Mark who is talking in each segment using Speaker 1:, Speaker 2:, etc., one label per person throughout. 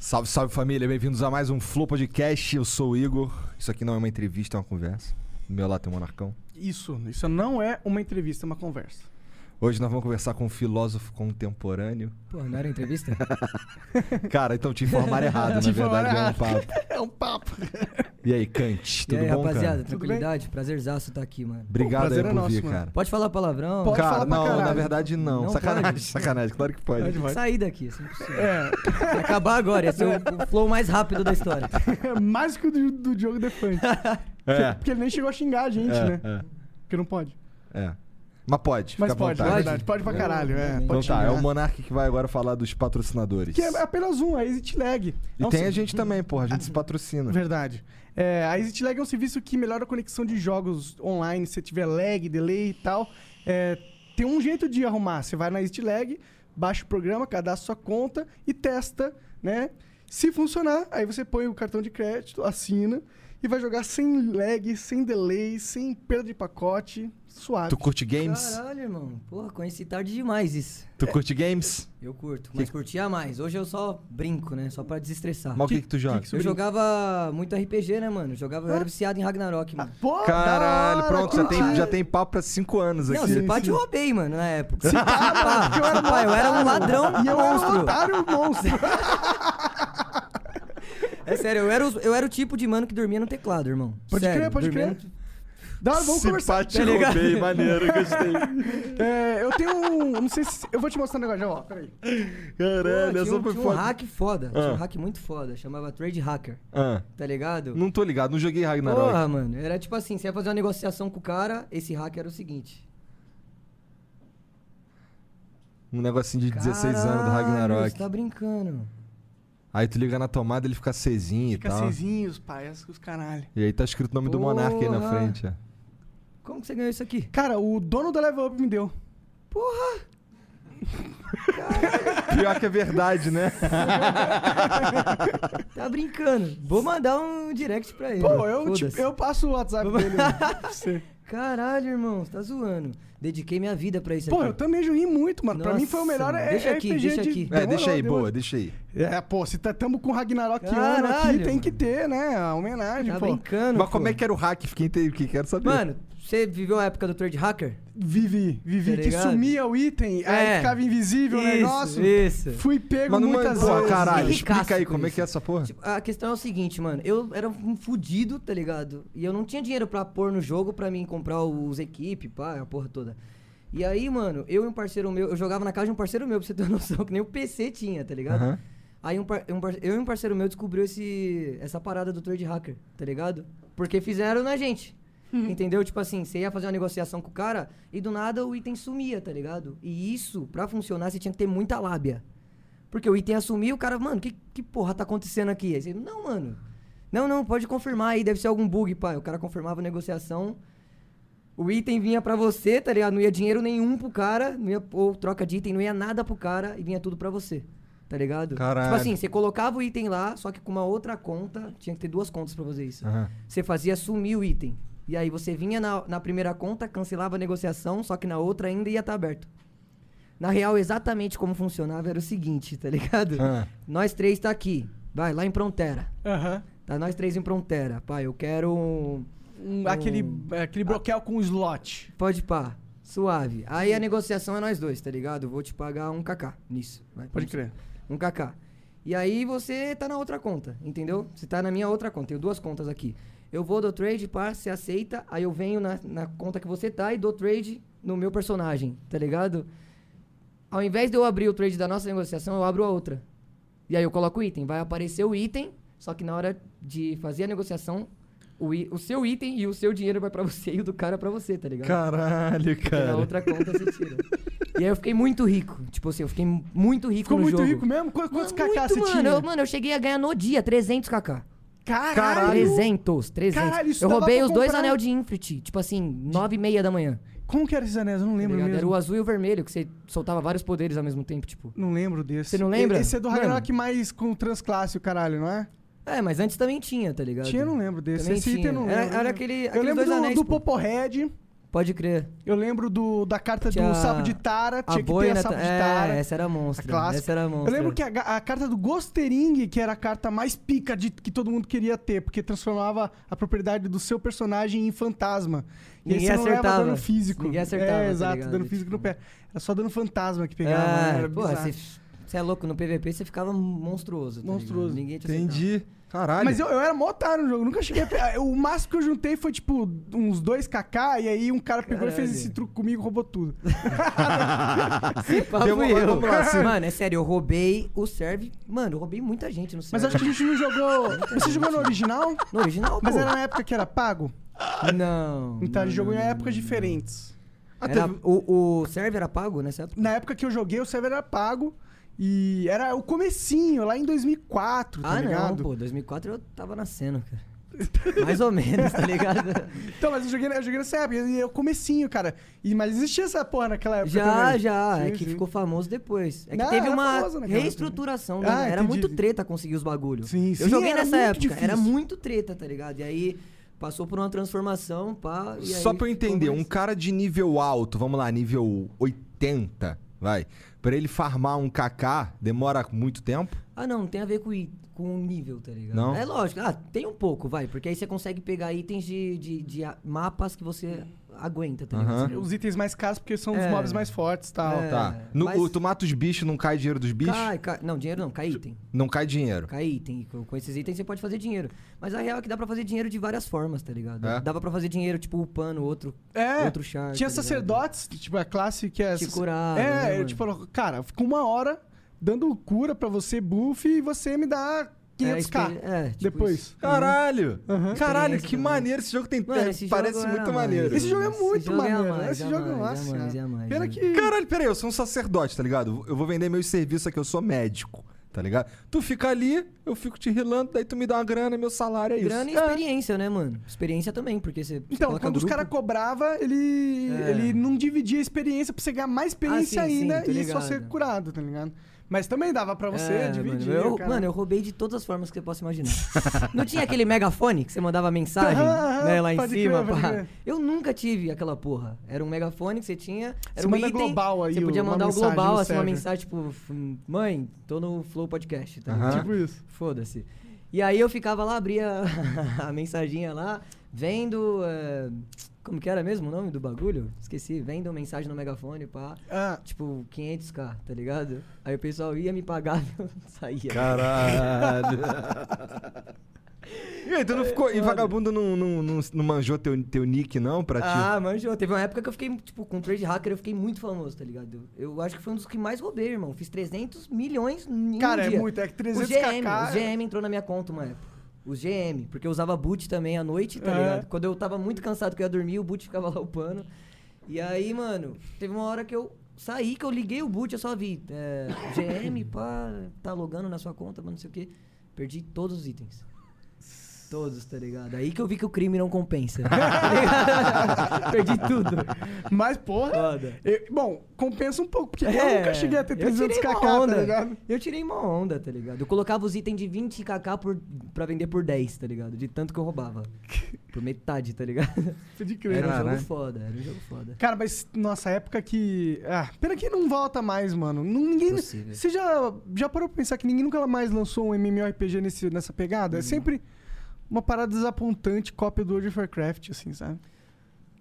Speaker 1: Salve, salve família, bem-vindos a mais um Flow Podcast. Eu sou o Igor. Isso aqui não é uma entrevista, é uma conversa. Do meu lado tem o Monarcão.
Speaker 2: Isso, isso não é uma entrevista, é uma conversa.
Speaker 1: Hoje nós vamos conversar com um filósofo contemporâneo.
Speaker 3: Pô, não era entrevista?
Speaker 1: Cara, então te informaram errado, na
Speaker 2: Te informaram
Speaker 1: verdade, é um
Speaker 2: errado.
Speaker 1: papo.
Speaker 2: É um papo.
Speaker 1: E aí, Kant, tudo
Speaker 3: e aí,
Speaker 1: bom,
Speaker 3: rapaziada,
Speaker 1: cara?
Speaker 3: tranquilidade? Prazerzaço tá aqui, mano.
Speaker 1: Obrigado
Speaker 2: prazer
Speaker 1: aí por
Speaker 2: é nosso,
Speaker 1: vir,
Speaker 2: mano.
Speaker 1: cara.
Speaker 3: Pode falar palavrão?
Speaker 2: Pode
Speaker 1: cara,
Speaker 2: falar pra
Speaker 1: não, na
Speaker 2: caralho.
Speaker 1: verdade não.
Speaker 3: Não
Speaker 1: sacanagem,
Speaker 3: pode.
Speaker 1: sacanagem, claro que pode.
Speaker 2: Pode, vai.
Speaker 3: Sair daqui, isso é impossível.
Speaker 2: É,
Speaker 3: Vai acabar agora, ia ser o, o flow mais rápido da história.
Speaker 2: é mais que o do, do Diogo Defante.
Speaker 1: É,
Speaker 2: Porque ele nem chegou a xingar a gente, né?
Speaker 1: é,
Speaker 2: Porque não pode.
Speaker 1: é, é. Mas pode, fica
Speaker 2: Mas
Speaker 1: à
Speaker 2: pode, na
Speaker 1: vontade.
Speaker 2: verdade. Pode pra caralho, é.
Speaker 3: Então
Speaker 1: Então
Speaker 2: Pode
Speaker 1: tá, é
Speaker 2: xingar.
Speaker 1: o Monark que vai agora falar dos patrocinadores.
Speaker 2: Que é apenas um, a Exit Lag.
Speaker 1: E
Speaker 2: É um
Speaker 1: tem a
Speaker 2: ser-
Speaker 1: gente também, porra, a gente se patrocina.
Speaker 2: Verdade. É, a Exit Lag é um serviço que melhora a conexão de jogos online, se tiver lag, delay e tal. É, tem um jeito de arrumar. Você vai na Exit Lag, baixa o programa, cadastra sua conta e testa, né? Se funcionar, aí você põe o cartão de crédito, assina e vai jogar sem lag, sem delay, sem perda de pacote, suave.
Speaker 1: Tu curte games?
Speaker 3: Caralho, irmão. Porra, conheci tarde demais isso.
Speaker 1: Tu curte games?
Speaker 3: Eu curto, mas curtia mais. Hoje eu só brinco, né? Só pra desestressar.
Speaker 1: Mas o que, que tu joga?
Speaker 2: que Ah. que
Speaker 3: Eu jogava muito RPG, né, mano? Jogava, eu era viciado em Ragnarok, mano.
Speaker 2: Pô, da
Speaker 1: Caralho,
Speaker 3: Ah,
Speaker 2: hora,
Speaker 1: pronto, já
Speaker 2: cara.
Speaker 1: tem, já tem papo pra cinco anos aqui.
Speaker 3: Não, se pá,
Speaker 2: sim.
Speaker 3: te roubei, mano, na época. Se pá, pá, se pá, eu era um ladrão
Speaker 2: tá Ah, E eu era um
Speaker 3: monstro.
Speaker 2: otário monstro.
Speaker 3: É sério, eu era, os- eu era o tipo de mano que dormia no teclado, irmão.
Speaker 2: Pode
Speaker 3: sério,
Speaker 2: crer, pode
Speaker 3: dormia
Speaker 2: crer.
Speaker 3: no-
Speaker 2: Dá, vamos conversar. Tá
Speaker 3: tá
Speaker 1: te roubei, maneiro, gostei.
Speaker 2: É, eu tenho um. eu Não sei se. Eu vou te mostrar um negócio, já, ó. Peraí.
Speaker 1: Caralho,
Speaker 3: Pô,
Speaker 1: essa
Speaker 3: tinha, um-
Speaker 1: foi
Speaker 3: tinha um
Speaker 1: foda.
Speaker 3: hack foda. Tinha
Speaker 1: Ah.
Speaker 3: um hack muito foda. Chamava Trade Hacker.
Speaker 1: Ah,
Speaker 3: Tá ligado?
Speaker 1: não tô ligado, não joguei Ragnarok.
Speaker 3: Porra, mano. Era tipo assim: você ia fazer uma negociação com o cara, esse hack era o seguinte.
Speaker 1: Um negocinho de 16 anos do
Speaker 3: Caralho,
Speaker 1: Ragnarok.
Speaker 3: Você tá brincando.
Speaker 1: Aí tu liga na tomada, ele fica cezinho e
Speaker 2: Fica
Speaker 1: tal.
Speaker 2: cezinhos, pai, as- os caralho.
Speaker 1: E aí tá escrito o nome do Monark aí na
Speaker 3: Porra.
Speaker 1: frente. ó.
Speaker 3: Como que você ganhou isso aqui?
Speaker 2: Cara, o dono da Level Up me deu.
Speaker 3: Porra!
Speaker 1: Pior que é verdade, né?
Speaker 3: Tá brincando. Vou mandar um direct pra ele.
Speaker 2: Pô, eu,
Speaker 3: Foda-se.
Speaker 2: tipo, eu passo o WhatsApp dele. né? pra você.
Speaker 3: Caralho, irmão, você tá zoando. Dediquei minha vida pra isso
Speaker 2: Pô,
Speaker 3: aqui.
Speaker 2: eu também joguei muito, mano. pra mim foi o
Speaker 3: Nossa,
Speaker 2: melhor é-
Speaker 3: deixa
Speaker 2: é
Speaker 3: aqui,
Speaker 2: RPG
Speaker 3: deixa
Speaker 2: de...
Speaker 3: aqui. É,
Speaker 1: É, deixa aí,
Speaker 2: Demorou,
Speaker 1: boa, deixa aí.
Speaker 2: demorou. É, pô, se tá, tamo com Ragnarok aqui,
Speaker 3: Caralho,
Speaker 2: tem que
Speaker 3: mano.
Speaker 2: ter, né? A homenagem,
Speaker 3: Tá
Speaker 2: pô.
Speaker 3: brincando.
Speaker 1: Mas como
Speaker 3: pô.
Speaker 1: é que era o hack? Fiquei inteiro, que quero saber.
Speaker 3: Mano, você viveu a época do Trade Hacker?
Speaker 2: Vivi, Vivi,
Speaker 3: Tá
Speaker 2: que
Speaker 3: ligado?
Speaker 2: sumia o item, aí
Speaker 3: É.
Speaker 2: ficava invisível o
Speaker 3: Isso,
Speaker 2: negócio.
Speaker 3: isso.
Speaker 2: Fui pego
Speaker 1: Mas não
Speaker 2: muitas
Speaker 1: porra,
Speaker 2: vezes.
Speaker 1: caralho,
Speaker 3: Que
Speaker 1: explica
Speaker 3: ricaço
Speaker 1: aí
Speaker 3: com
Speaker 1: como é
Speaker 3: isso.
Speaker 1: que é essa porra.
Speaker 3: Tipo, a questão é o seguinte, mano. Eu era um fudido, tá ligado? E eu não tinha dinheiro pra pôr no jogo pra mim comprar os equipes, pá, a porra toda. E aí, mano, eu e um parceiro meu, eu jogava na casa de um parceiro meu, pra você ter uma noção, que nem o PC tinha, tá ligado?
Speaker 1: Aham.
Speaker 3: Aí um par- um par- eu e um parceiro meu descobriu esse, essa parada do trade hacker, tá ligado? Porque fizeram na gente. Entendeu? Tipo assim, você ia fazer uma negociação com o cara e do nada o item sumia, tá ligado? E isso, pra funcionar, você tinha que ter muita lábia. Porque o item ia sumir e o cara, mano, que, que porra tá acontecendo aqui? Aí você, não, mano. Não, não, pode confirmar aí, deve ser algum bug, pai. O cara confirmava a negociação. O item vinha pra você, tá ligado? Não ia dinheiro nenhum pro cara, não ia ou troca de item, não ia nada pro cara e vinha tudo pra você. Tá ligado?
Speaker 1: Caralho.
Speaker 3: Tipo assim, você colocava o item lá, só que com uma outra conta, tinha que ter duas contas pra fazer isso.
Speaker 1: Aham.
Speaker 3: Você fazia sumir o item. E aí você vinha na, na primeira conta, cancelava a negociação, só que na outra ainda ia estar aberto. Na real, exatamente como funcionava era o seguinte, tá ligado?
Speaker 1: Ah.
Speaker 3: Nós três tá aqui. Vai, lá em Prontera.
Speaker 2: Aham.
Speaker 3: Tá nós três em Prontera. Pai, eu quero um.
Speaker 2: Um- Aquele, aquele bloqueio com slot.
Speaker 3: Pode pá. Suave. Aí a negociação é nós dois, tá ligado? Eu vou te pagar um kk nisso. Vai,
Speaker 2: Pode
Speaker 3: vamos-
Speaker 2: crer.
Speaker 3: Um kk. E aí você tá na outra conta, entendeu? Você tá na minha outra conta. Tenho duas contas aqui. Eu vou do trade, pá, você aceita. Aí eu venho na, na conta que você tá e dou trade no meu personagem, tá ligado? Ao invés de eu abrir o trade da nossa negociação, eu abro a outra. E aí eu coloco o item. Vai aparecer o item, só que na hora de fazer a negociação, o, i- o seu item e o seu dinheiro vai pra você e o do cara pra você, tá ligado?
Speaker 1: Caralho,
Speaker 3: E na
Speaker 1: cara.
Speaker 3: outra conta você tira. e aí eu fiquei muito rico. Tipo assim, eu fiquei muito rico
Speaker 2: Ficou
Speaker 3: no
Speaker 2: muito
Speaker 3: jogo.
Speaker 2: rico mesmo? Qu- Quantos
Speaker 3: Mano,
Speaker 2: kaká você
Speaker 3: muito,
Speaker 2: tinha?
Speaker 3: mano. Eu, mano, eu cheguei a ganhar no dia 300 kk.
Speaker 2: Caralho!
Speaker 3: 300, 300.
Speaker 2: Caralho, isso
Speaker 3: eu
Speaker 2: dava
Speaker 3: roubei
Speaker 2: pra
Speaker 3: os dois
Speaker 2: comprar.
Speaker 3: anel de Infinity, tipo assim, 9 e meia da manhã. tá
Speaker 2: Como que era esses anéis? Eu não lembro
Speaker 3: ligado?
Speaker 2: mesmo.
Speaker 3: Era o azul e o vermelho, que você soltava vários poderes ao mesmo tempo, tipo.
Speaker 2: Não lembro desse.
Speaker 3: Você não lembra?
Speaker 2: Esse é do
Speaker 3: Mano.
Speaker 2: Ragnarok mais com transclasse, o caralho, não é?
Speaker 3: É, mas antes também tinha, tá ligado?
Speaker 2: Tinha, eu não lembro desse.
Speaker 3: Também
Speaker 2: Esse item
Speaker 3: tinha.
Speaker 2: eu não
Speaker 3: Era-
Speaker 2: lembro.
Speaker 3: era aquele-
Speaker 2: eu
Speaker 3: aqueles
Speaker 2: lembro
Speaker 3: dois
Speaker 2: do,
Speaker 3: anéis,
Speaker 2: do
Speaker 3: pô.
Speaker 2: Popohead.
Speaker 3: Pode crer.
Speaker 2: Eu lembro do, da carta
Speaker 3: Tinha
Speaker 2: do sapo de tara.
Speaker 3: A
Speaker 2: Tinha que ter
Speaker 3: boina
Speaker 2: a sapo
Speaker 3: ta-
Speaker 2: de tara.
Speaker 3: É, essa era
Speaker 2: a
Speaker 3: monstra.
Speaker 2: clássica.
Speaker 3: Essa era
Speaker 2: eu
Speaker 3: monstra.
Speaker 2: lembro que a, ga- a carta do Gostering, que era a carta mais pica de, que todo mundo queria ter, porque transformava a propriedade do seu personagem em fantasma. E aí
Speaker 3: Ninguém
Speaker 2: você não leva
Speaker 3: acertava.
Speaker 2: dano físico.
Speaker 3: Ninguém acertava,
Speaker 2: É,
Speaker 3: tá
Speaker 2: exato,
Speaker 3: ligado?
Speaker 2: dano físico no
Speaker 3: Tipo-
Speaker 2: pé. Era só dano fantasma que pegava. né?
Speaker 3: É,
Speaker 2: Era
Speaker 3: pô,
Speaker 2: bizarro.
Speaker 3: você você é louco, no PVP você ficava monstruoso. tá ligado?
Speaker 2: Monstruoso.
Speaker 3: Ninguém te aceitava.
Speaker 1: Entendi. Caralho.
Speaker 2: então. Mas eu, eu era mó otário no jogo, nunca cheguei a pegar. O máximo que eu juntei foi tipo uns 2kk, e aí um cara pegou e fez
Speaker 3: Caralho.
Speaker 2: esse truque comigo e roubou tudo.
Speaker 3: Esse papo
Speaker 1: Deu uma-
Speaker 3: eu.
Speaker 1: vamos lá, assim.
Speaker 3: Mano, é sério, eu roubei o serve. Mano, eu roubei muita gente no serve.
Speaker 2: Mas acho que a gente não jogou. Você jogou no original?
Speaker 3: No original,
Speaker 2: Mas
Speaker 3: pô.
Speaker 2: era na época que era pago?
Speaker 3: Não.
Speaker 2: Então a
Speaker 3: não,
Speaker 2: gente jogou
Speaker 3: não,
Speaker 2: em Ah,
Speaker 3: não,
Speaker 2: épocas
Speaker 3: não.
Speaker 2: diferentes.
Speaker 3: Era- o, o serve era pago né? é nessa época?
Speaker 2: Na época que eu joguei, o server era pago. E era o comecinho, lá em 2004, tá
Speaker 3: ah,
Speaker 2: ligado?
Speaker 3: não, pô. 2004 eu tava nascendo, cara. Mais ou menos, tá ligado?
Speaker 2: Então, mas eu joguei, eu joguei nessa época, e era o comecinho, cara. E, mas existia essa porra naquela época
Speaker 3: já,
Speaker 2: também.
Speaker 3: já. é
Speaker 2: Sim,
Speaker 3: que
Speaker 2: sim.
Speaker 3: ficou famoso depois. É que
Speaker 2: Não,
Speaker 3: teve
Speaker 2: era
Speaker 3: uma
Speaker 2: famoso naquela época.
Speaker 3: reestruturação.
Speaker 2: Ah,
Speaker 3: né? Era
Speaker 2: entendi.
Speaker 3: muito treta conseguir os bagulhos.
Speaker 2: Sim, sim,
Speaker 3: Eu joguei
Speaker 2: era
Speaker 3: nessa
Speaker 2: muito
Speaker 3: época.
Speaker 2: difícil.
Speaker 3: Era muito treta, tá ligado? E aí passou por uma transformação, pá. E
Speaker 1: Só
Speaker 3: aí
Speaker 1: pra eu
Speaker 3: ficou
Speaker 1: entender,
Speaker 3: mais-
Speaker 1: um cara de nível alto, vamos lá, nível 80, vai. Pra ele farmar um KK, demora muito tempo?
Speaker 3: Ah, não, não tem a ver com, i- com o nível, tá ligado?
Speaker 1: Não?
Speaker 3: É lógico. Ah, tem um pouco, vai. Porque aí você consegue pegar itens de, de, de a- mapas que você aguenta, tá ligado?
Speaker 1: Aham.
Speaker 3: Você não-
Speaker 2: Os itens mais caros, porque são os
Speaker 3: É.
Speaker 2: mobs mais fortes e tal.
Speaker 3: É,
Speaker 1: tá. No,
Speaker 3: mas-
Speaker 1: o, tu mata os bichos, não cai dinheiro dos bichos?
Speaker 3: Cai, cai. Não, dinheiro não, cai item.
Speaker 1: Não cai dinheiro.
Speaker 3: Cai item. Com, com esses itens você pode fazer dinheiro. Mas a real é que dá pra fazer dinheiro de várias formas, tá ligado?
Speaker 1: É.
Speaker 3: Dava pra fazer dinheiro, tipo, upando outro,
Speaker 2: É,
Speaker 3: outro char.
Speaker 2: Tinha
Speaker 3: tá ligado?
Speaker 2: sacerdotes, tipo, a classe que é.
Speaker 3: Te curaram, né,
Speaker 2: É, eu,
Speaker 3: mano?
Speaker 2: tipo, cara, fica uma hora dando cura pra você, buff, e você me dá
Speaker 3: É,
Speaker 2: 500k
Speaker 3: experi- é, tipo
Speaker 2: depois.
Speaker 3: isso.
Speaker 1: Caralho! Caralho,
Speaker 3: Experiência
Speaker 1: que
Speaker 3: também.
Speaker 1: maneiro esse jogo tem.
Speaker 3: né? Mano,
Speaker 1: é,
Speaker 3: esse
Speaker 1: parece
Speaker 3: jogo era
Speaker 1: muito
Speaker 3: mais.
Speaker 1: maneiro.
Speaker 2: Esse jogo é
Speaker 3: Esse
Speaker 2: muito
Speaker 3: jogo é a
Speaker 2: maneiro.
Speaker 3: mais,
Speaker 2: Esse
Speaker 3: é a
Speaker 2: jogo,
Speaker 3: mais,
Speaker 2: nossa.
Speaker 3: é a mais, é a mais,
Speaker 2: Pena
Speaker 3: é.
Speaker 2: que.
Speaker 1: Caralho, peraí, eu sou um sacerdote, tá ligado? Eu vou vender meus serviços aqui, eu sou médico, tá ligado? Tu fica ali, eu fico te rilando, daí tu me dá uma grana, meu salário é isso.
Speaker 3: Grana e
Speaker 1: É.
Speaker 3: experiência, né, mano? Experiência também, porque você. você
Speaker 2: Então,
Speaker 3: coloca
Speaker 2: quando os
Speaker 3: grupo-
Speaker 2: caras cobravam, ele,
Speaker 3: É.
Speaker 2: ele não dividia a experiência pra você ganhar mais experiência
Speaker 3: Ah, sim, sim,
Speaker 2: ainda
Speaker 3: tô
Speaker 2: e só
Speaker 3: ligado.
Speaker 2: ser curado, tá ligado? Mas também dava pra você
Speaker 3: É,
Speaker 2: dividir.
Speaker 3: Mano eu,
Speaker 2: cara.
Speaker 3: mano, eu roubei de todas as formas que você possa imaginar. não tinha aquele megafone que você mandava mensagem
Speaker 2: Aham,
Speaker 3: né,
Speaker 2: aham,
Speaker 3: lá em
Speaker 2: pode
Speaker 3: cima?
Speaker 2: crer, pode
Speaker 3: pá?
Speaker 2: crer.
Speaker 3: Eu nunca tive aquela porra. Era um megafone que você tinha. Era
Speaker 2: Você
Speaker 3: um
Speaker 2: manda
Speaker 3: item,
Speaker 2: global aí,
Speaker 3: Você podia
Speaker 2: uma
Speaker 3: mandar o
Speaker 2: mensagem
Speaker 3: global,
Speaker 2: no
Speaker 3: assim, uma
Speaker 2: server.
Speaker 3: mensagem tipo: f- Mãe, tô no Flow Podcast. Tá
Speaker 1: Aham.
Speaker 3: ligado?
Speaker 2: Tipo isso.
Speaker 3: Foda-se. E aí eu ficava lá, abria a mensaginha lá, vendo. eh, como que era mesmo o nome do bagulho? Esqueci, vendo mensagem no megafone, pá.
Speaker 2: Ah,
Speaker 3: Tipo, 500k, tá ligado? Aí o pessoal ia me pagar, eu saía.
Speaker 1: Caralho. e aí, tu não ficou. E
Speaker 3: É, foda.
Speaker 1: vagabundo não, não, não, não manjou teu, teu nick, não, pra ti?
Speaker 2: tipo-
Speaker 3: Ah, manjou. Teve uma época que eu fiquei, tipo, com trade hacker, eu fiquei muito famoso, tá ligado? Eu acho que foi um dos que mais roubei, irmão. Fiz 300 milhões em
Speaker 2: Cara,
Speaker 3: um
Speaker 2: é
Speaker 3: dia.
Speaker 2: muito, é que
Speaker 3: Os
Speaker 2: 300
Speaker 3: GM,
Speaker 2: kk.
Speaker 3: os GM entrou na minha conta uma época. Os GM, porque eu usava boot também à noite, tá
Speaker 2: É.
Speaker 3: ligado? Quando eu tava muito cansado que eu ia dormir, o boot ficava lá upando. E aí, mano, teve uma hora que eu saí, que eu liguei o boot, eu só vi é, GM, pá, tá logando na sua conta, mas não sei o quê. Perdi todos os itens. Todos, tá ligado? Aí que eu vi que o crime não compensa. Tá Perdi tudo.
Speaker 2: Mas, porra.
Speaker 3: Foda.
Speaker 2: eu- bom, compensa um pouco, porque eu
Speaker 3: É,
Speaker 2: nunca cheguei a ter
Speaker 3: eu tirei
Speaker 2: 300 kk,
Speaker 3: uma
Speaker 2: tá
Speaker 3: onda.
Speaker 2: ligado?
Speaker 3: Eu tirei uma onda, tá ligado? Eu colocava os itens de 20 kk por, pra vender por 10, tá ligado? De tanto que eu roubava. Por metade, tá ligado?
Speaker 2: Pode crer. né?
Speaker 3: Era um
Speaker 1: Caralho.
Speaker 3: jogo foda, era um jogo foda.
Speaker 2: Cara, mas nossa a época que. Ah, pena que não volta mais, mano. Não, ninguém.
Speaker 3: Impossível.
Speaker 2: Você já, já parou pra pensar que ninguém nunca mais lançou um MMORPG nesse, nessa pegada? É sempre uma parada desapontante, cópia do World of Warcraft, assim, sabe?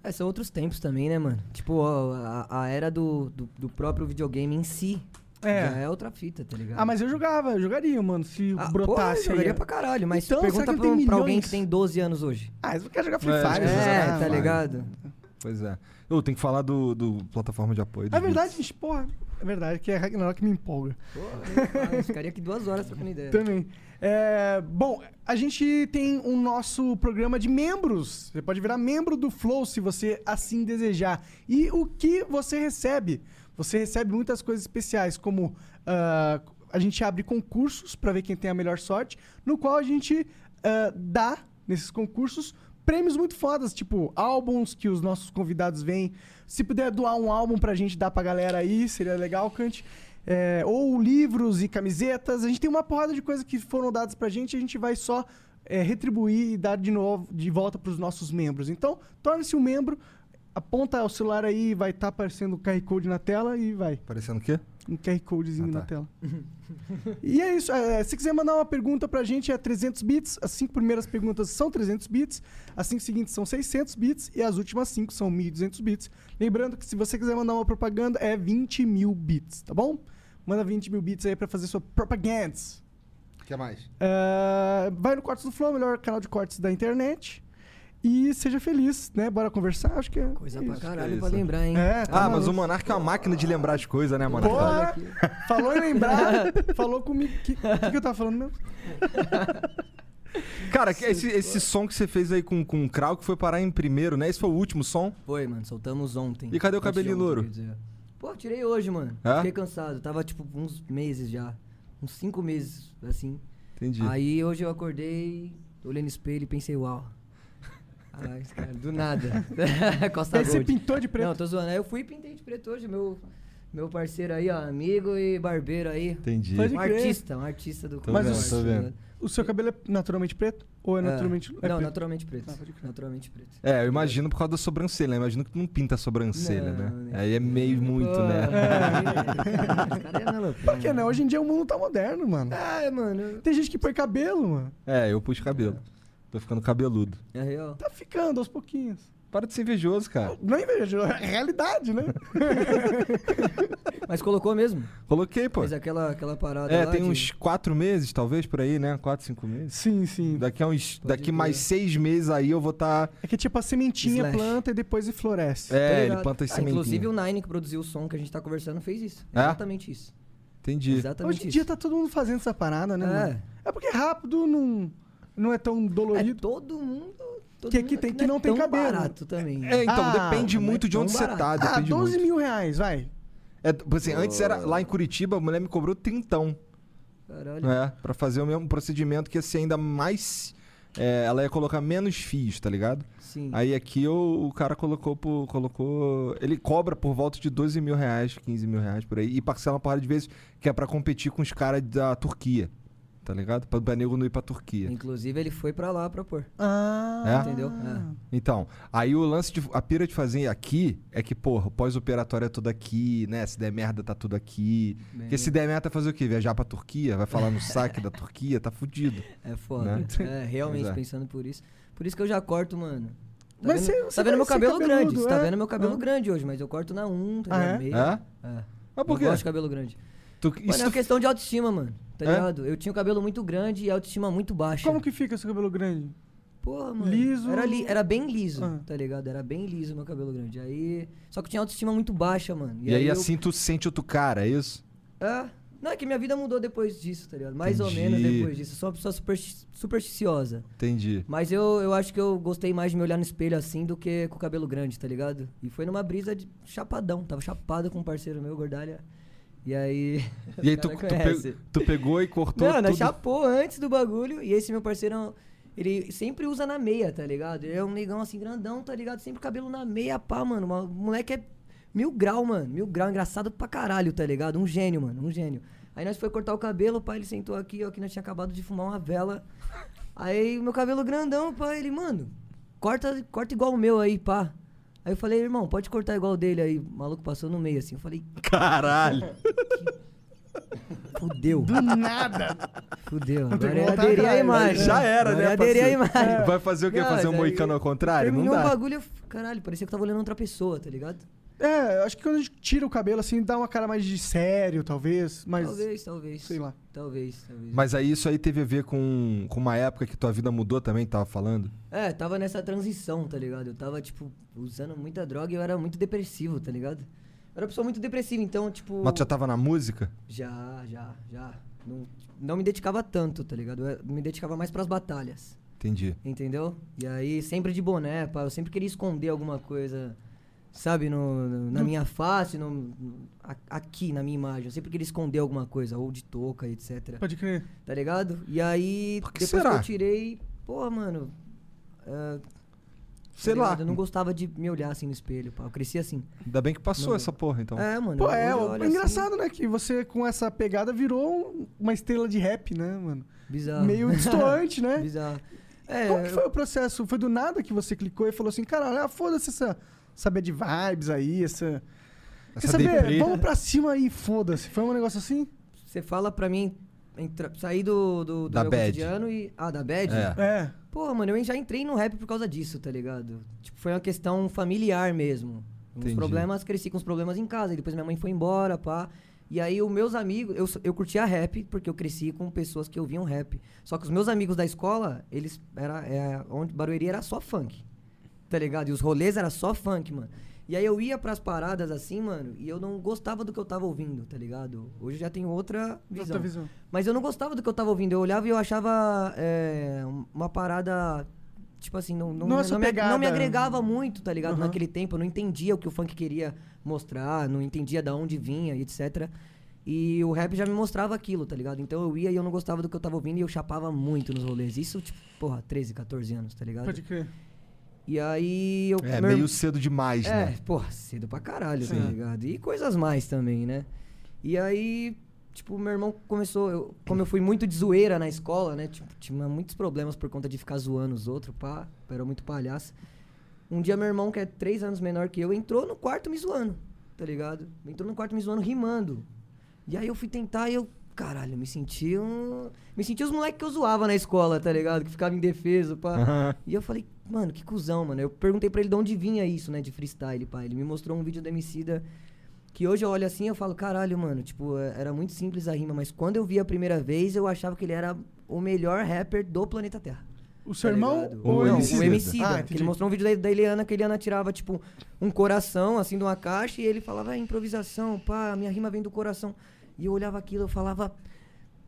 Speaker 3: É, são outros tempos também, né, mano? Tipo, ó, a, a era do, do, do próprio videogame em si
Speaker 2: É.
Speaker 3: já é outra fita, tá ligado?
Speaker 2: Ah, mas eu jogava, eu jogaria, mano, se
Speaker 3: Ah,
Speaker 2: brotasse.
Speaker 3: pô, eu jogaria
Speaker 2: aí.
Speaker 3: pra caralho, mas
Speaker 2: Então, será
Speaker 3: pergunta
Speaker 2: que
Speaker 3: pra,
Speaker 2: ele tem
Speaker 3: pra alguém
Speaker 2: milhões?
Speaker 3: que tem 12 anos hoje.
Speaker 2: Ah, você não quer jogar Free
Speaker 1: É,
Speaker 2: Fire,
Speaker 1: acho que
Speaker 2: né?
Speaker 3: É,
Speaker 1: jogar
Speaker 3: tá
Speaker 1: Fire.
Speaker 3: ligado?
Speaker 1: Pois é. Eu tenho que falar do, do plataforma de apoio.
Speaker 2: É
Speaker 1: dos
Speaker 2: verdade,
Speaker 1: Beats.
Speaker 2: gente, porra. É verdade, que é Ragnarok que me empolga.
Speaker 3: Ah, eu ficaria aqui duas horas trocando ideia.
Speaker 2: Também. É, bom, a gente tem o nosso programa de membros. Você pode virar membro do Flow se você assim desejar. E o que você recebe? Você recebe muitas coisas especiais, como ah, a gente abre concursos para ver quem tem a melhor sorte, no qual a gente ah, dá, nesses concursos, prêmios muito fodas, tipo álbuns que os nossos convidados vêm. Se puder doar um álbum pra gente dar pra galera aí, seria legal, Kant. É, ou livros e camisetas. A gente tem uma porrada de coisas que foram dadas pra gente, a gente vai só é, retribuir e dar de novo, de volta pros nossos membros. Então, torne-se um membro, aponta o celular aí, vai estar aparecendo o QR Code na tela e vai.
Speaker 1: Parecendo o quê?
Speaker 2: Um QR Codezinho
Speaker 1: Ah, tá.
Speaker 2: na tela. e é isso. É, se quiser mandar uma pergunta pra gente, é 300 bits. As cinco primeiras perguntas são 300 bits. As cinco seguintes são 600 bits. E as últimas cinco são 1.200 bits. Lembrando que se você quiser mandar uma propaganda, é 20 mil bits, tá bom? Manda 20 mil bits aí pra fazer sua propaganda.
Speaker 1: O que mais?
Speaker 2: É, vai no Cortes do Flow, melhor canal de cortes da internet. E seja feliz, né? Bora conversar, acho que é
Speaker 3: Coisa
Speaker 2: isso.
Speaker 3: pra caralho
Speaker 1: isso.
Speaker 3: pra lembrar, hein?
Speaker 2: É, tá
Speaker 1: Ah, mas
Speaker 2: maluco.
Speaker 1: o Monark é uma máquina de lembrar as coisas, né, Monark?
Speaker 2: Porra!
Speaker 3: Olha aqui.
Speaker 2: Falou em lembrar, falou comigo. O que, que, que eu tava falando mesmo?
Speaker 1: Cara, que- esse, esse som que você fez aí com, com o Krau, que foi parar em primeiro, né? Esse foi o último som.
Speaker 3: Foi, mano, soltamos ontem.
Speaker 1: E cadê o
Speaker 3: Antes de
Speaker 1: cabelinho
Speaker 3: ontem,
Speaker 1: louro?
Speaker 3: quer dizer. Pô, tirei hoje, mano.
Speaker 1: É?
Speaker 3: Fiquei cansado. Tava, tipo, uns meses já. Uns cinco meses, assim.
Speaker 1: Entendi.
Speaker 3: Aí hoje eu acordei, olhei no espelho e pensei, uau. Ai, cara, do nada. Costa
Speaker 2: Aí você
Speaker 3: Gold.
Speaker 2: pintou de
Speaker 3: Não,
Speaker 2: preto.
Speaker 3: tô zoando. Aí eu fui e pintei de preto hoje, meu, meu parceiro aí, ó, amigo e barbeiro aí.
Speaker 1: Entendi.
Speaker 2: Pode
Speaker 3: Um
Speaker 2: crer.
Speaker 3: artista, um artista do
Speaker 1: Tô
Speaker 3: Mas
Speaker 2: vendo,
Speaker 1: tô vendo.
Speaker 2: O seu cabelo é naturalmente preto? Ou é naturalmente. é
Speaker 3: Não,
Speaker 2: preto?
Speaker 3: naturalmente preto.
Speaker 2: Ah, pode crer.
Speaker 3: naturalmente preto.
Speaker 1: É, eu imagino por causa da sobrancelha, né? Imagino que tu não pinta a sobrancelha,
Speaker 3: Não,
Speaker 1: né?
Speaker 3: né?
Speaker 1: Aí é meio muito, né?
Speaker 3: É.
Speaker 2: é, Por que não? Hoje em dia o mundo tá moderno, mano.
Speaker 3: Ah, mano. eu-
Speaker 2: Tem gente que põe cabelo, mano.
Speaker 1: É, eu pus cabelo. Tô ficando cabeludo.
Speaker 3: É real.
Speaker 2: Tá ficando aos pouquinhos.
Speaker 1: Para de ser invejoso, cara.
Speaker 2: Não é inveja, é realidade, né?
Speaker 3: Mas colocou mesmo.
Speaker 1: Coloquei, pô.
Speaker 3: Fez aquela, aquela parada
Speaker 1: É,
Speaker 3: lá
Speaker 1: tem
Speaker 3: é de-
Speaker 1: uns quatro meses, talvez, por aí, né? Quatro, cinco meses.
Speaker 2: Sim, sim.
Speaker 1: Daqui a uns.
Speaker 3: Pode
Speaker 1: daqui
Speaker 3: crer. Tá
Speaker 1: mais seis meses aí eu vou estar.
Speaker 2: É que é tipo a sementinha
Speaker 3: Slash.
Speaker 2: planta e depois floresce.
Speaker 3: Tô
Speaker 1: É, ele
Speaker 3: ligado.
Speaker 1: planta as
Speaker 3: Ah, Inclusive
Speaker 1: sementinhas.
Speaker 3: o Nine que produziu o som que a gente tá conversando fez isso.
Speaker 1: É?
Speaker 3: Exatamente isso.
Speaker 1: Entendi.
Speaker 3: Exatamente
Speaker 2: Hoje em
Speaker 3: isso.
Speaker 2: dia tá todo mundo fazendo essa parada, né? mano? É porque rápido não, não é tão
Speaker 3: É, é
Speaker 2: dolorido.
Speaker 3: todo mundo. Todo
Speaker 2: Que aqui
Speaker 3: mundo
Speaker 2: tem que
Speaker 3: é
Speaker 2: não tem
Speaker 3: tão
Speaker 2: cabelo.
Speaker 3: barato também.
Speaker 1: É, então,
Speaker 2: Ah,
Speaker 1: depende
Speaker 3: não é
Speaker 1: muito de
Speaker 3: tão
Speaker 1: onde você tá.
Speaker 3: barato.
Speaker 2: ah,
Speaker 1: Depende
Speaker 2: 12
Speaker 1: muito.
Speaker 2: mil reais, vai.
Speaker 1: É, tipo assim, antes era lá em Curitiba, a mulher me cobrou trintão.
Speaker 3: Caralho.
Speaker 1: É, pra fazer o mesmo procedimento que ia ser ainda mais. é, ela ia colocar menos fios, tá ligado?
Speaker 3: Sim.
Speaker 1: Aí aqui eu- o cara colocou por- colocou. Ele cobra por volta de 12 mil reais, 15 mil reais por aí. E parcela uma parada de vezes, que é pra competir com os caras da Turquia. Tá ligado? Pra, pra nego não ir pra Turquia.
Speaker 3: Inclusive ele foi pra lá pra pôr.
Speaker 2: Ah,
Speaker 1: É?
Speaker 3: Entendeu? É.
Speaker 1: Então, aí o lance de. A pira de fazer aqui é que, porra, o pós-operatório é tudo aqui, né? Se der merda, tá tudo aqui.
Speaker 3: Bem,
Speaker 1: Porque se der merda, fazer o quê? Viajar pra Turquia? Vai falar no saque da Turquia? Tá fudido.
Speaker 3: É foda.
Speaker 2: Né?
Speaker 3: É, realmente
Speaker 1: Pois é.
Speaker 3: pensando por isso. Por isso que eu já corto, mano. Tá
Speaker 2: Mas
Speaker 3: vendo,
Speaker 2: você- você
Speaker 3: tá vendo
Speaker 2: vai
Speaker 3: meu
Speaker 2: ser
Speaker 3: cabelo
Speaker 2: cabeludo,
Speaker 3: grande? Você tá
Speaker 2: é?
Speaker 3: vendo meu cabelo
Speaker 2: Ah.
Speaker 3: grande hoje, mas eu corto na 1, tá
Speaker 2: Ah, é?
Speaker 3: ligado? Meio.
Speaker 1: É?
Speaker 3: É.
Speaker 1: Mas por
Speaker 3: eu
Speaker 1: quê?
Speaker 3: gosto de cabelo grande.
Speaker 1: Tu,
Speaker 3: Mano,
Speaker 1: isso
Speaker 3: é
Speaker 1: tu
Speaker 3: uma questão de autoestima, mano. Tá
Speaker 1: É?
Speaker 3: ligado? Eu tinha o cabelo muito grande e a autoestima muito baixa.
Speaker 2: como que fica seu cabelo grande?
Speaker 3: Porra, mano.
Speaker 2: Liso?
Speaker 3: Era, li- era bem liso,
Speaker 2: Ah.
Speaker 3: tá ligado? Era bem liso meu cabelo grande. Aí. Só que tinha autoestima muito baixa, mano.
Speaker 1: E, aí,
Speaker 3: eu-
Speaker 1: assim tu sente outro cara, é isso?
Speaker 3: É. Não, é que minha vida mudou depois disso, tá ligado? Mais ou menos
Speaker 1: Entendi.
Speaker 3: depois disso. Eu sou uma pessoa supersti- supersticiosa.
Speaker 1: Entendi.
Speaker 3: Mas eu, eu acho que eu gostei mais de me olhar no espelho assim do que com o cabelo grande, tá ligado? E foi numa brisa de chapadão. Tava chapado com um parceiro meu, Gordalha. E aí.
Speaker 1: E aí
Speaker 3: o
Speaker 1: tu,
Speaker 3: cara
Speaker 1: tu pe-
Speaker 3: conhece. é
Speaker 1: tu pegou e cortou
Speaker 3: Mano,
Speaker 1: tudo.
Speaker 3: chapou antes do bagulho. E esse meu parceirão, ele sempre usa na meia, tá ligado? Ele é um negão assim, grandão, tá ligado? Sempre cabelo na meia, pá, mano. Uma- O moleque é mil grau, mano. Mil grau, engraçado pra caralho, tá ligado? Um gênio, mano, um gênio. Aí nós foi cortar o cabelo, pai, ele sentou aqui, ó, que nós tinha acabado de fumar uma vela. Aí o meu cabelo grandão, pai, ele, mano, corta, corta igual o meu aí, pá. Aí eu falei, irmão, pode cortar igual o dele aí. O maluco passou no meio assim. Eu falei,
Speaker 1: Caralho.
Speaker 3: É. fudeu.
Speaker 2: Do nada.
Speaker 3: Fudeu,
Speaker 2: tem
Speaker 3: agora eu
Speaker 2: como voltar
Speaker 3: aderi à
Speaker 2: atrás, né?
Speaker 3: imagem.
Speaker 1: Já era,
Speaker 3: agora
Speaker 1: né,
Speaker 3: Eu aderi à
Speaker 1: parceiro?
Speaker 3: imagem.
Speaker 1: Vai fazer o quê?
Speaker 3: Não,
Speaker 1: fazer um
Speaker 3: daí-
Speaker 1: moicano ao contrário? Não
Speaker 3: É. Terminou um o
Speaker 1: dá.
Speaker 3: bagulho, eu f- caralho, parecia que eu tava olhando outra pessoa, tá ligado?
Speaker 2: É, acho que quando a gente tira o cabelo, assim, dá uma cara mais de sério, talvez. Mas,
Speaker 3: Talvez, talvez.
Speaker 2: sei lá.
Speaker 3: Talvez, talvez.
Speaker 1: Mas aí isso aí teve a ver com, com uma época que tua vida mudou também, tava falando.
Speaker 3: É, tava nessa transição, tá ligado? Eu tava, tipo, usando muita droga e eu era muito depressivo, tá ligado? Eu era uma pessoa muito depressiva, então, tipo.
Speaker 1: Mas tu já tá tava na música?
Speaker 3: Já, já, já. Não, não me dedicava tanto, tá ligado? Eu me dedicava mais pras batalhas,
Speaker 1: Entendi.
Speaker 3: entendeu? E aí, sempre de boné, pá. Eu sempre queria esconder alguma coisa, sabe? No, no- na minha face, no, no- a- aqui, na minha imagem. Eu sempre queria esconder alguma coisa, ou de touca, etc.
Speaker 2: Pode crer.
Speaker 3: Tá ligado? E aí,
Speaker 1: Por que
Speaker 3: depois
Speaker 1: será?
Speaker 3: que eu tirei. Porra, mano. ah,
Speaker 1: Sei
Speaker 3: tá
Speaker 1: lá.
Speaker 3: ligado? Eu não gostava de me olhar assim no espelho, pá. Eu cresci assim.
Speaker 1: Ainda bem que passou
Speaker 3: Não.
Speaker 1: essa porra, então.
Speaker 3: É, mano.
Speaker 2: Pô,
Speaker 3: eu-
Speaker 2: é,
Speaker 3: eu
Speaker 2: ó,
Speaker 3: olho assim,
Speaker 2: engraçado, né? Que você, com essa pegada, virou um- uma estrela de rap, né, mano?
Speaker 3: Bizarro.
Speaker 2: Meio distoante, né?
Speaker 3: Bizarro. É,
Speaker 2: Como que
Speaker 3: eu-
Speaker 2: foi o processo? Foi do nada que você clicou e falou assim, caralho, ah, foda-se essa... Saber de vibes aí, essa... Quer saber?
Speaker 1: deprê.
Speaker 3: né?"
Speaker 2: Vamos pra cima aí, foda-se. Foi um negócio assim?
Speaker 3: Você fala pra mim entra- sair do, do, do
Speaker 1: Da
Speaker 3: meu
Speaker 1: bad.
Speaker 3: cotidiano e. Ah, da bad?
Speaker 1: É.
Speaker 2: É.
Speaker 3: Pô, mano, eu já entrei no rap por causa disso, tá ligado? Tipo, foi uma questão familiar mesmo. Os
Speaker 1: Entendi.
Speaker 3: problemas, cresci com os problemas em casa. E depois minha mãe foi embora, pá. E aí os meus amigos, eu, s- eu curtia rap porque eu cresci com pessoas que ouviam rap. Só que os meus amigos da escola, eles era é, onde Barueri era só funk. Tá ligado? E os rolês era só funk, mano. E aí eu ia pras paradas assim, mano, e eu não gostava do que eu tava ouvindo, tá ligado? Hoje eu já tenho outra visão.
Speaker 2: Outra visão.
Speaker 3: Mas eu não gostava do que eu tava ouvindo. Eu olhava e eu achava é, uma parada. Tipo assim, não, não,
Speaker 2: Não é
Speaker 3: não,
Speaker 2: sua
Speaker 3: me, ag-
Speaker 2: pegada.
Speaker 3: não me agregava muito, tá ligado?
Speaker 2: Uhum.
Speaker 3: Naquele tempo. Eu não entendia o que o funk queria mostrar, não entendia da onde vinha e etc. E o rap já me mostrava aquilo, tá ligado? Então eu ia e eu não gostava do que eu tava ouvindo e eu chapava muito nos rolês. Isso, tipo, porra, 13, 14 anos, tá ligado?
Speaker 2: Pode crer.
Speaker 3: E aí eu.
Speaker 1: É,
Speaker 3: meu
Speaker 1: meio
Speaker 3: irm-
Speaker 1: cedo demais,
Speaker 3: é,
Speaker 1: né?
Speaker 3: porra, cedo pra caralho, tá
Speaker 1: Sim.
Speaker 3: ligado? E coisas mais também, né? E aí, tipo, meu irmão começou. eu- como eu fui muito de zoeira na escola, né? Tipo, tinha muitos problemas por conta de ficar zoando os outros, pá. eu Era muito palhaço. Um dia, meu irmão, que é três anos menor que eu, entrou no quarto me zoando, tá ligado? Entrou no quarto me zoando, rimando. E aí eu fui tentar e eu. Caralho, eu me senti um. Me senti os moleques que eu zoava na escola, tá ligado? Que ficava indefeso, pá.
Speaker 1: Aham.
Speaker 3: E eu falei, mano, que cuzão, mano. Eu perguntei pra ele de onde vinha isso, né, de freestyle, pá. Ele me mostrou um vídeo da Emicida que hoje eu olho assim e eu falo, caralho, mano, tipo, é- era muito simples a rima, mas quando eu vi a primeira vez, eu achava que ele era o melhor rapper do planeta Terra.
Speaker 2: O seu
Speaker 3: Tá
Speaker 2: irmão
Speaker 3: ligado?
Speaker 2: ou
Speaker 1: O
Speaker 3: não,
Speaker 1: Emicida?
Speaker 3: o Emicida.
Speaker 2: Ah,
Speaker 3: que
Speaker 2: entendi.
Speaker 3: ele mostrou um vídeo da, da Eliana que a Eliana tirava, tipo, um coração, assim, de uma caixa, e ele falava, é improvisação, pá, minha rima vem do coração. E eu olhava aquilo, eu falava,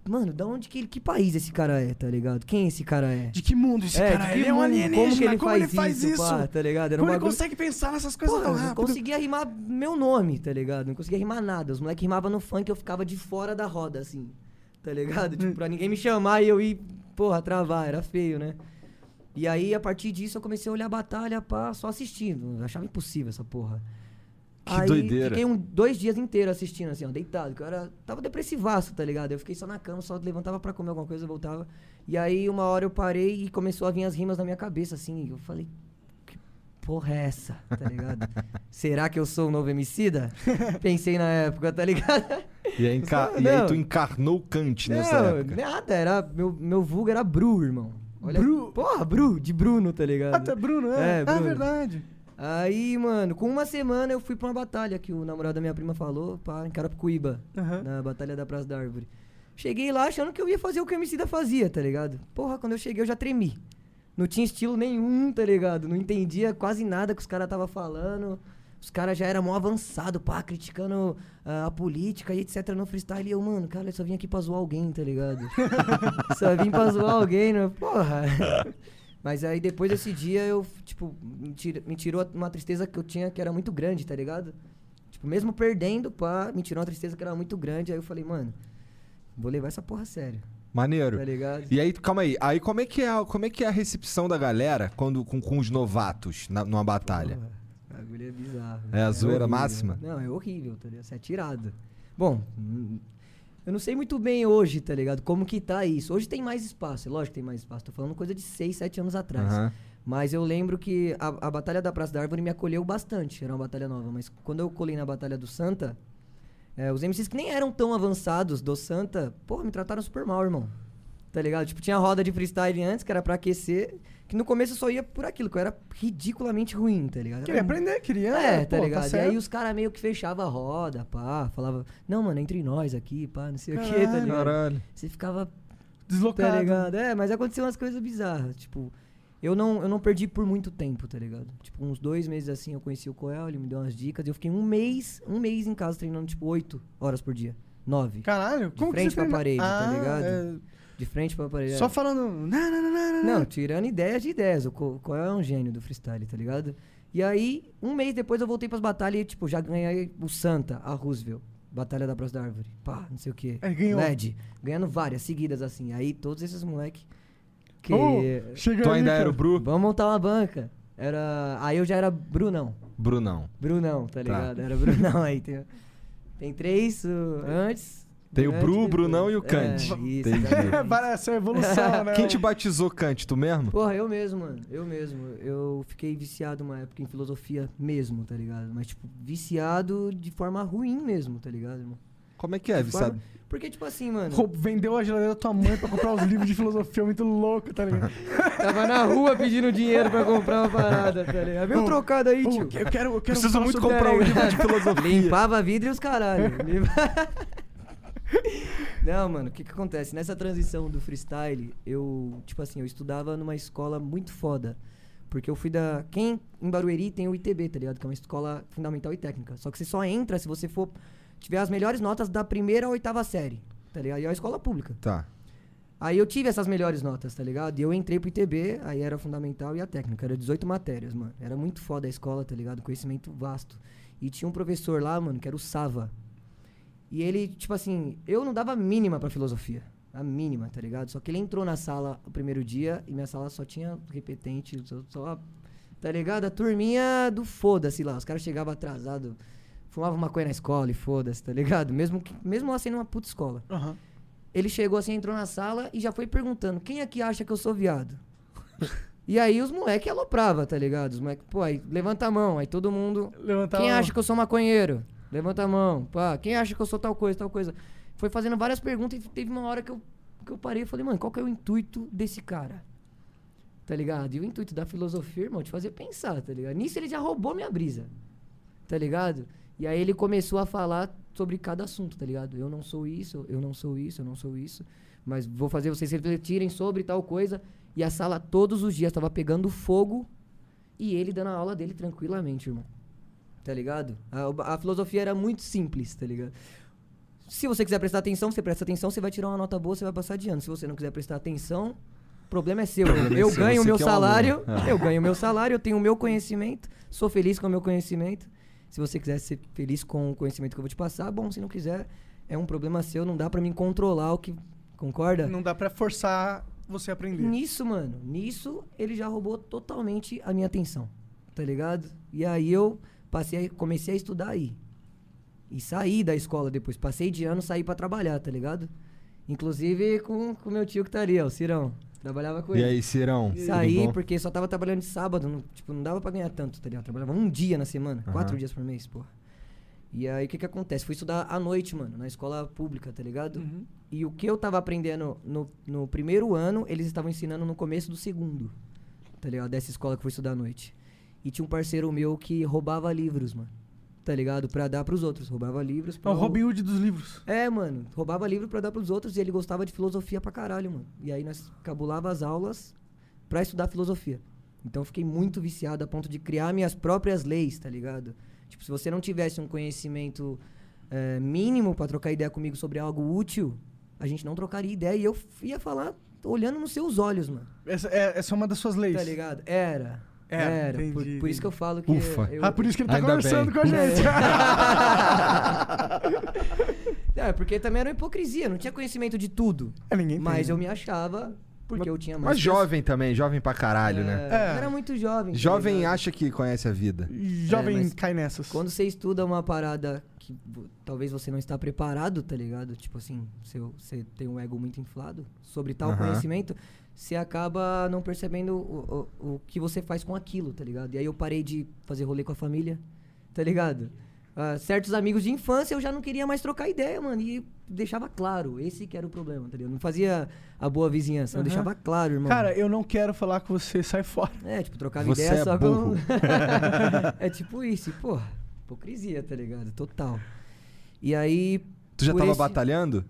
Speaker 3: mano, da onde que ele, que país esse cara é, tá ligado? Quem esse cara é?
Speaker 2: De que mundo esse
Speaker 3: É,
Speaker 2: cara
Speaker 3: de
Speaker 2: é?
Speaker 3: que
Speaker 2: Ele é um
Speaker 3: mundo?
Speaker 2: alienígena.
Speaker 3: Como que ele faz
Speaker 2: isso?
Speaker 3: isso, pá, tá ligado? Era um
Speaker 2: Como ele
Speaker 3: bagulho-
Speaker 2: consegue pensar nessas coisas
Speaker 3: Porra,
Speaker 2: tão
Speaker 3: eu não
Speaker 2: rápido?
Speaker 3: conseguia rimar meu nome, tá ligado? Não conseguia rimar nada. Os moleques rimavam no funk, eu ficava de fora da roda, assim. Tá ligado? Tipo, pra ninguém me chamar e eu ir, porra, travar. Era feio, né? E aí, a partir disso, eu comecei a olhar a batalha pra só assistindo. Eu achava impossível essa porra.
Speaker 1: Que doideira.
Speaker 3: Fiquei um, dois dias inteiros assistindo, assim, ó, deitado. Que eu era, tava depressivaço, tá ligado? Eu fiquei só na cama, só levantava pra comer alguma coisa, voltava. E aí, uma hora eu parei e começou a vir as rimas na minha cabeça, assim. E eu falei, que porra é essa, tá ligado? Será que eu sou o novo Emicida? Pensei na época, tá ligado?
Speaker 1: E, aí, enca-
Speaker 3: Não,
Speaker 1: e aí
Speaker 3: não.
Speaker 1: tu encarnou Kant nessa
Speaker 3: Não, né?
Speaker 1: época.
Speaker 3: nada, era, meu, meu vulgo era Bru, irmão. Olha,
Speaker 2: Bru?
Speaker 3: Porra, Bru, de Bruno, tá ligado?
Speaker 2: Ah, tá Bruno, é.
Speaker 3: É,
Speaker 2: Ah,
Speaker 3: Bruno.
Speaker 2: verdade.
Speaker 3: Aí, mano, com uma semana eu fui pra uma batalha que o namorado da minha prima falou, pá, em Carapicuíba,
Speaker 2: Aham.
Speaker 3: na Batalha da Praça da Árvore. Cheguei lá achando que eu ia fazer o que o Emicida fazia, tá ligado? Porra, quando eu cheguei eu já tremi. Não tinha estilo nenhum, tá ligado? Não entendia quase nada que os caras tava falando. Os caras já eram mó avançado, pá, criticando ah, a política e etc no freestyle. E eu, mano, cara, eu só vim aqui pra zoar alguém, tá ligado? só vim pra zoar alguém, né? Porra. Mas aí depois desse dia eu, tipo, me tira- me tirou uma tristeza que eu tinha que era muito grande, tá ligado? Tipo, mesmo perdendo, pá, me tirou uma tristeza que era muito grande. Aí eu falei, mano, vou levar essa porra a sério,
Speaker 1: Maneiro.
Speaker 3: tá ligado?
Speaker 1: E aí, calma aí. Aí como é que é, a- como é, que é a recepção da galera quando, com, com os novatos na- numa batalha?
Speaker 3: Porra, o bagulho é bizarro.
Speaker 1: É a zoeira
Speaker 3: horrível.
Speaker 1: máxima?
Speaker 3: Não, é horrível, tá ligado? Você é tirado. Bom, hum, eu não sei muito bem hoje, tá ligado? Como que tá isso. Hoje tem mais espaço, é lógico que tem mais espaço. Tô falando coisa de 6, 7 anos é atrás.
Speaker 1: Aham.
Speaker 3: Mas eu lembro que a, a Batalha da Praça da Árvore me acolheu bastante. Era uma batalha nova. Mas quando eu colei na Batalha do Santa, é, os MCs que nem eram tão avançados do Santa, porra, me trataram super mal, irmão. tá ligado? Tipo, tinha roda de freestyle antes, que era pra aquecer, que no começo eu só ia por aquilo, que eu era ridiculamente ruim, tá ligado?
Speaker 2: Queria
Speaker 3: Era
Speaker 2: aprender, queria.
Speaker 3: é, tá
Speaker 2: pô,
Speaker 3: ligado? e
Speaker 2: certo.
Speaker 3: aí os caras meio que fechavam a roda, pá, falava, não, mano, é entre nós aqui, pá, não sei o que, tá
Speaker 2: Caralho.
Speaker 3: ligado?
Speaker 1: Caralho.
Speaker 3: Você ficava,
Speaker 2: Deslocado.
Speaker 3: tá ligado? É, mas aconteceu umas coisas bizarras, tipo, eu não, eu não perdi por muito tempo, tá ligado? Tipo, uns dois meses assim eu conheci o Coel, ele me deu umas dicas, e eu fiquei um mês, um mês em casa treinando, tipo, oito horas por dia, nove.
Speaker 2: Caralho, como
Speaker 3: frente
Speaker 2: que você
Speaker 3: pra
Speaker 2: treina?
Speaker 3: parede, tá
Speaker 2: Ah,
Speaker 3: ligado?
Speaker 2: é,
Speaker 3: De frente pra parede. é.
Speaker 2: Só falando. "Na, na, na, na, na,
Speaker 3: Não,
Speaker 2: na".
Speaker 3: tirando ideias de ideias. O Co- Coel é um gênio do freestyle, tá ligado? E aí, um mês depois eu voltei pras batalhas e, tipo, já ganhei o Santa, a Roosevelt. Batalha da Praça da Árvore. Pá, não sei o quê.
Speaker 2: Aí ganhou.
Speaker 3: LED. Ganhando várias seguidas, assim. Aí todos esses moleque que...
Speaker 2: Ô, então. chega
Speaker 1: Tu
Speaker 2: aí,
Speaker 1: ainda
Speaker 2: cara.
Speaker 1: era o Bru?
Speaker 3: Vamos montar uma banca. Era... Aí eu já era Brunão.
Speaker 1: Brunão.
Speaker 3: Brunão, tá ligado? Era Brunão aí. Tem, tem três uh, antes...
Speaker 1: Tem o
Speaker 3: durante
Speaker 1: Bru, o
Speaker 3: depois.
Speaker 1: Brunão e o Kant.
Speaker 3: É, isso,
Speaker 1: Entendi.
Speaker 3: exatamente.
Speaker 2: Vai essa evolução, né?
Speaker 1: Quem te batizou Kant, tu mesmo?
Speaker 3: Porra, eu mesmo, mano. Eu mesmo. Eu fiquei viciado uma época em filosofia mesmo, tá ligado? Mas, tipo, viciado de forma ruim mesmo, tá ligado, irmão?
Speaker 1: Como é que é,
Speaker 3: De forma-
Speaker 1: viciado?
Speaker 3: Porque, tipo assim, mano,
Speaker 2: Roub- Vendeu a geladeira da tua mãe pra comprar os livros de filosofia muito louco, tá ligado?
Speaker 3: tava na rua pedindo dinheiro pra comprar uma parada, tá ligado? Vem um trocado aí,
Speaker 2: Pô,
Speaker 3: tio.
Speaker 2: eu quero, eu quero
Speaker 1: Preciso
Speaker 2: falar
Speaker 1: muito
Speaker 2: sobre-
Speaker 1: comprar um livro de
Speaker 3: Né? Limpava vidro e os caralho. Limpa- Não, mano, o que que acontece? Nessa transição do freestyle, eu, tipo assim, eu estudava numa escola muito foda. Porque eu fui da. Quem em Barueri tem o ITB, tá ligado? Que é uma escola fundamental e técnica. Só que você só entra se você for. Tiver as melhores notas da primeira à oitava série, tá ligado? E é uma escola pública.
Speaker 1: Tá.
Speaker 3: Aí eu tive essas melhores notas, tá ligado? E eu entrei pro ITB, aí era fundamental e a técnica. Era 18 matérias, mano. Era muito foda a escola, tá ligado? Conhecimento vasto. E tinha um professor lá, mano, que era o Sava. E ele, tipo assim, eu não dava a mínima pra filosofia. A mínima, tá ligado? Só que ele entrou na sala o primeiro dia e minha sala só tinha repetente, só. só- tá ligado? A turminha do foda-se lá. Os caras chegavam atrasados, fumavam maconha na escola e foda-se, tá ligado? Mesmo, que- mesmo lá sendo uma puta escola.
Speaker 2: Aham.
Speaker 3: Ele chegou assim, entrou na sala e já foi perguntando: quem aqui acha que eu sou viado? e aí os moleques aloprava, tá ligado? Os moleque, pô, aí levanta a mão, aí todo mundo.
Speaker 2: Levantar
Speaker 3: Quem
Speaker 2: a mão.
Speaker 3: acha que eu sou maconheiro? Levanta a mão, pá. Quem acha que eu sou tal coisa, tal coisa? Foi fazendo várias perguntas e teve uma hora que eu, que eu parei e falei, mano, qual que é o intuito desse cara? Tá ligado? E o intuito da filosofia, irmão, é te fazer pensar, tá ligado? Nisso ele já roubou minha brisa, tá ligado? E aí ele começou a falar sobre cada assunto, tá ligado? Eu não sou isso, eu não sou isso, eu não sou isso, mas vou fazer vocês refletirem sobre tal coisa. E a sala todos os dias tava pegando fogo e ele dando a aula dele tranquilamente, irmão. Tá ligado? A, a filosofia era muito simples, tá ligado? Se você quiser prestar atenção, você presta atenção, você vai tirar uma nota boa, você vai passar de ano. Se você não quiser prestar atenção, o problema é seu.
Speaker 1: Problema é
Speaker 3: eu
Speaker 1: seu,
Speaker 3: ganho o
Speaker 1: você
Speaker 3: meu
Speaker 1: que é o aluno.
Speaker 3: salário,
Speaker 1: É.
Speaker 3: eu ganho o meu salário, eu tenho o meu conhecimento, sou feliz com o meu conhecimento. Se você quiser ser feliz com o conhecimento que eu vou te passar, bom, se não quiser, é um problema seu, não dá pra mim controlar o que. Concorda?
Speaker 2: Não dá pra forçar você a aprender. É
Speaker 3: Nisso, mano, nisso ele já roubou totalmente a minha atenção, tá ligado? E aí eu passei, a- comecei a estudar aí. E saí da escola depois, passei de ano, saí pra trabalhar, tá ligado? Inclusive com o meu tio que tá ali, ó, o Cirão. Trabalhava com
Speaker 1: E
Speaker 3: ele.
Speaker 1: aí, Cirão? tudo
Speaker 3: Saí
Speaker 1: bom?
Speaker 3: porque só tava trabalhando de sábado, não, tipo, não dava pra ganhar tanto, tá ligado? Trabalhava um dia na semana,
Speaker 1: Aham.
Speaker 3: quatro dias por mês, porra. E aí o que que acontece? Fui estudar à noite, mano, na escola pública, tá ligado?
Speaker 2: Uhum.
Speaker 3: E o que eu tava aprendendo no, no primeiro ano, eles estavam ensinando no começo do segundo, tá ligado? Dessa escola que eu fui estudar à noite. E tinha um parceiro meu que roubava livros, mano, tá ligado? Pra dar pros outros, roubava livros
Speaker 2: É
Speaker 3: pra...
Speaker 2: o Robin Hood dos livros.
Speaker 3: É, mano, roubava livro pra dar pros outros e ele gostava de filosofia pra caralho, mano. E aí nós cabulava as aulas pra estudar filosofia. Então eu fiquei muito viciado a ponto de criar minhas próprias leis, tá ligado? Tipo, se você não tivesse um conhecimento eh, mínimo pra trocar ideia comigo sobre algo útil, a gente não trocaria ideia e eu f- ia falar olhando nos seus olhos, mano.
Speaker 2: Essa é, essa é uma das suas leis.
Speaker 3: Tá ligado? Era.
Speaker 2: Era,
Speaker 3: Era. Por- por,
Speaker 2: entendi,
Speaker 3: isso que eu falo que.
Speaker 1: Ufa.
Speaker 3: Eu,
Speaker 2: Ah, por isso que ele tá
Speaker 1: Ainda
Speaker 2: conversando
Speaker 1: bem.
Speaker 2: com a gente.
Speaker 3: É, porque também era uma hipocrisia, não tinha conhecimento de tudo.
Speaker 2: É, ninguém tem,
Speaker 3: Mas
Speaker 2: né?
Speaker 3: eu me achava porque eu tinha mais.
Speaker 1: Mas jovem também, jovem pra caralho,
Speaker 3: É,
Speaker 1: né?
Speaker 2: É.
Speaker 3: Era muito jovem. tá
Speaker 1: Jovem
Speaker 3: ligado?
Speaker 1: acha que conhece a vida.
Speaker 2: Jovem
Speaker 3: É, mas-
Speaker 2: cai nessas.
Speaker 3: Quando você estuda uma parada que vo- talvez você não está preparado, tá ligado? Tipo assim, seu- você tem um ego muito inflado sobre tal
Speaker 1: Aham.
Speaker 3: conhecimento, você acaba não percebendo o, o, o que você faz com aquilo, tá ligado? E aí eu parei de fazer rolê com a família, tá ligado? ah, certos amigos de infância eu já não queria mais trocar ideia, mano. E deixava claro, esse que era o problema, entendeu? Não fazia a boa vizinhança, eu deixava claro, irmão.
Speaker 2: Cara, eu não quero falar com você, sai fora.
Speaker 3: É, tipo, trocava
Speaker 1: Você
Speaker 3: ideia
Speaker 1: é
Speaker 3: só
Speaker 1: burro.
Speaker 3: com. é tipo isso, e, porra. Hipocrisia, tá ligado? Total. E aí.
Speaker 1: Tu já
Speaker 3: por
Speaker 1: tava
Speaker 3: esse-
Speaker 1: batalhando?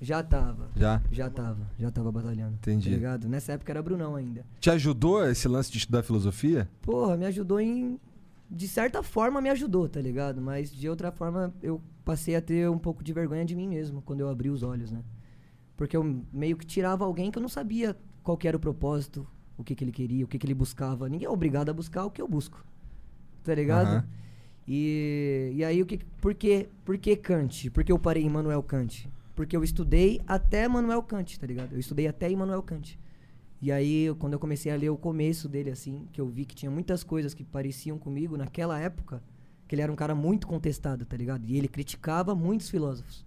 Speaker 3: Já tava.
Speaker 1: Já?
Speaker 3: Já tava, já tava batalhando.
Speaker 1: Entendi.
Speaker 3: Tá ligado? Nessa época era Brunão ainda.
Speaker 1: Te ajudou esse lance de estudar filosofia?
Speaker 3: Porra, me ajudou em. De certa forma me ajudou, tá ligado? Mas de outra forma eu passei a ter um pouco de vergonha de mim mesmo quando eu abri os olhos, né? Porque eu meio que tirava alguém que eu não sabia qual que era o propósito, o que, que ele queria, o que, que ele buscava. Ninguém é obrigado a buscar o que eu busco. Tá ligado?
Speaker 1: Aham.
Speaker 3: E, e aí o que. Por que, por que Kant? Por que eu parei em Manuel Kant? Porque eu estudei até Manuel Kant, tá ligado? Eu estudei até Immanuel Kant. E aí, eu- quando eu comecei a ler o começo dele, assim, que eu vi que tinha muitas coisas que pareciam comigo naquela época, que ele era um cara muito contestado, tá ligado? E ele criticava muitos filósofos.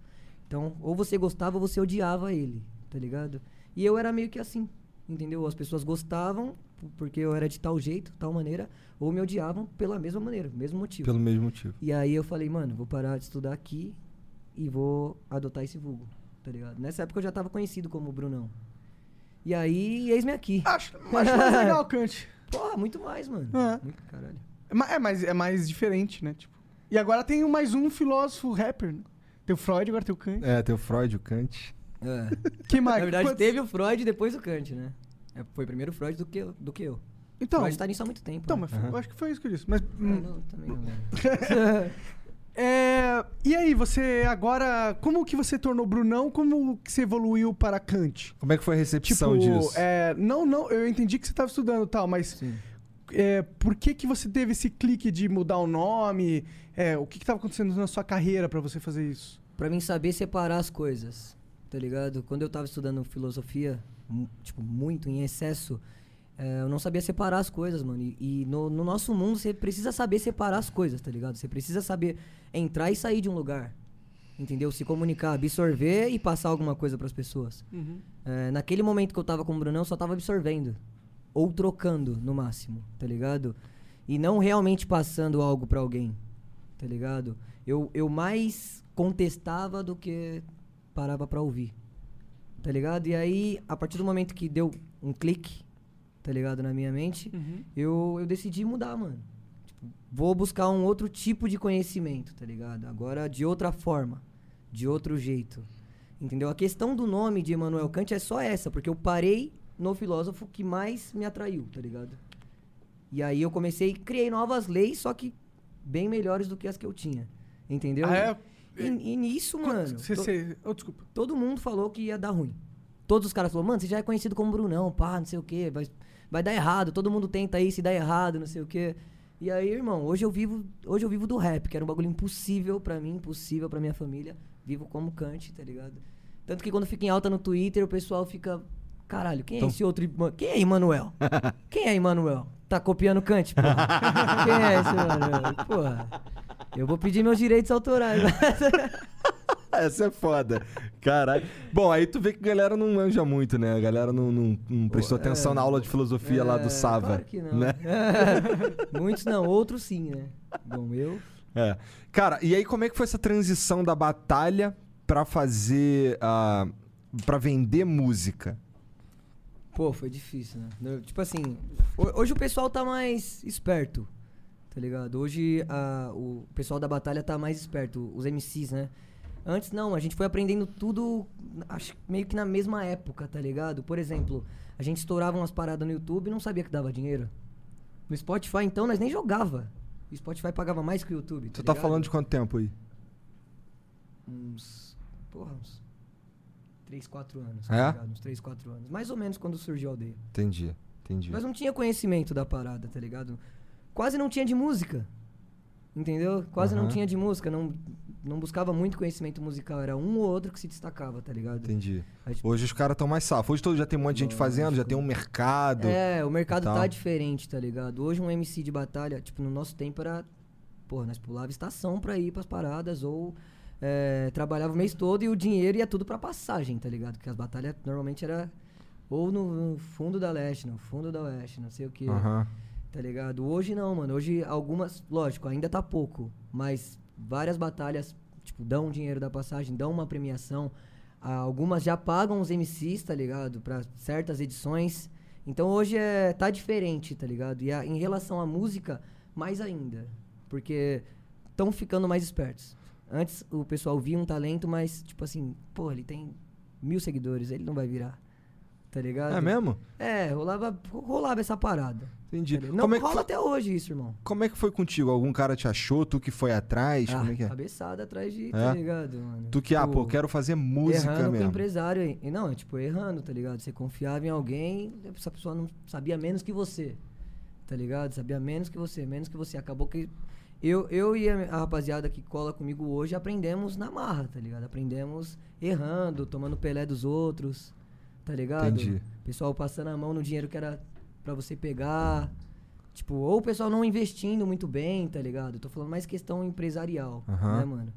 Speaker 3: Então, ou você gostava ou você odiava ele, tá ligado? E eu era meio que assim, entendeu? As pessoas gostavam p- porque eu era de tal jeito, tal maneira, ou me odiavam pela mesma maneira, mesmo motivo.
Speaker 1: Pelo mesmo motivo.
Speaker 3: E aí eu falei, mano, vou parar de estudar aqui e vou adotar esse vulgo, tá ligado? Nessa época eu já tava conhecido como Brunão. E aí, eis-me aqui.
Speaker 2: Acho, acho mais legal, Kant.
Speaker 3: Porra, muito mais, mano.
Speaker 2: É.
Speaker 3: Muito caralho.
Speaker 2: É ma- É mais, é mais diferente, né? Tipo. E agora tem mais um filósofo rapper, né? Tem o Freud, agora tem o Kant.
Speaker 1: É, tem o Freud, o Kant.
Speaker 2: Quem mais?
Speaker 3: É. Na verdade,
Speaker 2: Quantos-
Speaker 3: teve o Freud e depois o Kant, né? É, Foi primeiro o Freud do que eu. Do que eu.
Speaker 2: Então,
Speaker 3: Freud tá nisso há muito tempo.
Speaker 2: então
Speaker 3: né?
Speaker 2: mas eu acho que foi isso que eu disse. Mas, hum,
Speaker 3: Ah, não, também não lembro.
Speaker 2: é, e aí, você agora... Como que você tornou Brunão? Como que você evoluiu para Kant?
Speaker 1: Como é que foi a recepção
Speaker 2: Tipo,
Speaker 1: disso?
Speaker 2: é, não, não, eu entendi que você estava estudando e tal, mas
Speaker 3: Sim.
Speaker 2: é, por que que você teve esse clique de mudar o nome? É, o que que estava acontecendo na sua carreira para você fazer isso?
Speaker 3: Pra mim saber separar as coisas, tá ligado? Quando eu tava estudando filosofia, mu- tipo, muito em excesso, eh, eu não sabia separar as coisas, mano. E, e no, no nosso mundo você precisa saber separar as coisas, tá ligado? Você precisa saber entrar e sair de um lugar. Entendeu? Se comunicar, absorver e passar alguma coisa pras pessoas. Eh, naquele momento que eu tava com o Brunão, eu só tava absorvendo. Ou trocando, no máximo, tá ligado? E não realmente passando algo pra alguém, tá ligado? Eu, eu mais contestava do que parava pra ouvir, tá ligado? E aí, a partir do momento que deu um clique, tá ligado, na minha mente, eu, eu decidi mudar, mano. Tipo, vou buscar um outro tipo de conhecimento, tá ligado? Agora, de outra forma, de outro jeito, entendeu? A questão do nome de Emmanuel Kant é só essa, porque eu parei no filósofo que mais me atraiu, tá ligado? E aí eu comecei, criei novas leis, só que bem melhores do que as que eu tinha. Entendeu?
Speaker 2: Ah, é?
Speaker 3: E, e nisso, mano.
Speaker 2: Você-
Speaker 3: to-
Speaker 2: você- oh, desculpa.
Speaker 3: tipo, Todo mundo falou que ia dar ruim. Todos os caras falaram, mano, você já é conhecido como Brunão, pá, não sei o quê, vai, vai dar errado, todo mundo tenta aí, se dá errado, não sei o quê. E aí, irmão, hoje eu vivo, hoje eu vivo do rap, que era um bagulho impossível pra mim, impossível pra minha família. Vivo como Kant, tá ligado? Tanto que quando fica em alta no Twitter, o pessoal fica. Caralho, quem é esse outro. Ima- Quem é Emanuel? quem é Emanuel? Tá copiando Kant, porra? quem é esse Emanuel? Porra. Eu vou pedir meus direitos autorais.
Speaker 1: Essa é foda. Caralho. Bom, aí tu vê que a galera não manja muito, né? A galera não, não- não prestou
Speaker 3: Pô, é.
Speaker 1: atenção na aula de filosofia lá
Speaker 3: É,
Speaker 1: do Sava.
Speaker 3: Claro que não.
Speaker 1: Né?
Speaker 3: Muitos não, outros sim, né? Bom, eu.
Speaker 1: É. Cara, e aí como é que foi essa transição da batalha pra fazer. ah, pra vender música?
Speaker 3: Pô, foi difícil, né? Eu- Tipo assim, ho- hoje o pessoal tá mais esperto, tá ligado? Hoje a- o pessoal da batalha tá mais esperto, os MCs, né? Antes não, a gente foi aprendendo tudo, acho que meio que na mesma época, tá ligado? Por exemplo, a gente estourava umas paradas no YouTube e não sabia que dava dinheiro. No Spotify, então, nós nem jogava. O Spotify pagava mais que o YouTube.
Speaker 1: Tu tá
Speaker 3: ligado?
Speaker 1: falando de quanto tempo aí?
Speaker 3: uns. Porra, uns. 3, 4 anos.
Speaker 1: É?
Speaker 3: Tá ligado? Uns 3, 4 anos. Mais ou menos quando surgiu a aldeia.
Speaker 1: Entendi, entendi.
Speaker 3: Mas não tinha conhecimento da parada, tá ligado? Quase não tinha de música. Entendeu? Quase não
Speaker 1: Aham.
Speaker 3: tinha de música. Não, não buscava muito conhecimento musical. Era um ou outro que se destacava, tá ligado?
Speaker 1: Entendi.
Speaker 3: Aí, tipo,
Speaker 1: Hoje os caras estão mais safos. Hoje todo já tem um monte de gente fazendo, já tem um mercado. Então.
Speaker 3: É, o mercado
Speaker 1: e tal.
Speaker 3: tá diferente, tá ligado? Hoje um MC de batalha, tipo, no nosso tempo era. Porra, nós pulava estação pra ir pras paradas ou. é, trabalhava o mês todo e o dinheiro ia tudo pra passagem, tá ligado? Porque as batalhas normalmente era ou no, no fundo da leste, no fundo da oeste, não sei o que,
Speaker 1: Aham.
Speaker 3: tá ligado? Hoje não, mano. Hoje algumas, lógico, ainda tá pouco, mas várias batalhas, tipo, dão o dinheiro da passagem, dão uma premiação. Ah, algumas já pagam os MCs, tá ligado? Pra certas edições. Então hoje é, tá diferente, tá ligado? E a- em relação à música, mais ainda. Porque estão ficando mais espertos. Antes o pessoal via um talento, mas, tipo assim, pô, ele tem mil seguidores, ele não vai virar. Tá ligado?
Speaker 1: É mesmo?
Speaker 3: É, rolava, rolava essa parada.
Speaker 1: Entendi.
Speaker 3: Tá ligado? Não
Speaker 1: Como é que
Speaker 3: rola
Speaker 1: foi-
Speaker 3: até hoje isso, irmão.
Speaker 1: Como é que foi contigo? Algum cara te achou? Tu que foi atrás?
Speaker 3: Ah,
Speaker 1: Como é que é?
Speaker 3: Cabeçada atrás de,
Speaker 1: É?
Speaker 3: tá ligado, mano?
Speaker 1: Tu que, ah,
Speaker 3: Tipo,
Speaker 1: pô, quero fazer música
Speaker 3: errando com o
Speaker 1: mesmo.
Speaker 3: empresário. aí. E não, é tipo, errando, tá ligado? Você confiava em alguém, essa pessoa não sabia menos que você. Tá ligado? Sabia menos que você, menos que você. Acabou que. Eu, eu e a a rapaziada que cola comigo hoje aprendemos na marra, tá ligado? Aprendemos errando, tomando pelé dos outros, tá ligado?
Speaker 1: Entendi.
Speaker 3: Pessoal passando a mão no dinheiro que era pra você pegar. Tipo, ou o pessoal não investindo muito bem, tá ligado? Tô falando mais questão empresarial,
Speaker 1: Aham.
Speaker 3: né, mano?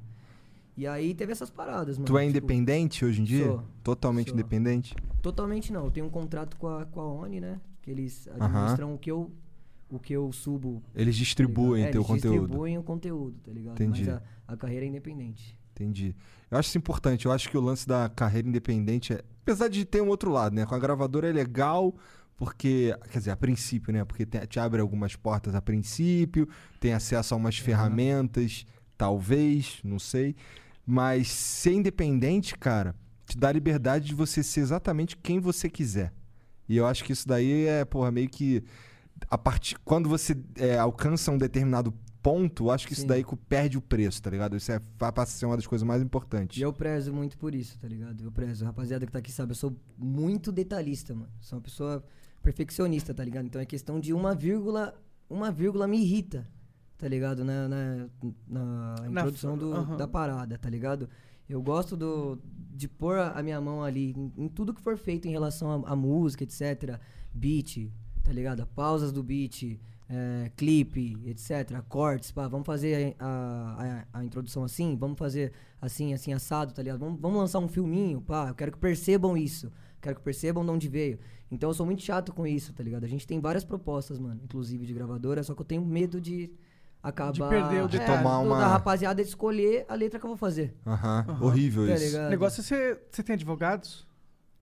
Speaker 3: E aí teve essas paradas, mano.
Speaker 1: Tu é
Speaker 3: Tipo,
Speaker 1: independente hoje em dia?
Speaker 3: sou.
Speaker 1: Totalmente
Speaker 3: Sou.
Speaker 1: independente?
Speaker 3: Totalmente não. Eu tenho um contrato com a, com a ONI, né? Que eles administram o que eu o que eu subo. tá
Speaker 1: Eles distribuem
Speaker 3: ligado? É,
Speaker 1: teu
Speaker 3: eles
Speaker 1: conteúdo.
Speaker 3: distribuem o conteúdo, tá ligado?
Speaker 1: Entendi.
Speaker 3: Mas a, a carreira é independente.
Speaker 1: Entendi. Eu acho isso importante. Eu acho que o lance da carreira independente é. Apesar de ter um outro lado, né? Com a gravadora é legal, porque. Quer dizer, a princípio, né? Porque te, te abre algumas portas a princípio, tem acesso a umas ferramentas, talvez, não sei. Mas ser independente, cara, te dá liberdade de você ser exatamente quem você quiser. E eu acho que isso daí é, porra, meio que. A partir, quando você é, alcança um determinado ponto, eu acho que isso
Speaker 3: Sim.
Speaker 1: daí co- perde o preço, tá ligado? Isso é, fa- passa a ser uma das coisas mais importantes.
Speaker 3: E eu prezo muito por isso, tá ligado? Eu prezo. A rapaziada que tá aqui sabe, eu sou muito detalhista, mano. Sou uma pessoa perfeccionista, tá ligado? Então é questão de uma vírgula, uma vírgula me irrita, tá ligado? Na, na, na introdução do-
Speaker 2: aham.
Speaker 3: da parada, tá ligado? Eu gosto do, de pôr a minha mão ali em, em tudo que for feito em relação à à música, etc. Beat, tá ligado? Pausas do beat, é, clipe, etc. Cortes, pá, vamos fazer a, a, a introdução assim, vamos fazer assim, assim, assado, tá ligado? Vamos, vamos lançar um filminho, pá, eu quero que percebam isso. Quero que percebam de onde veio. Então eu sou muito chato com isso, tá ligado? A gente tem várias propostas, mano, inclusive de gravadora, só que eu tenho medo de acabar...
Speaker 2: perder o
Speaker 1: De
Speaker 3: é,
Speaker 1: tomar
Speaker 3: do-
Speaker 1: uma-
Speaker 3: Da rapaziada escolher a letra que eu vou fazer.
Speaker 1: Aham, horrível
Speaker 3: Tá
Speaker 1: isso.
Speaker 3: ligado?
Speaker 2: O negócio é você. Você tem advogados?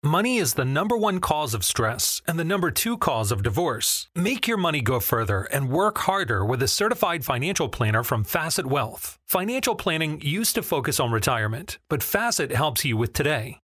Speaker 4: Money is the number one cause of stress and the number two cause of divorce. Make your money go further and work harder with a certified financial planner from Facet Wealth. Financial planning used to focus on retirement, but Facet helps you with today.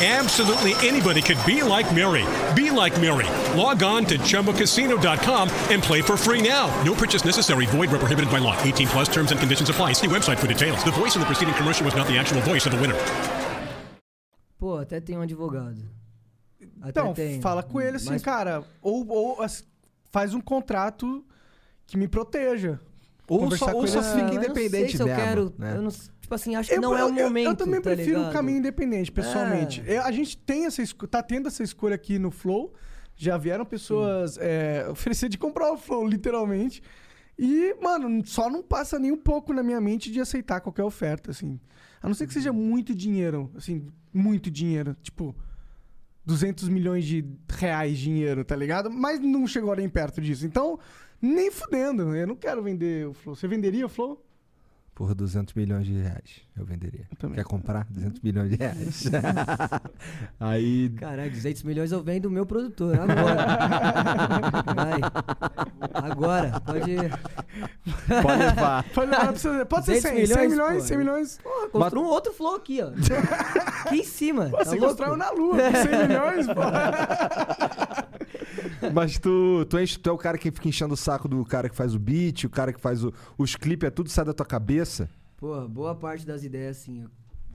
Speaker 5: Absolutely anybody could be like Mary. Be like Mary. Log on to ChumboCasino.com and play for free now. No purchase necessary. Void where prohibited by law. 18 plus terms and conditions apply. See website for details. The voice in the preceding commercial was not the actual voice of the winner.
Speaker 3: Pô, até tem um advogado. Até
Speaker 2: Então,
Speaker 3: tem.
Speaker 2: fala com ele assim,
Speaker 3: Mas-
Speaker 2: cara. Ou, ou as- faz um contrato que me proteja.
Speaker 1: Ou
Speaker 2: Conversar
Speaker 1: só,
Speaker 2: com
Speaker 1: ou
Speaker 2: ele
Speaker 1: só
Speaker 2: é-
Speaker 1: fica
Speaker 3: Ah, mas
Speaker 1: independente
Speaker 3: eu não sei se eu
Speaker 1: mesmo,
Speaker 3: quero.
Speaker 1: né?
Speaker 3: eu não s- tipo assim, acho que não é
Speaker 2: eu-
Speaker 3: o momento.
Speaker 2: Eu, também
Speaker 3: tá
Speaker 2: prefiro o
Speaker 3: ligado?
Speaker 2: caminho independente, pessoalmente.
Speaker 3: É.
Speaker 2: Eu- a gente tem essa esco- tá tendo essa escolha aqui no Flow. Já vieram pessoas é, oferecer de comprar o Flow, literalmente. E, mano, só não passa nem um pouco na minha mente de aceitar qualquer oferta, assim. A não ser que
Speaker 3: Uhum.
Speaker 2: seja muito dinheiro, assim, muito dinheiro. Tipo, 200 milhões de reais de dinheiro, tá ligado? Mas não chegou nem perto disso. Então, nem fudendo. Eu não quero vender o Flow. Você venderia o Flow?
Speaker 1: por 200 milhões de reais. Eu venderia.
Speaker 2: também.
Speaker 1: Quer comprar? 200 milhões de reais. Aí.
Speaker 3: Caralho, 200 milhões eu venho do meu produtor, agora. Vai. Agora, pode.
Speaker 1: Pode levar.
Speaker 2: Pode, levar pra você- pode ser 100
Speaker 3: 200
Speaker 2: milhões, 100 milhões, 100
Speaker 3: milhões, pô.
Speaker 2: milhões. Pô,
Speaker 3: Construa um outro flow aqui, ó. Aqui em cima. tá
Speaker 2: você
Speaker 3: louco?
Speaker 2: construiu na lua, com 100 milhões, pô.
Speaker 1: Mas tu, tu, enche- tu é o cara que fica enchendo o saco do cara que faz o beat, o cara que faz o- os clipes, é tudo sai da tua cabeça.
Speaker 3: Porra, boa parte das ideias, assim. ó.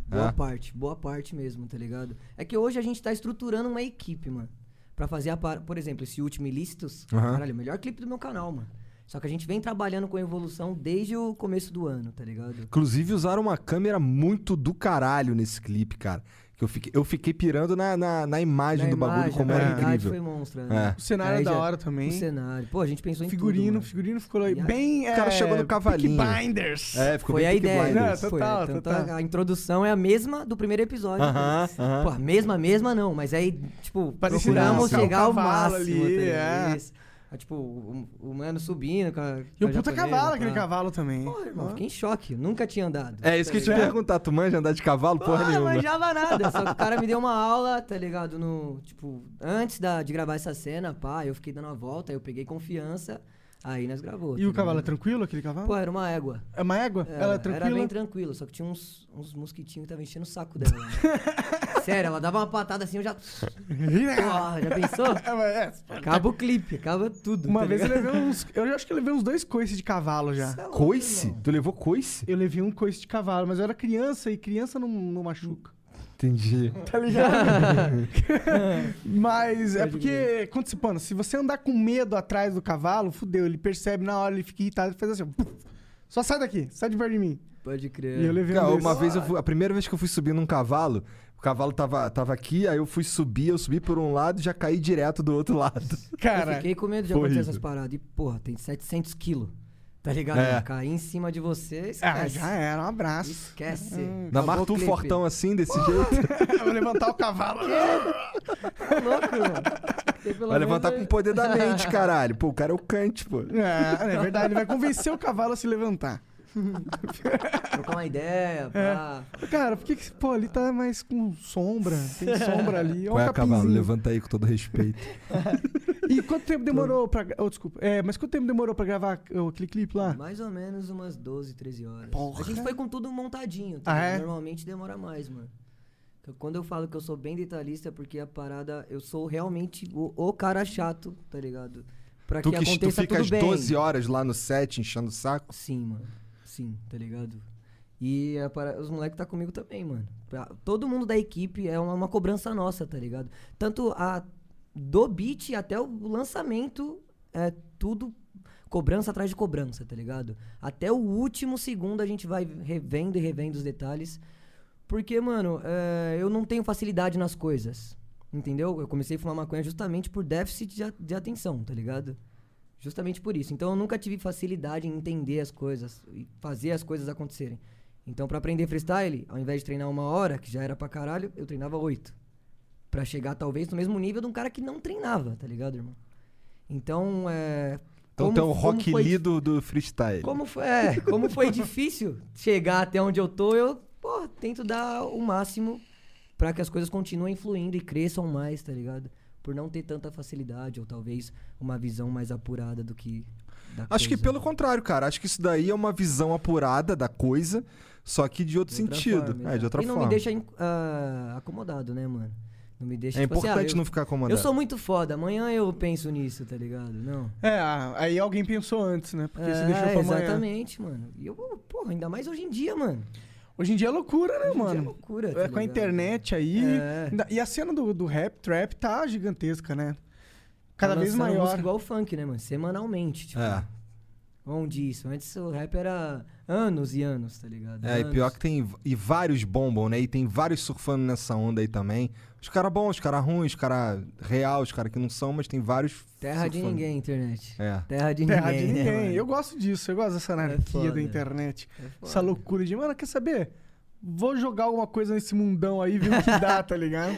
Speaker 3: Boa
Speaker 1: É?
Speaker 3: parte, boa parte mesmo, tá ligado? É que hoje a gente tá estruturando uma equipe, mano. Pra fazer a par... Por exemplo, esse último Ilícitos.
Speaker 1: Aham.
Speaker 3: Caralho, o melhor clipe do meu canal, mano. Só que a gente vem trabalhando com evolução desde o começo do ano, tá ligado?
Speaker 1: Inclusive, usaram uma câmera muito do caralho nesse clipe, cara. Que eu fiquei, eu fiquei pirando na, na, na imagem
Speaker 3: Na
Speaker 1: do bagulho,
Speaker 3: imagem,
Speaker 1: como
Speaker 3: a
Speaker 1: era
Speaker 3: qualidade
Speaker 1: incrível.
Speaker 3: foi monstra, né?
Speaker 1: É.
Speaker 2: O cenário
Speaker 3: Aí
Speaker 2: é da
Speaker 3: já-
Speaker 2: hora também.
Speaker 3: O cenário. Pô, a gente pensou em
Speaker 2: Figurino,
Speaker 3: tudo, mano.
Speaker 2: figurino ficou aí
Speaker 3: E a-
Speaker 2: bem.
Speaker 1: O cara
Speaker 2: é,
Speaker 1: chegou no cavalinho.
Speaker 2: Peaky Blinders.
Speaker 1: É, ficou
Speaker 3: Foi
Speaker 1: bem
Speaker 3: a
Speaker 1: Peaky
Speaker 3: ideia.
Speaker 1: Blinders.
Speaker 2: Não, total,
Speaker 3: foi. Tanto
Speaker 2: total.
Speaker 3: A, a introdução é a mesma do primeiro episódio.
Speaker 1: Aham,
Speaker 3: Pô,
Speaker 1: aham.
Speaker 3: Pô, a mesma, mesma não, mas aí, tipo,
Speaker 2: Parecia
Speaker 3: procuramos
Speaker 2: um
Speaker 3: chegar ao
Speaker 2: cavalo
Speaker 3: máximo.
Speaker 2: ali,
Speaker 3: tá ligado?
Speaker 2: é.
Speaker 3: Isso. Ah, Tipo, o, o mano subindo com a.
Speaker 2: E
Speaker 3: com a
Speaker 2: o puta
Speaker 3: japonesa,
Speaker 2: cavalo,
Speaker 3: pá.
Speaker 2: aquele cavalo também.
Speaker 3: Pô, né? irmão, fiquei em choque. Nunca tinha andado.
Speaker 1: É isso que eu te ia perguntar, tu manja andar de cavalo?
Speaker 3: Pô,
Speaker 1: Porra
Speaker 3: não
Speaker 1: nenhuma.
Speaker 3: manjava nada. Só que o cara me deu uma aula, tá ligado? No, tipo, antes da, de gravar essa cena, pá, eu fiquei dando uma volta, aí eu peguei confiança, aí nós gravou.
Speaker 2: E
Speaker 3: tá
Speaker 2: o cavalo é
Speaker 3: ligado?
Speaker 2: tranquilo, aquele cavalo?
Speaker 3: Pô, era uma égua.
Speaker 2: É uma égua?
Speaker 3: Era,
Speaker 2: Ela é
Speaker 3: Era
Speaker 2: tranquila?
Speaker 3: bem tranquilo, só que tinha uns, uns mosquitinhos que tava enchendo o saco dela. né? Sério, ela dava uma patada assim, eu já. Porra, já pensou?
Speaker 2: É, mas é.
Speaker 3: Acaba o clipe, acaba tudo.
Speaker 2: Uma
Speaker 3: tá
Speaker 2: vez eu
Speaker 3: ligado?
Speaker 2: levei uns. Eu acho que eu levei uns dois coices de cavalo já.
Speaker 3: Cê é louco,
Speaker 1: Coice?
Speaker 3: irmão.
Speaker 1: Tu levou coice?
Speaker 2: Eu levei um coice de cavalo, mas eu era criança e criança não, não machuca.
Speaker 1: Entendi.
Speaker 2: Tá ligado? mas é porque, quando se pano, se você andar com medo atrás do cavalo, fudeu, ele percebe na hora, ele fica irritado e faz assim, ó, puf, só sai daqui, sai de perto de mim.
Speaker 3: Pode crer.
Speaker 2: E eu levei
Speaker 1: Cara,
Speaker 2: um
Speaker 1: uma
Speaker 2: desses.
Speaker 1: vez eu fui- a primeira vez que eu fui subir num cavalo, o cavalo tava, tava aqui, aí eu fui subir, eu subi por um lado e já caí direto do outro lado.
Speaker 3: Eu
Speaker 2: Cara,
Speaker 3: fiquei com medo de
Speaker 1: foi
Speaker 3: acontecer
Speaker 1: horrível.
Speaker 3: essas paradas. E, porra, tem 700 quilos. Tá ligado?
Speaker 1: É.
Speaker 3: Cair em cima de você,
Speaker 2: ah,
Speaker 3: esquece.
Speaker 2: já era, Hum, um abraço.
Speaker 3: Esquece.
Speaker 1: Ainda
Speaker 3: Acabou
Speaker 1: mais
Speaker 3: o
Speaker 1: tu
Speaker 3: clipe.
Speaker 1: fortão assim, desse jeito.
Speaker 2: Eu vou levantar o cavalo.
Speaker 3: Tá louco, irmão. Tem pelo
Speaker 1: Vai levantar com um o
Speaker 3: menos-
Speaker 1: poder da mente, caralho. Pô, o cara é o Kant, pô.
Speaker 3: um
Speaker 2: É, é verdade, ele vai convencer o cavalo a se levantar.
Speaker 3: Trocar uma ideia,
Speaker 2: É.
Speaker 3: pá.
Speaker 2: Cara, por que que, pô, ali tá mais com sombra, tem sombra ali,
Speaker 1: Qual é,
Speaker 2: olha
Speaker 1: cavalo?
Speaker 2: o capinzinho.
Speaker 1: Levanta aí com todo respeito.
Speaker 2: E quanto tempo demorou pra... gra- Oh, desculpa. É, mas quanto tempo demorou pra gravar oh, aquele clipe lá?
Speaker 3: Mais ou menos umas 12, 13 horas.
Speaker 2: Porra.
Speaker 3: A gente foi com tudo montadinho, tá?
Speaker 2: Ah,
Speaker 3: ligado?
Speaker 2: é?
Speaker 3: Normalmente demora mais, mano. Eu- Quando eu falo que eu sou bem detalhista, é porque a parada, eu sou realmente o, o cara chato, tá ligado? Pra
Speaker 1: tu
Speaker 3: que
Speaker 1: que tu
Speaker 3: aconteça
Speaker 1: fica
Speaker 3: tudo
Speaker 1: às
Speaker 3: bem.
Speaker 1: 12 horas lá no set enchendo o saco.
Speaker 3: Sim, mano. Sim, tá ligado? E a para... os moleques tá comigo também, mano. Pra- Todo mundo da equipe é uma, uma cobrança nossa, tá ligado? Tanto a do beat até o lançamento é tudo cobrança atrás de cobrança, tá ligado? Até o último segundo a gente vai revendo e revendo os detalhes. Porque, mano, é, eu não tenho facilidade nas coisas. Entendeu? Eu comecei a fumar maconha justamente por déficit de, a- de atenção, tá ligado? Justamente por isso. Então eu nunca tive facilidade em entender as coisas e fazer as coisas acontecerem. Então, pra aprender freestyle, ao invés de treinar uma hora, que já era pra caralho, eu treinava oito. Pra chegar talvez no mesmo nível de um cara que não treinava, tá ligado, irmão? Então, é.
Speaker 1: Então tem um rock
Speaker 3: foi
Speaker 1: Lee do, do freestyle.
Speaker 3: como foi, é, como foi difícil chegar até onde eu tô, eu pô, tento dar o máximo pra que as coisas continuem fluindo e cresçam mais, tá ligado? Por não ter tanta facilidade ou talvez uma visão mais apurada do que da
Speaker 1: Acho que
Speaker 3: coisa.
Speaker 1: pelo contrário, cara. Acho que isso daí é uma visão apurada da coisa, só que de outro
Speaker 3: De outra
Speaker 1: sentido.
Speaker 3: forma,
Speaker 1: é, de
Speaker 3: exato.
Speaker 1: outra
Speaker 3: e não
Speaker 1: forma.
Speaker 3: me deixa inc- ah, acomodado, né, mano? Não me deixa
Speaker 1: É
Speaker 3: tipo assim, ah,
Speaker 1: importante
Speaker 3: eu-
Speaker 1: não ficar acomodado.
Speaker 3: Eu sou muito foda, amanhã eu penso nisso, tá ligado? Não.
Speaker 2: É, ah, aí alguém pensou antes, né? Porque se
Speaker 3: É,
Speaker 2: deixou pra amanhã.
Speaker 3: exatamente, mano. E eu, porra, ainda mais hoje em dia, mano.
Speaker 2: Hoje em dia é loucura, né,
Speaker 3: Hoje em dia
Speaker 2: mano?
Speaker 3: é loucura, tá
Speaker 2: É, com a
Speaker 3: ligado?
Speaker 2: internet aí.
Speaker 3: É.
Speaker 2: ainda- E a cena do, do rap, trap, tá gigantesca, né? Cada
Speaker 3: Tá
Speaker 2: vez
Speaker 3: lançando
Speaker 2: maior.
Speaker 3: música igual o funk, né, mano? Semanalmente, tipo.
Speaker 1: É.
Speaker 3: Onde isso? Antes o rap era anos e anos, tá ligado?
Speaker 1: É, e
Speaker 3: Anos.
Speaker 1: pior que tem v- e vários bombam, né? E tem vários surfando nessa onda aí também. Os caras bons, os caras ruins, os caras real, os caras que não são, mas tem vários.
Speaker 3: Terra de
Speaker 1: surfando.
Speaker 3: ninguém, internet.
Speaker 1: É.
Speaker 3: Terra de
Speaker 2: Terra
Speaker 3: ninguém.
Speaker 2: de
Speaker 3: né,
Speaker 2: ninguém.
Speaker 3: mano? É
Speaker 2: Eu gosto disso, eu gosto dessa anarquia
Speaker 3: foda.
Speaker 2: da internet.
Speaker 3: É foda.
Speaker 2: Essa loucura de, mano, quer saber? Vou jogar alguma coisa nesse mundão aí, ver o que dá, tá ligado?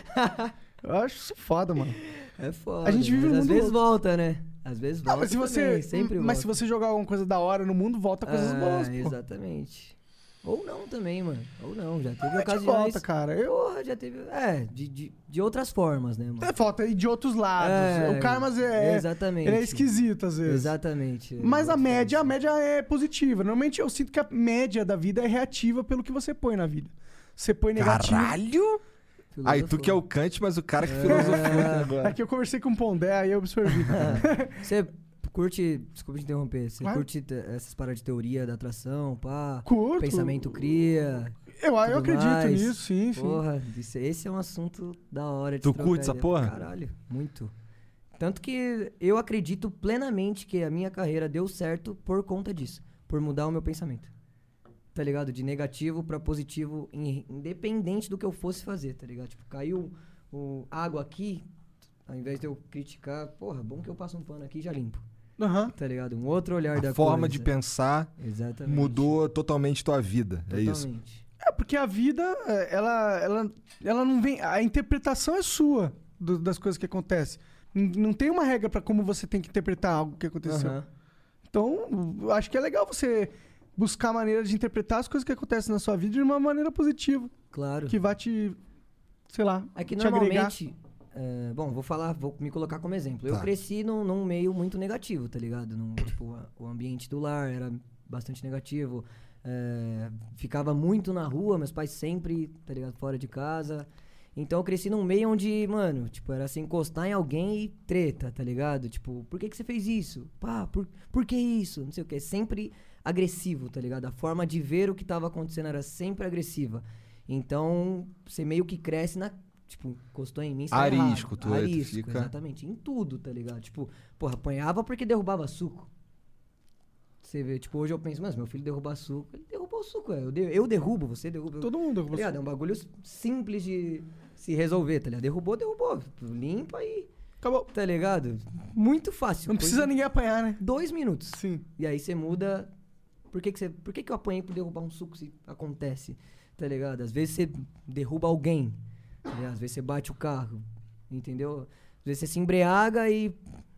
Speaker 2: Eu acho isso foda, mano.
Speaker 3: É foda.
Speaker 2: A gente vive
Speaker 3: mas
Speaker 2: num
Speaker 3: às
Speaker 2: mundo
Speaker 3: vezes
Speaker 2: louco.
Speaker 3: volta, né? Às vezes volta.
Speaker 2: Ah, mas se você,
Speaker 3: também, sempre
Speaker 2: mas se
Speaker 3: volta.
Speaker 2: você tá jogar alguma coisa da hora no mundo, volta coisas
Speaker 3: ah,
Speaker 2: boas, pô.
Speaker 3: Exatamente. Ou não também, mano. Ou não, já teve
Speaker 2: Mas de
Speaker 3: ocasiões.
Speaker 2: volta, cara. Eu...
Speaker 3: Porra, já teve. É, de, de, de outras formas, né, mano?
Speaker 2: É falta e de outros lados.
Speaker 3: É,
Speaker 2: o cara, mas é.
Speaker 3: exatamente.
Speaker 2: Ele é esquisito às vezes.
Speaker 3: Exatamente. é.
Speaker 2: Mas a média, a média é positiva. Normalmente eu sinto que a média da vida é reativa pelo que você põe na vida. Você põe negativo.
Speaker 1: Caralho! Aí tu
Speaker 3: Filosofou.
Speaker 1: que é o Kant, mas o cara que filosofou aqui agora.
Speaker 2: Aqui eu conversei com o Pondé, aí eu absorvi.
Speaker 3: Você curte. Desculpa te interromper. Você
Speaker 2: Claro.
Speaker 3: curte te- essas paradas de teoria da atração, pá.
Speaker 2: Curto.
Speaker 3: Pensamento cria.
Speaker 2: eu, Ah, eu
Speaker 3: tudo
Speaker 2: acredito
Speaker 3: mais.
Speaker 2: nisso, sim, sim.
Speaker 3: Porra, isso- esse é um assunto da hora de
Speaker 1: Tu
Speaker 3: trocar
Speaker 1: curte essa
Speaker 3: ideia.
Speaker 1: porra?
Speaker 3: Caralho, muito. Tanto que eu acredito plenamente que a minha carreira deu certo por conta disso. Por mudar o meu pensamento. Tá ligado? De negativo pra positivo, in- independente do que eu fosse fazer, tá ligado? Tipo, caiu o água aqui, ao invés de eu criticar, porra, bom que eu passo um pano aqui e já limpo.
Speaker 2: Aham.
Speaker 3: Tá ligado? Um outro olhar da
Speaker 1: A forma de
Speaker 3: coisa.
Speaker 1: pensar
Speaker 3: Exatamente.
Speaker 1: mudou totalmente tua vida. É isso.
Speaker 3: Totalmente.
Speaker 2: É porque a vida, é, ela, ela, ela não vem. A interpretação é sua do- das coisas que acontecem. N- Não tem uma regra pra como você tem que interpretar algo que aconteceu.
Speaker 3: Aham.
Speaker 2: Então, eu acho que é legal você buscar maneiras de interpretar as coisas que acontecem na sua vida de uma maneira positiva,
Speaker 3: Claro.
Speaker 2: que vai te, sei lá,
Speaker 3: É que
Speaker 2: te agregar.
Speaker 3: normalmente. é, bom, vou falar, vou me colocar como exemplo. Eu
Speaker 1: Tá.
Speaker 3: cresci num, num meio muito negativo, tá ligado? Num, tipo, a- o ambiente do lar era bastante negativo. é, ficava muito na rua, meus pais sempre, tá ligado? Fora de casa. Então eu cresci num meio onde, mano, tipo, era se encostar em alguém e treta, tá ligado? Tipo, por que, que você fez isso? Pá, por, por que isso? Não sei o que. Sempre agressivo, tá ligado? A forma de ver o que tava acontecendo era sempre agressiva. Então, você meio que cresce na. Tipo, encostou em mim, você tá
Speaker 1: Arisco,
Speaker 3: errado.
Speaker 1: tu é, tu
Speaker 3: Arisco,
Speaker 1: fica-
Speaker 3: exatamente. Em tudo, tá ligado? Tipo, porra, apanhava porque derrubava suco. Você vê, tipo, hoje eu penso, mas meu filho derrubar suco, ele derrubou o suco, é. Eu, de- eu derrubo, você derruba. eu-
Speaker 2: Todo mundo
Speaker 3: Tá ligado? É um bagulho simples de se resolver, tá ligado? Derrubou, derrubou. Limpa e.
Speaker 2: Acabou.
Speaker 3: Tá ligado? Muito fácil.
Speaker 2: Não precisa
Speaker 3: coisa-
Speaker 2: ninguém apanhar, né?
Speaker 3: Dois minutos.
Speaker 2: Sim.
Speaker 3: E aí você muda. Por que, que você. Por que, que eu apanhei por derrubar um suco se acontece? Tá ligado? Às vezes você derruba alguém. tá ligado? Às vezes você bate o carro. Entendeu? Às vezes você se embriaga e,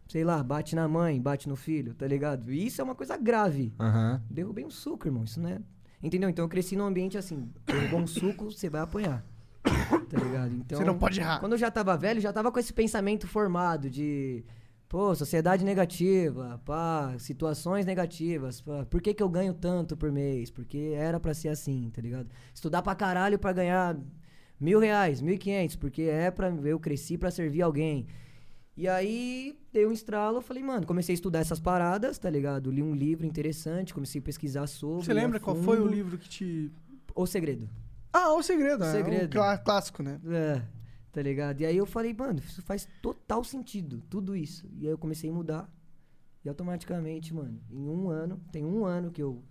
Speaker 3: sei lá, bate na mãe, bate no filho, tá ligado? E isso é uma coisa grave.
Speaker 1: Aham.
Speaker 3: Derrubei um suco, irmão. Isso não é. Entendeu? Então eu cresci num ambiente assim: derrubou um suco, você vai apanhar. Tá ligado? Então.
Speaker 2: Você não pode errar.
Speaker 3: Quando eu já tava velho, já tava com esse pensamento formado de. Pô, sociedade negativa, pá, situações negativas, pá, por que, que eu ganho tanto por mês? Porque era pra ser assim, tá ligado? Estudar pra caralho pra ganhar mil reais, mil e quinhentos, porque é pra. Eu cresci pra servir alguém. E aí, dei um estralo, eu falei, mano, comecei a estudar essas paradas, tá ligado? Li um livro interessante, comecei a pesquisar sobre.
Speaker 2: Você
Speaker 3: ir a
Speaker 2: lembra qual foi o
Speaker 3: fundo.
Speaker 2: livro que te.
Speaker 3: O Segredo.
Speaker 2: Ah, o segredo,
Speaker 3: O
Speaker 2: é,
Speaker 3: Segredo.
Speaker 2: O clá- clássico, né?
Speaker 3: É, tá ligado? E aí eu falei, mano, isso faz total sentido, tudo isso. E aí eu comecei a mudar. E automaticamente, mano, em um ano, tem um ano que eu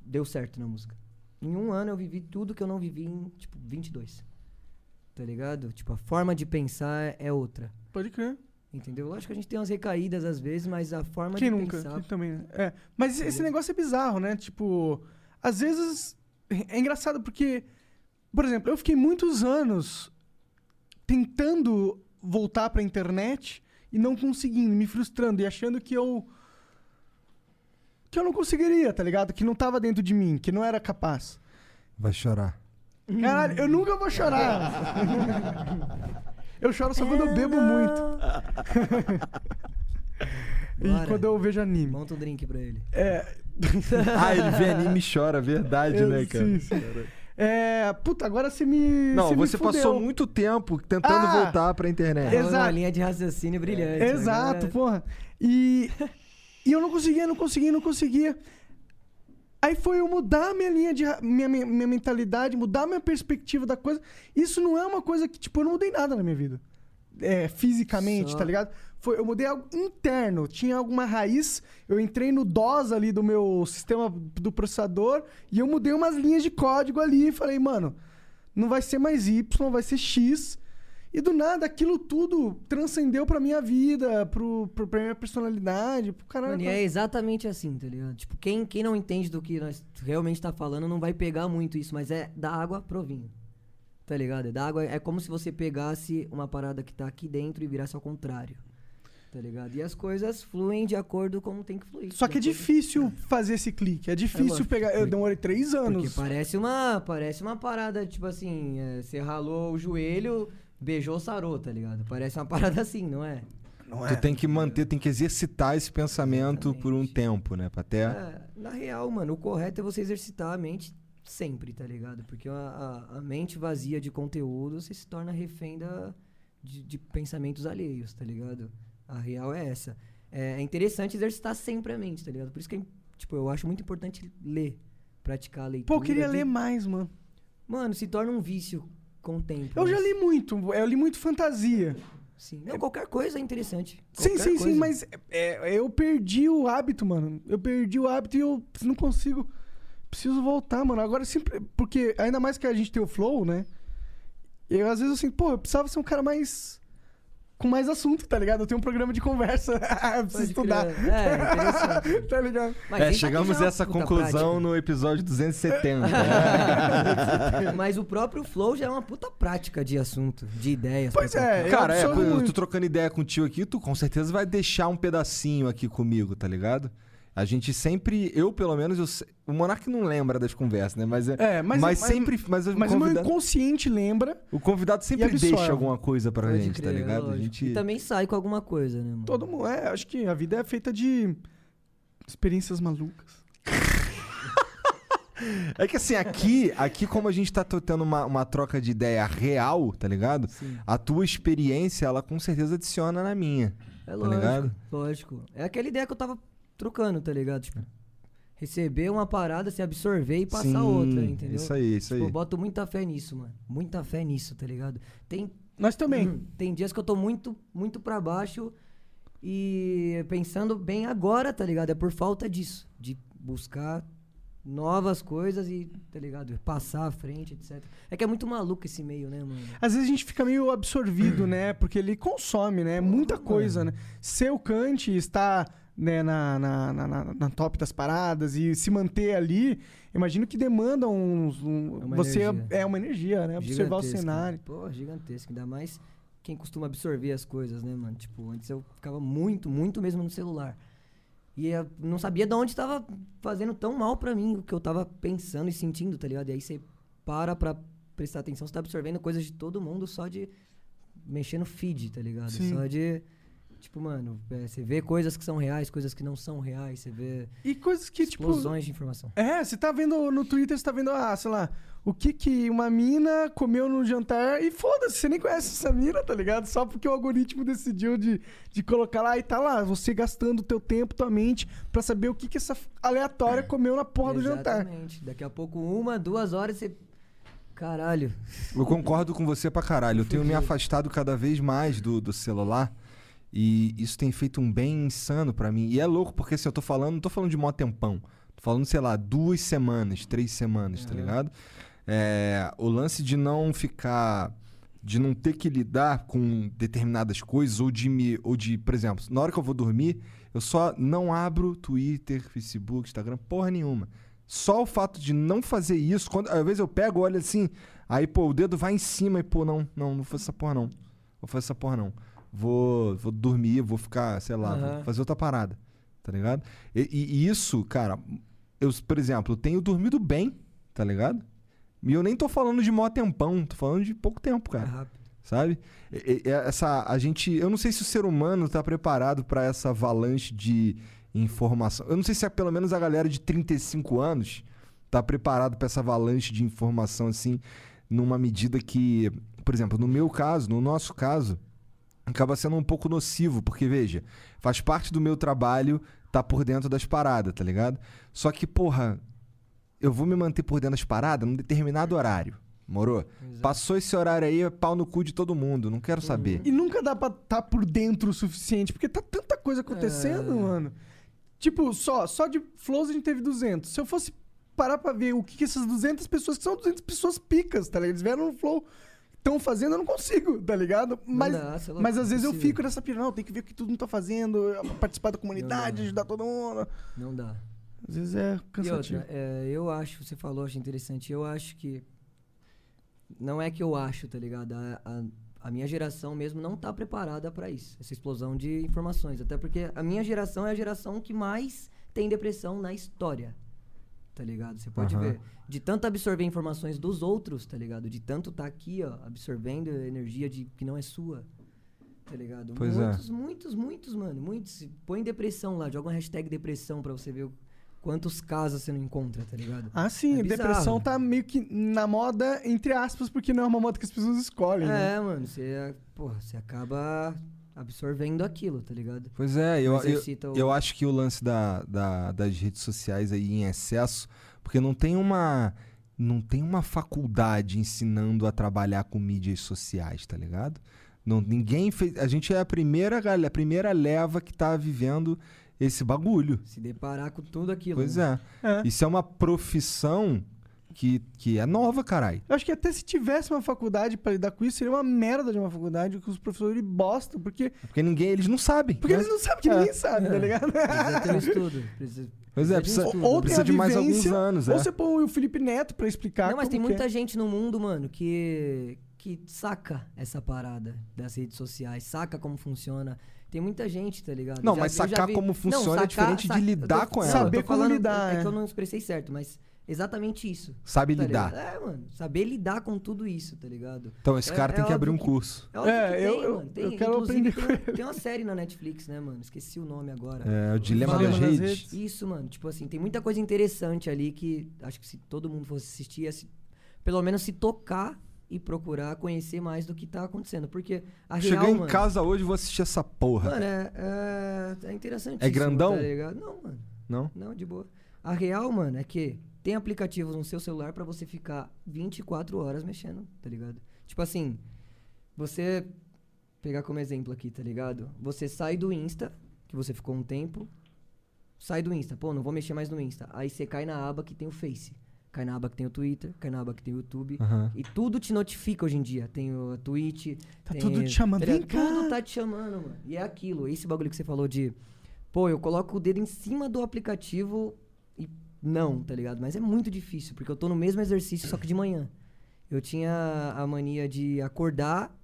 Speaker 3: deu certo na música. Em um ano eu vivi tudo que eu não vivi em, tipo, 22. Tá ligado? Tipo, a forma de pensar é outra.
Speaker 2: Pode crer.
Speaker 3: Entendeu? Lógico que a gente tem umas recaídas às vezes, mas a forma
Speaker 2: Quem
Speaker 3: de
Speaker 2: nunca?
Speaker 3: pensar.
Speaker 2: Quem também, né? É. Mas esse- esse negócio é bizarro, né? Tipo, às vezes é engraçado porque, por exemplo, eu fiquei muitos anos tentando voltar pra internet e não conseguindo, me frustrando e achando que eu que eu não conseguiria, tá ligado? Que não tava dentro de mim, que não era capaz.
Speaker 1: Vai chorar.
Speaker 2: Caralho, eu nunca vou chorar. Eu choro só quando eu bebo muito e
Speaker 3: Bora.
Speaker 2: quando eu vejo anime.
Speaker 3: Monta um drink pra ele.
Speaker 2: É,
Speaker 1: Ah, ele vê anime e chora, verdade,
Speaker 2: Eu-
Speaker 1: né, cara?
Speaker 2: sim, sim. É, puta, agora você me.
Speaker 1: Não,
Speaker 2: me
Speaker 1: você
Speaker 2: fudeu.
Speaker 1: passou muito tempo tentando
Speaker 2: Ah!
Speaker 1: voltar pra internet.
Speaker 3: É uma
Speaker 2: Exato.
Speaker 3: linha de raciocínio brilhante. né?
Speaker 1: né? É.
Speaker 2: Exato,
Speaker 3: Agora-
Speaker 2: porra. E, e eu não conseguia, não conseguia, não conseguia. Aí foi eu mudar minha linha de. ra- Minha, minha, minha mentalidade, mudar minha perspectiva da coisa. Isso não é uma coisa que, tipo, eu não mudei nada na minha vida. É, fisicamente,
Speaker 3: Só.
Speaker 2: tá ligado? Foi, eu mudei algo interno, tinha alguma raiz, eu entrei no DOS ali do meu sistema do processador e eu mudei umas linhas de código ali e falei, mano, não vai ser mais Y, vai ser X. E do nada, aquilo tudo transcendeu pra minha vida, pro, pro, pra minha personalidade, pro caralho.
Speaker 3: Mano, e é exatamente assim, tá ligado? Tipo, quem, quem não entende do que nós realmente tá falando não vai pegar muito isso, mas é da água pro vinho. Tá ligado? É da água, é como se você pegasse uma parada que tá aqui dentro e virasse ao contrário. tá ligado? E as coisas fluem de acordo com tem que fluir.
Speaker 2: Só que é
Speaker 3: De acordo-
Speaker 2: difícil fazer esse clique. É difícil
Speaker 3: né? lógico,
Speaker 2: pegar. Eu demorei três
Speaker 3: Porque
Speaker 2: anos.
Speaker 3: parece uma, parece uma parada, tipo assim, é, você ralou o joelho, beijou o sarô, tá ligado? Parece uma parada assim, não é?
Speaker 1: Tu tem que manter, tem que exercitar esse pensamento por um tempo, né? Pra até.
Speaker 3: É, na real, mano, o correto é você exercitar a mente sempre, tá ligado? Porque a, a- a mente vazia de conteúdo, você se torna refém da, de, de pensamentos alheios, tá ligado? A real é essa. É, é interessante exercitar sempre a mente, tá ligado? Por isso que, é im- tipo, eu acho muito importante ler, praticar a leitura.
Speaker 2: Pô, eu queria
Speaker 3: de-
Speaker 2: ler mais, mano.
Speaker 3: Mano, se torna um vício com o tempo.
Speaker 2: Eu já
Speaker 3: mas-
Speaker 2: li muito. Eu li muito fantasia.
Speaker 3: Sim. Não, qualquer coisa é interessante.
Speaker 2: Sim,
Speaker 3: Qualquer
Speaker 2: sim, sim,
Speaker 3: coisa.
Speaker 2: mas é, eu perdi o hábito, mano. Eu perdi o hábito e eu não consigo. Preciso voltar, mano. Agora sempre. Porque ainda mais que a gente tem o flow, né? Eu às vezes assim, pô, eu precisava ser um cara mais. Com mais assunto, tá ligado? Eu tenho um programa de conversa. eu preciso
Speaker 3: Pode
Speaker 2: estudar.
Speaker 3: crer. É, interessante.
Speaker 2: tá ligado?
Speaker 3: Mas
Speaker 1: É,
Speaker 3: isso aqui
Speaker 1: chegamos
Speaker 3: já
Speaker 1: a
Speaker 3: é uma
Speaker 1: essa
Speaker 3: puta
Speaker 1: conclusão
Speaker 3: prática.
Speaker 1: no episódio 270. né?
Speaker 3: Mas o próprio flow já é uma puta prática de assunto, de ideias.
Speaker 2: Pois
Speaker 3: pra
Speaker 2: é,
Speaker 1: Cara, é,
Speaker 2: eu absorvo
Speaker 1: pô, eu
Speaker 2: muito.
Speaker 1: tô trocando ideia contigo aqui, tu com certeza vai deixar um pedacinho aqui comigo, tá ligado? A gente sempre, eu pelo menos, eu se- o Monark não lembra das conversas, né? Mas,
Speaker 2: É, mas- mas-
Speaker 1: sempre. Mas, o
Speaker 2: Mas o meu
Speaker 1: convidado,
Speaker 2: inconsciente lembra,
Speaker 1: o convidado sempre
Speaker 2: absorve.
Speaker 1: deixa alguma coisa pra
Speaker 3: Pode
Speaker 1: gente,
Speaker 3: crer,
Speaker 1: tá ligado? A
Speaker 3: lógico.
Speaker 1: gente.
Speaker 3: E também sai com alguma coisa, né, mano?
Speaker 2: é todo mundo. É, acho que a vida é feita de experiências malucas.
Speaker 1: É que assim, aqui, aqui como a gente tá to- tendo uma, uma troca de ideia real, tá ligado? A tua experiência, ela com certeza adiciona na minha.
Speaker 3: É lógico,
Speaker 1: Tá ligado?
Speaker 3: lógico. É aquela ideia que eu tava trocando, tá ligado? Tipo, receber uma parada, se absorver e passar
Speaker 1: Sim,
Speaker 3: outra, entendeu?
Speaker 1: Isso aí, isso aí.
Speaker 3: Tipo, eu boto muita fé nisso, mano. Muita fé nisso, tá ligado? Tem,
Speaker 2: Nós também.
Speaker 3: Uhum. tem dias que eu tô muito, muito pra baixo e pensando bem agora, tá ligado? É por falta disso, de buscar novas coisas e, tá ligado? Passar à frente, etc. É que é muito maluco esse meio, né, mano?
Speaker 2: Às vezes a gente fica meio
Speaker 3: Uhum.
Speaker 2: absorvido, né? Porque ele consome, né?
Speaker 3: É.
Speaker 2: Muita coisa, né? Ser o Kant está né, na, na, na, na- na top das paradas e se manter ali, imagino que demanda uns. um-
Speaker 3: É uma
Speaker 2: você
Speaker 3: energia.
Speaker 2: é uma energia, né? Observar o
Speaker 3: Gigantesco.
Speaker 2: cenário.
Speaker 3: Pô, gigantesco. Ainda mais quem costuma absorver as coisas, né, mano? Tipo, antes eu ficava muito, muito mesmo no celular. E eu não sabia de onde tava fazendo tão mal pra mim o que eu tava pensando e sentindo, tá ligado? E aí você para pra prestar atenção, você tá absorvendo coisas de todo mundo só de mexer no feed, tá ligado?
Speaker 2: Sim.
Speaker 3: Só de. Tipo, mano, é, você vê coisas que são reais, coisas que não são reais, você vê
Speaker 2: E coisas que, tipo.
Speaker 3: explosões de informação.
Speaker 2: É, você tá vendo no Twitter, você tá vendo, ah, sei lá, o que que uma mina comeu no jantar e foda-se, você nem conhece essa mina, tá ligado? Só porque o algoritmo decidiu de, de colocar lá e tá lá, você gastando teu tempo, tua mente, pra saber o que que essa aleatória comeu na porra do jantar.
Speaker 3: Exatamente. Daqui a pouco, uma, duas horas, você. Caralho.
Speaker 1: Eu concordo com você pra caralho. Eu tenho me afastado cada vez mais do, do celular. E isso tem feito um bem insano pra mim. E é louco, porque se eu tô falando, não tô falando de mó tempão. Tô falando, sei lá, duas semanas, três semanas, tá ligado? É, o lance de não ficar. De não ter que lidar com determinadas coisas, ou de me. Ou de, por exemplo, na hora que eu vou dormir, eu só não abro Twitter, Facebook, Instagram, porra nenhuma. Só o fato de não fazer isso, quando, às vezes eu pego, olho assim, aí pô, o dedo vai em cima e pô, não, não, não vou fazer essa porra não. Vou fazer essa porra não. Vou, vou dormir, vou ficar, sei lá, vou
Speaker 3: Aham.
Speaker 1: fazer outra parada. Tá ligado? E, e- e isso, cara, eu, por exemplo, eu tenho dormido bem, tá ligado? E eu nem tô falando de mó tempão, tô falando de pouco tempo,
Speaker 3: É
Speaker 1: cara
Speaker 3: rápido.
Speaker 1: sabe? E- e- Essa a gente, eu não sei se o ser humano tá preparado pra essa avalanche de informação. Eu não sei se é pelo menos a galera de 35 anos tá preparado pra essa avalanche de informação assim, numa medida que, por exemplo, no meu caso, no nosso caso, acaba sendo um pouco nocivo, porque veja, faz parte do meu trabalho tá por dentro das paradas, tá ligado? Só que, porra, eu vou me manter por dentro das paradas num determinado horário. Morou? Passou esse horário aí, é pau no cu de todo mundo. Não quero saber.
Speaker 2: E nunca dá pra tá por dentro o suficiente, porque tá tanta coisa
Speaker 3: É.
Speaker 2: acontecendo, mano. Tipo, só, só de flows a gente teve 200. Se eu fosse parar pra ver o que, que essas 200 pessoas, que são 200 pessoas picas, tá ligado? Eles vieram no flow, estão fazendo, eu não consigo, tá ligado? Mas,
Speaker 3: dá, é sei lá,
Speaker 2: mas às vezes eu
Speaker 3: impossível.
Speaker 2: fico nessa pira, não, tem que ver o que todo mundo tá fazendo, participar da comunidade, ajudar todo mundo.
Speaker 3: Não dá.
Speaker 2: Às vezes é
Speaker 3: E
Speaker 2: cansativo.
Speaker 3: outra, é, eu acho, você falou, achei interessante. Eu acho que. Não é que eu acho, tá ligado? A, a- a minha geração mesmo não está preparada para isso, essa explosão de informações. Até porque a minha geração é a geração que mais tem depressão na história. Tá ligado? Você pode
Speaker 1: Aham.
Speaker 3: ver. De tanto absorver informações dos outros, tá ligado? De tanto tá aqui, ó, absorvendo energia de que não é sua. Tá ligado?
Speaker 1: Pois é.
Speaker 3: muitos, muitos, muitos, mano. Muitos. Põe depressão lá, joga uma hashtag depressão pra você ver o- quantos casos você não encontra, tá ligado?
Speaker 2: Ah, sim,
Speaker 3: É bizarro.
Speaker 2: depressão tá meio que na moda, entre aspas, porque não é uma moda que as pessoas escolhem. né?
Speaker 3: É, mano, você, porra, você acaba absorvendo aquilo, tá ligado?
Speaker 1: Pois é, eu, eu,
Speaker 3: Exercita o-
Speaker 1: eu acho que o lance da, da- das redes sociais aí em excesso, porque não tem uma não tem uma faculdade ensinando a trabalhar com mídias sociais, tá ligado? Não, ninguém fez. A gente é a primeira galera, a primeira leva que tá vivendo esse bagulho.
Speaker 3: Se deparar com tudo aquilo.
Speaker 1: Pois
Speaker 3: né?
Speaker 1: é.
Speaker 2: É.
Speaker 1: Isso é uma profissão que, que é nova, caralho.
Speaker 2: Eu acho que até se tivesse uma faculdade pra lidar com isso, seria uma merda de uma faculdade que os professores bostam, porque,
Speaker 1: Porque ninguém, eles não sabem.
Speaker 2: porque
Speaker 1: né?
Speaker 2: eles não sabem que ninguém sabe, tá ligado? Tipo,
Speaker 3: Precisa ter um estudo. Precisa,
Speaker 1: Pois é,
Speaker 3: de um
Speaker 1: precisa-
Speaker 3: estudo.
Speaker 2: Ou tem
Speaker 1: Precisa
Speaker 2: a
Speaker 1: de mais alguns
Speaker 2: vivência,
Speaker 1: anos,
Speaker 2: ou
Speaker 1: é.
Speaker 2: você põe o Felipe Neto pra explicar
Speaker 3: Não, mas
Speaker 2: como
Speaker 3: tem
Speaker 2: que
Speaker 3: muita
Speaker 2: é.
Speaker 3: gente no mundo, mano, que, que saca essa parada das redes sociais, saca como funciona. Tem muita gente, tá ligado?
Speaker 1: Não,
Speaker 3: Já-
Speaker 1: mas
Speaker 3: eu já
Speaker 1: sacar
Speaker 3: vi-
Speaker 1: como funciona é diferente de
Speaker 3: eu
Speaker 1: lidar com ela.
Speaker 3: eu tô
Speaker 2: Saber como
Speaker 3: falando-
Speaker 2: lidar,
Speaker 3: É, que
Speaker 2: é.
Speaker 3: eu não expressei certo, mas exatamente isso.
Speaker 1: Sabe
Speaker 3: tá
Speaker 1: lidar.
Speaker 3: ligado? É, mano, saber lidar com tudo isso, tá ligado?
Speaker 1: Então esse
Speaker 3: É-
Speaker 1: cara
Speaker 3: é
Speaker 1: tem que
Speaker 3: óbvio
Speaker 1: abrir um
Speaker 3: que-
Speaker 1: curso.
Speaker 3: É, óbvio
Speaker 2: É,
Speaker 3: que tem,
Speaker 2: eu- eu-
Speaker 3: mano. Tem,
Speaker 2: eu quero
Speaker 3: inclusive,
Speaker 2: aprender com
Speaker 3: tem, tem uma série na Netflix, né, mano? Esqueci o nome agora.
Speaker 1: É, o dilema
Speaker 2: Dilema
Speaker 1: das
Speaker 2: das
Speaker 1: redes.
Speaker 2: redes.
Speaker 3: Isso, mano. Tipo assim, tem muita coisa interessante ali que acho que se todo mundo fosse assistir, ia se- pelo menos se tocar e procurar conhecer mais do que tá acontecendo. Porque a real,
Speaker 1: Cheguei em
Speaker 3: mano,
Speaker 1: casa hoje e vou assistir essa porra.
Speaker 3: Mano, é, é, é interessantíssimo,
Speaker 1: É grandão?
Speaker 3: tá ligado? Não, mano.
Speaker 1: Não?
Speaker 3: Não, de boa. A real, mano, é que tem aplicativos no seu celular pra você ficar 24 horas mexendo, tá ligado? Tipo assim, você pegar como exemplo aqui, tá ligado? Você sai do Insta, que você ficou um tempo, sai do Insta, pô, não vou mexer mais no Insta. Aí você cai na aba que tem o Face, cai na aba que tem o Twitter, cai na aba que tem o YouTube.
Speaker 1: Aham.
Speaker 3: E tudo te notifica hoje em dia. Tem o Twitch.
Speaker 2: Tá
Speaker 3: tem-
Speaker 2: tudo te chamando,
Speaker 3: ligado?
Speaker 2: "Vem cá!"
Speaker 3: Tudo tá te chamando, mano. E é aquilo, esse bagulho que você falou de. Pô, eu coloco o dedo em cima do aplicativo e não, tá ligado? Mas é muito difícil, porque eu tô no mesmo exercício, só que de manhã. Eu tinha a mania de acordar,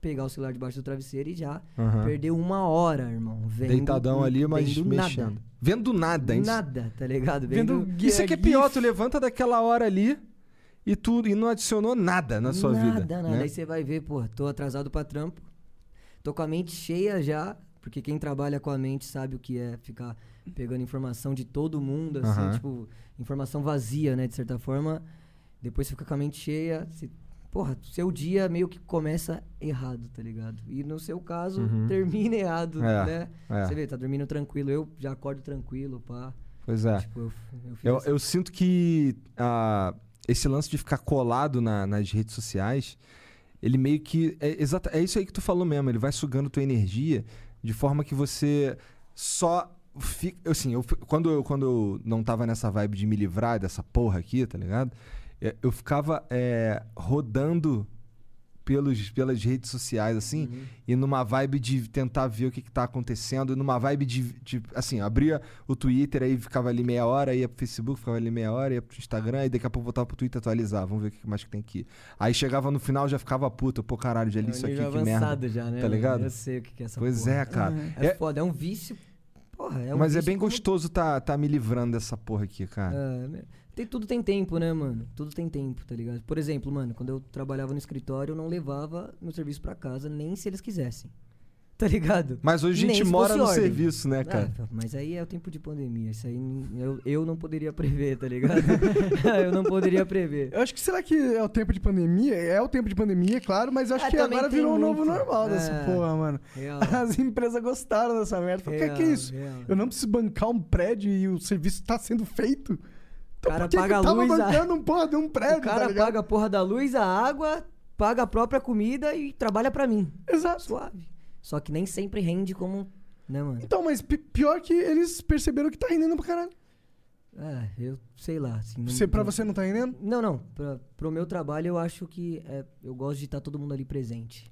Speaker 3: pegar o celular debaixo do travesseiro e já
Speaker 1: Aham.
Speaker 3: perder uma hora, irmão. Vendo,
Speaker 1: Deitadão ali, mas
Speaker 3: vendo
Speaker 1: mexendo.
Speaker 3: Nada.
Speaker 1: Vendo nada, hein?
Speaker 3: Nada, tá ligado?
Speaker 2: Vendo
Speaker 3: Vendo
Speaker 1: Isso é que é pior,
Speaker 2: gif.
Speaker 1: tu levanta daquela hora ali e tu e não adicionou nada na sua vida.
Speaker 3: nada, Nada, é
Speaker 1: né?
Speaker 3: Aí você vai ver, pô, tô atrasado pra trampo. Tô com a mente cheia já, porque quem trabalha com a mente sabe o que é ficar pegando informação de todo mundo, assim,
Speaker 1: Aham.
Speaker 3: tipo, informação vazia, né, de certa forma. Depois você fica com a mente cheia, você, porra, seu dia meio que começa errado, tá ligado? E no seu caso, termina errado,
Speaker 1: Uhum. É,
Speaker 3: né?
Speaker 1: é.
Speaker 3: Você vê, tá dormindo tranquilo, eu já acordo tranquilo, pá.
Speaker 1: Pois é.
Speaker 3: Tipo, eu, eu fico
Speaker 1: Eu,
Speaker 3: assim.
Speaker 1: eu sinto que ah, esse lance de ficar colado na- nas redes sociais, ele meio que. É, exata- é isso aí que tu falou mesmo, ele vai sugando tua energia de forma que você só fica. Assim, eu, fi- quando, eu, quando eu não tava nessa vibe de me livrar dessa porra aqui, tá ligado? É, Eu ficava é, rodando pelos, pelas redes sociais, assim,
Speaker 3: Uhum.
Speaker 1: e numa vibe de tentar ver o que, que tá acontecendo, e numa vibe de, de, assim, eu abria o Twitter, aí ficava ali meia hora, ia pro Facebook, ficava ali meia hora, ia pro Instagram, e daqui a pouco voltava pro Twitter atualizar, vamos ver o que que mais que tem aqui. Aí chegava no final, já ficava puto, pô, caralho, já li
Speaker 3: É um
Speaker 1: isso aqui,
Speaker 3: nível
Speaker 1: que
Speaker 3: avançado
Speaker 1: merda.
Speaker 3: já, né?
Speaker 1: tá
Speaker 3: mano?
Speaker 1: ligado?
Speaker 3: Eu sei o que que é essa
Speaker 1: Pois
Speaker 3: porra.
Speaker 1: é, cara.
Speaker 3: É,
Speaker 1: É-
Speaker 3: foda, é um vício. Porra, é um
Speaker 1: mas é
Speaker 3: vício
Speaker 1: bem
Speaker 3: como-
Speaker 1: gostoso tá, tá me livrando dessa porra aqui, cara.
Speaker 3: É, né? tem, tudo tem tempo, né, mano? Tudo tem tempo, tá ligado? Por exemplo, mano, quando eu trabalhava no escritório, eu não levava meu serviço pra casa, nem se eles quisessem. Tá ligado?
Speaker 1: Mas hoje a
Speaker 3: Nem
Speaker 1: gente
Speaker 3: se
Speaker 1: mora
Speaker 3: fosse
Speaker 1: no
Speaker 3: ordem.
Speaker 1: serviço, né, cara?
Speaker 3: Ah, mas aí é o tempo de pandemia. Isso aí n- eu, eu não poderia prever, tá ligado? eu não poderia prever.
Speaker 2: Eu acho que será que é o tempo de pandemia? É o tempo de pandemia, claro, mas eu acho
Speaker 3: Ah,
Speaker 2: que
Speaker 3: também
Speaker 2: agora
Speaker 3: tem
Speaker 2: virou um novo
Speaker 3: muito.
Speaker 2: normal dessa
Speaker 3: É.
Speaker 2: porra, mano.
Speaker 3: Real.
Speaker 2: As empresas gostaram dessa merda. Falaram,
Speaker 3: Real,
Speaker 2: que que é isso?
Speaker 3: real.
Speaker 2: Eu não preciso bancar um prédio e o serviço tá sendo feito. Então
Speaker 3: Cara,
Speaker 2: por que,
Speaker 3: paga
Speaker 2: que
Speaker 3: a
Speaker 2: eu tava
Speaker 3: luz, a-
Speaker 2: bancando um porra de um
Speaker 1: É,
Speaker 2: prédio,
Speaker 3: O cara
Speaker 2: tá ligado?
Speaker 3: paga a porra da luz, a água, paga a própria comida e trabalha pra mim.
Speaker 2: Exato.
Speaker 3: tá Suave. Só que nem sempre rende como. Né, mano?
Speaker 2: Então, mas pi- pior que eles perceberam que tá rendendo pra caralho.
Speaker 3: É, eu sei lá. Assim, não-
Speaker 2: Você, pra
Speaker 3: não-
Speaker 2: você não tá rendendo?
Speaker 3: Não, não. Pra, pro meu trabalho, eu acho que é, eu gosto de estar todo mundo ali presente.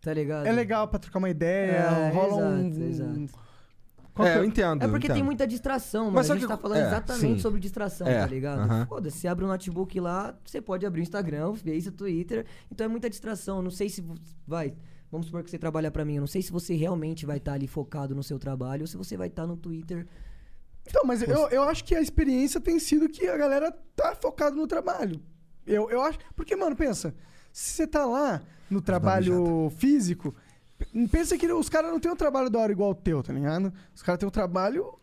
Speaker 3: Tá ligado?
Speaker 2: É legal pra trocar uma ideia,
Speaker 3: É,
Speaker 2: rola
Speaker 3: exato,
Speaker 2: um,
Speaker 3: exato.
Speaker 2: Qual
Speaker 1: é,
Speaker 2: que
Speaker 1: eu
Speaker 2: é?
Speaker 1: entendo.
Speaker 3: É porque
Speaker 1: entendo.
Speaker 3: tem muita distração, mano.
Speaker 1: Mas
Speaker 3: Mas a
Speaker 1: sabe
Speaker 3: gente
Speaker 1: que-
Speaker 3: tá falando
Speaker 1: é,
Speaker 3: exatamente
Speaker 1: sim.
Speaker 3: sobre distração,
Speaker 1: É,
Speaker 3: tá ligado?
Speaker 1: aham.
Speaker 3: Foda-se, você abre um notebook lá, você pode abrir o Instagram, o Face, o Twitter. Então é muita distração. Não sei se vo- vai. Vamos supor que você trabalha pra mim. Eu não sei se você realmente vai estar ali focado no seu trabalho ou se você vai estar no Twitter.
Speaker 2: Então, mas eu, eu acho que a experiência tem sido que a galera tá focada no trabalho. Eu, eu acho. Porque, mano, pensa. Se você tá lá no trabalho físico, p- pensa que os caras não têm um trabalho da hora igual o teu, tá ligado? Os caras têm um trabalho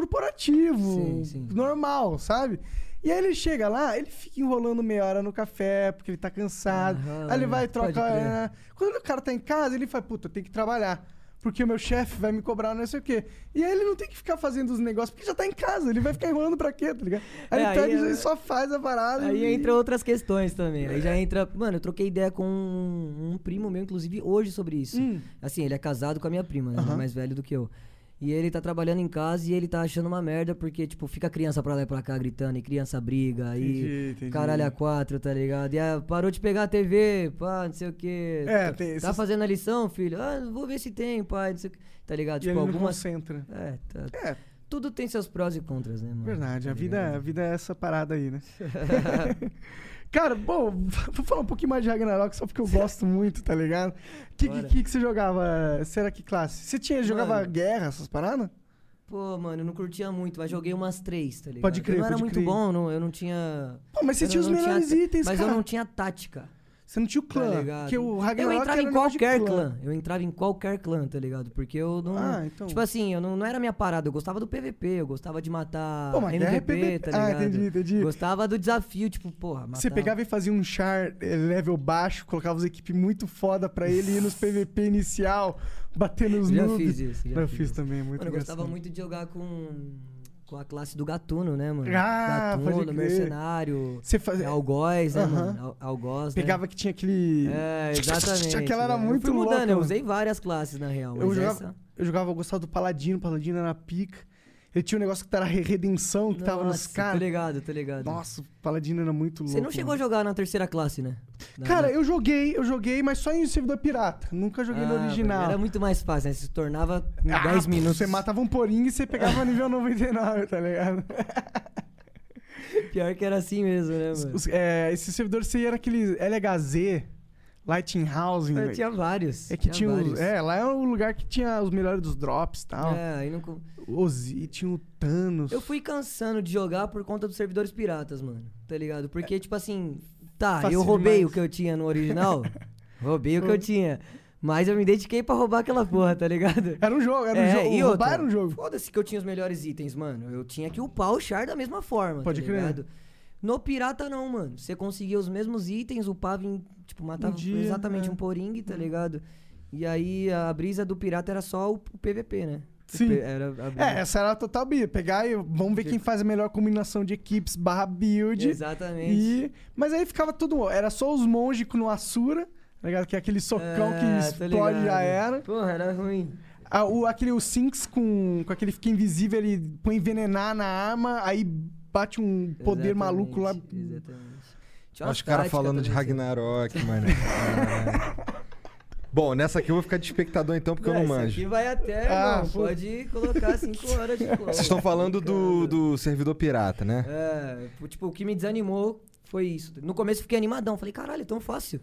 Speaker 2: corporativo,
Speaker 3: Sim, sim.
Speaker 2: normal, sabe? E aí ele chega lá, ele fica enrolando meia hora no café, porque ele tá cansado.
Speaker 3: Aham,
Speaker 2: aí ele vai e troca.
Speaker 3: pode crer.
Speaker 2: né? Quando o cara tá em casa, ele fala, puta, eu tenho que trabalhar. Porque o meu chefe vai me cobrar não sei o quê. E aí ele não tem que ficar fazendo os negócios, porque já tá em casa. Ele vai ficar enrolando pra quê, tá ligado? Aí
Speaker 3: É,
Speaker 2: ele
Speaker 3: aí
Speaker 2: pega
Speaker 3: é-
Speaker 2: e só faz a parada.
Speaker 3: Aí
Speaker 2: e...
Speaker 3: entra outras questões também. Aí já
Speaker 2: É.
Speaker 3: entra. Mano, eu troquei ideia com um, um primo meu, inclusive, hoje sobre isso.
Speaker 2: Hum.
Speaker 3: Assim, ele é casado com a minha prima, né? Ele é Mais velho do que eu. E ele tá trabalhando em casa e ele tá achando uma merda porque, tipo, fica criança pra lá e pra cá gritando, e criança briga,
Speaker 2: Entendi,
Speaker 3: e
Speaker 2: entendi.
Speaker 3: caralho a quatro, tá ligado? E ah, parou de pegar a TV, pá, não sei o quê.
Speaker 2: É,
Speaker 3: tá,
Speaker 2: tem
Speaker 3: Tá
Speaker 2: esses-
Speaker 3: fazendo a lição, filho? Ah, vou ver se tem, pai, não sei o quê. Tá ligado?
Speaker 2: E
Speaker 3: tipo,
Speaker 2: ele não
Speaker 3: algumas.
Speaker 2: concentra.
Speaker 3: É, tá.
Speaker 2: É,
Speaker 3: Tudo tem seus prós e contras, né, mano?
Speaker 2: verdade. A vida, a vida é essa parada aí, né? Cara, bom, vou falar um pouquinho mais de Ragnarok só porque eu gosto muito, tá ligado? O que, que,
Speaker 3: Bora.
Speaker 2: que, que você jogava? Será que classe? Você tinha, jogava
Speaker 3: Mano.
Speaker 2: guerra, essas paradas?
Speaker 3: Pô, mano, eu não curtia muito, mas joguei umas três, tá ligado?
Speaker 2: Pode crer,
Speaker 3: Eu não era
Speaker 2: pode
Speaker 3: muito
Speaker 2: crer.
Speaker 3: bom, não, eu não tinha.
Speaker 2: Pô, mas você
Speaker 3: eu
Speaker 2: tinha os
Speaker 3: não
Speaker 2: melhores
Speaker 3: ta-
Speaker 2: itens,
Speaker 3: Mas
Speaker 2: cara.
Speaker 3: eu não tinha tática.
Speaker 2: Você não tinha o clã.
Speaker 3: tá ligado?
Speaker 2: porque o Ragnarok
Speaker 3: eu entrava
Speaker 2: era
Speaker 3: em
Speaker 2: um negócio de
Speaker 3: qualquer clã. Eu entrava em qualquer clã, tá ligado? Porque eu não.
Speaker 2: Ah, então.
Speaker 3: Tipo assim, eu não, não era minha parada. Eu gostava do PVP, eu gostava de matar
Speaker 2: Pô, mas guerra é
Speaker 3: MVP,
Speaker 2: PVP.
Speaker 3: tá
Speaker 2: Ah,
Speaker 3: ligado?
Speaker 2: entendi, entendi.
Speaker 3: Gostava do desafio, tipo, porra, matar.
Speaker 2: Você pegava e fazia um char eh, level baixo, colocava as equipes muito foda pra ele ir nos PVP inicial, bater nos
Speaker 3: Já
Speaker 2: noob.
Speaker 3: fiz isso, já
Speaker 2: Não, eu
Speaker 3: fiz
Speaker 2: fiz
Speaker 3: isso.
Speaker 2: também, é muito
Speaker 3: Mano, eu
Speaker 2: engraçado.
Speaker 3: gostava muito de jogar com. Com a classe do gatuno, né, mano?
Speaker 2: Ah, pode
Speaker 3: gatuno,
Speaker 2: crer.
Speaker 3: mercenário.
Speaker 2: Você fazia-
Speaker 3: Algoz, né,
Speaker 2: Aham.
Speaker 3: mano? Al- Algoz. né?
Speaker 2: Pegava que tinha aquele.
Speaker 3: É, exatamente.
Speaker 2: Aquela era
Speaker 3: né? eu
Speaker 2: muito
Speaker 3: fui mudando,
Speaker 2: louca.
Speaker 3: eu
Speaker 2: mano.
Speaker 3: usei várias classes na real, mas
Speaker 2: Eu jogava,
Speaker 3: essa
Speaker 2: eu jogava, eu gostava do Paladino, o Paladino era pica. Ele tinha um negócio que era re- redenção, que tava nos
Speaker 3: Nossa, Tô
Speaker 2: caras.
Speaker 3: ligado, tô ligado.
Speaker 2: Nossa, o Paladino era muito louco.
Speaker 3: Você não chegou a
Speaker 2: mano.
Speaker 3: jogar na terceira classe, né? Na-
Speaker 2: Cara,
Speaker 3: na-
Speaker 2: eu joguei, eu joguei, mas só em servidor pirata. Nunca joguei no
Speaker 3: Ah,
Speaker 2: original.
Speaker 3: Era muito mais fácil, né? Se tornava em
Speaker 2: Ah,
Speaker 3: 10 minutos.
Speaker 2: Você matava um porinho e você pegava nível 99, tá ligado?
Speaker 3: Pior que era assim mesmo, né,
Speaker 2: Os-
Speaker 3: mano?
Speaker 2: os- é, esse servidor C era aquele LHZ, Lightinghouse.
Speaker 3: Eu
Speaker 2: velho.
Speaker 3: tinha vários.
Speaker 2: É que tinha os-
Speaker 3: vários.
Speaker 2: É, lá é o lugar que tinha os melhores dos drops e tal.
Speaker 3: É, aí não... co-
Speaker 2: Ozi, tinha o Thanos.
Speaker 3: Eu fui cansando de jogar por conta dos servidores piratas, mano. Tá ligado? Porque, tipo assim, tá,
Speaker 2: Fácil
Speaker 3: eu roubei
Speaker 2: demais.
Speaker 3: o que eu tinha no original. roubei o que eu tinha. Mas eu me dediquei pra roubar aquela porra, tá ligado?
Speaker 2: Era um jogo, era um jogo.
Speaker 3: É, e
Speaker 2: roubar
Speaker 3: outra,
Speaker 2: era um jogo.
Speaker 3: Foda-se que eu tinha os melhores itens, mano. Eu tinha que upar o char da mesma forma.
Speaker 2: Pode
Speaker 3: tá
Speaker 2: crer.
Speaker 3: Ligado? No pirata, não, mano. Você conseguia os mesmos itens, upava em. Tipo, matava
Speaker 2: dia,
Speaker 3: exatamente
Speaker 2: é.
Speaker 3: um poringue, tá ligado? E aí a brisa do pirata era só o, o PVP, né? O
Speaker 2: Sim.
Speaker 3: P- era a brisa.
Speaker 2: É, essa era a total bi. Pegar e vamos ver quem faz a melhor combinação de equipes barra build.
Speaker 3: Exatamente.
Speaker 2: E... Mas aí ficava tudo. Era só os monges no Asura, tá ligado? Que é aquele socão
Speaker 3: Ah,
Speaker 2: que
Speaker 3: tô
Speaker 2: explode já
Speaker 3: ligado.
Speaker 2: era.
Speaker 3: Porra, era ruim.
Speaker 2: Ah, o, aquele o Sinks com, com aquele fica invisível, ele põe envenenar na arma, aí bate um poder
Speaker 3: Exatamente,
Speaker 2: maluco lá.
Speaker 3: Exatamente. Tinha
Speaker 1: Olha
Speaker 3: umas
Speaker 1: os caras
Speaker 3: táticas
Speaker 1: falando de
Speaker 3: também, assim.
Speaker 1: Ragnarok, mano. É. Bom, nessa aqui eu vou ficar de espectador então, porque eu
Speaker 3: É,
Speaker 1: não
Speaker 3: isso
Speaker 1: manjo.
Speaker 3: Aqui vai até,
Speaker 2: Ah,
Speaker 3: irmão.
Speaker 2: pô.
Speaker 3: Pode colocar 5 horas de cola.
Speaker 1: Vocês estão falando do, do servidor pirata, né?
Speaker 3: É, pô, tipo, o que me desanimou foi isso. No começo eu fiquei animadão, falei, caralho, é tão fácil.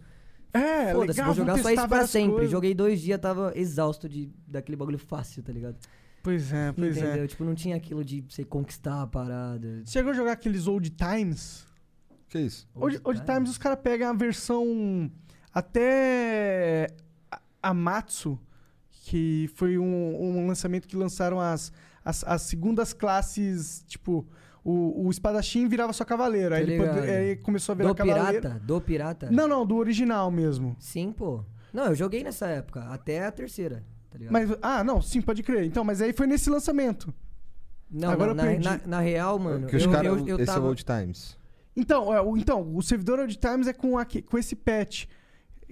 Speaker 2: É,
Speaker 3: Foda-se,
Speaker 2: legal,
Speaker 3: vou jogar só isso pra
Speaker 2: várias
Speaker 3: sempre.
Speaker 2: coisas.
Speaker 3: Joguei dois dias, tava exausto de, daquele bagulho fácil, tá ligado?
Speaker 2: Pois é, pois
Speaker 3: Entendeu?
Speaker 2: é.
Speaker 3: Tipo, não tinha aquilo de você conquistar a parada.
Speaker 2: Você Chegou a jogar aqueles Old Times?
Speaker 1: Que isso?
Speaker 2: Old,
Speaker 3: Old
Speaker 2: old
Speaker 3: Times?
Speaker 2: Times os caras pegam a versão até a- Amatsu, que foi um, um lançamento que lançaram as, as, as segundas classes, tipo, o, o espadachim virava só cavaleiro. Aí
Speaker 3: Tô
Speaker 2: ele pode-
Speaker 3: ligado.
Speaker 2: aí começou a virar
Speaker 3: Do
Speaker 2: cavaleiro.
Speaker 3: pirata? Do pirata?
Speaker 2: Não, não, do original mesmo.
Speaker 3: Sim, pô. Não, eu joguei nessa época, até a terceira, tá ligado?
Speaker 2: Mas, ah, não, sim, pode crer. Então, mas aí foi nesse lançamento.
Speaker 3: não,
Speaker 2: agora eu
Speaker 3: não, na,
Speaker 2: perdi.
Speaker 3: na, na real, mano,
Speaker 1: Que os
Speaker 3: eu,
Speaker 1: caras.
Speaker 3: eu, eu
Speaker 1: Esse é
Speaker 3: tava...
Speaker 1: o Old Times.
Speaker 2: Então, é, o, então o servidor Old Times é com, aque- com esse patch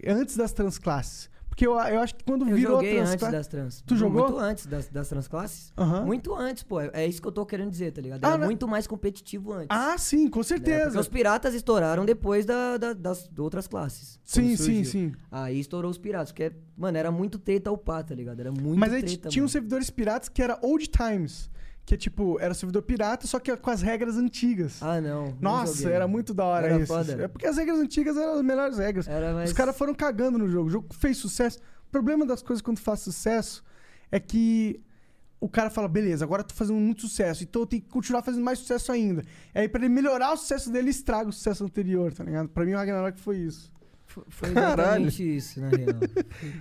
Speaker 2: antes das transclasses. Porque eu, eu acho que quando
Speaker 3: Eu
Speaker 2: virou
Speaker 3: joguei antes
Speaker 2: transcla-
Speaker 3: das trans.
Speaker 2: Tu jogou?
Speaker 3: Muito antes das, das transclasses.
Speaker 2: Aham.
Speaker 3: Muito antes, pô. É isso que eu tô querendo dizer, tá ligado?
Speaker 2: Ah,
Speaker 3: Era
Speaker 2: né?
Speaker 3: muito mais competitivo antes.
Speaker 2: Ah, sim, com
Speaker 3: É, porque
Speaker 2: certeza.
Speaker 3: os piratas estouraram depois da- da- das outras classes.
Speaker 2: Sim,
Speaker 3: Quando
Speaker 2: sim,
Speaker 3: surgiu.
Speaker 2: sim.
Speaker 3: Aí estourou os piratas, porque, mano, era muito treta upar, tá ligado? Era muito
Speaker 2: Mas aí
Speaker 3: treta,
Speaker 2: tinha um
Speaker 3: mano.
Speaker 2: uns servidores piratas que era old times. Que é tipo, era servidor pirata, só que com as regras antigas.
Speaker 3: Ah, não. não
Speaker 2: Nossa,
Speaker 3: joguei.
Speaker 2: era muito da hora
Speaker 3: Era
Speaker 2: isso.
Speaker 3: foda.
Speaker 2: É porque as regras antigas eram as melhores regras.
Speaker 3: Era mais-
Speaker 2: Os caras foram cagando no jogo. O jogo fez sucesso. O problema das coisas quando faz sucesso é que o cara fala, beleza, agora eu tô fazendo muito sucesso, então eu tenho que continuar fazendo mais sucesso ainda. Aí pra ele melhorar o sucesso dele, estraga o sucesso anterior, tá ligado? Pra mim o Ragnarok foi isso.
Speaker 3: F- Foi
Speaker 1: Caralho.
Speaker 3: exatamente isso, na real.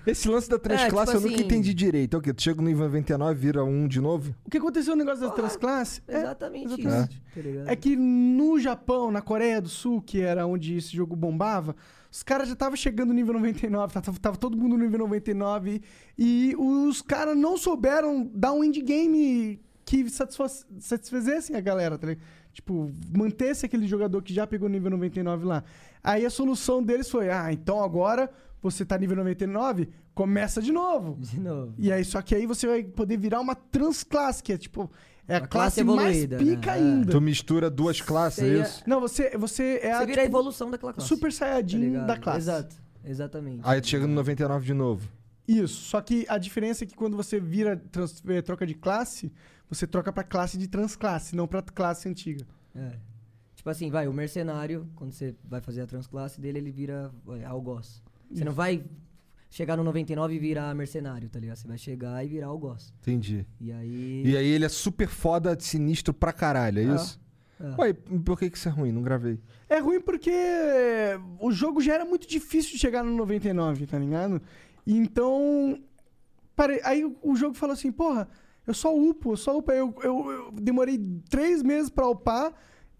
Speaker 1: Esse lance da transclasse
Speaker 3: tipo
Speaker 1: eu nunca
Speaker 3: assim-
Speaker 1: entendi direito. É o quê? Tu chega no nível 99, vira um de novo?
Speaker 2: O que aconteceu no
Speaker 3: Ah,
Speaker 2: negócio das transclasses é,
Speaker 3: exatamente,
Speaker 2: exatamente.
Speaker 3: isso. Tá ligado?
Speaker 2: É que no Japão, na Coreia do Sul, que era onde esse jogo bombava, os caras já estavam chegando no nível 99, tava, tava todo mundo no nível 99, e os caras não souberam dar um indie game que satisfa- satisfizesse a galera, tá ligado? Tipo, mantesse aquele jogador que já pegou o nível 99 lá. Aí a solução deles foi, ah, então agora você tá nível 99, começa de novo.
Speaker 3: De novo.
Speaker 2: E aí, só que aí você vai poder virar uma transclasse, que é tipo, é a
Speaker 3: Uma
Speaker 2: classe,
Speaker 3: classe evoluída,
Speaker 2: mais pica
Speaker 3: né?
Speaker 2: ainda.
Speaker 1: Tu mistura duas classes,
Speaker 3: Você
Speaker 1: é
Speaker 3: ia-
Speaker 1: isso?
Speaker 2: Não, você, você é
Speaker 3: Você
Speaker 2: a,
Speaker 3: vira a
Speaker 2: tipo,
Speaker 3: evolução daquela classe.
Speaker 2: super
Speaker 3: tá
Speaker 2: saiyajin
Speaker 3: ligado?
Speaker 2: da classe.
Speaker 3: Exato, exatamente.
Speaker 1: Aí tu chega no 99 de novo.
Speaker 2: Isso, só que a diferença é que quando você vira trans- eh, troca de classe, você troca pra classe de transclasse, não pra classe antiga.
Speaker 3: É. Tipo assim, vai, o mercenário, quando você vai fazer a transclasse dele, ele vira vai, algoz. Você não vai chegar no 99 e virar mercenário, tá ligado? Você vai chegar e virar algoz.
Speaker 1: Entendi.
Speaker 3: E aí.
Speaker 1: E aí ele é super foda, sinistro pra caralho, é isso?
Speaker 3: É.
Speaker 1: Ué, e por que que isso é ruim? Não gravei.
Speaker 2: É ruim porque o jogo já era muito difícil de chegar no 99, tá ligado? E Então. pare- Aí o- o jogo falou assim: porra, eu só upo, eu só upo. Aí Eu, eu, eu demorei três meses pra upar,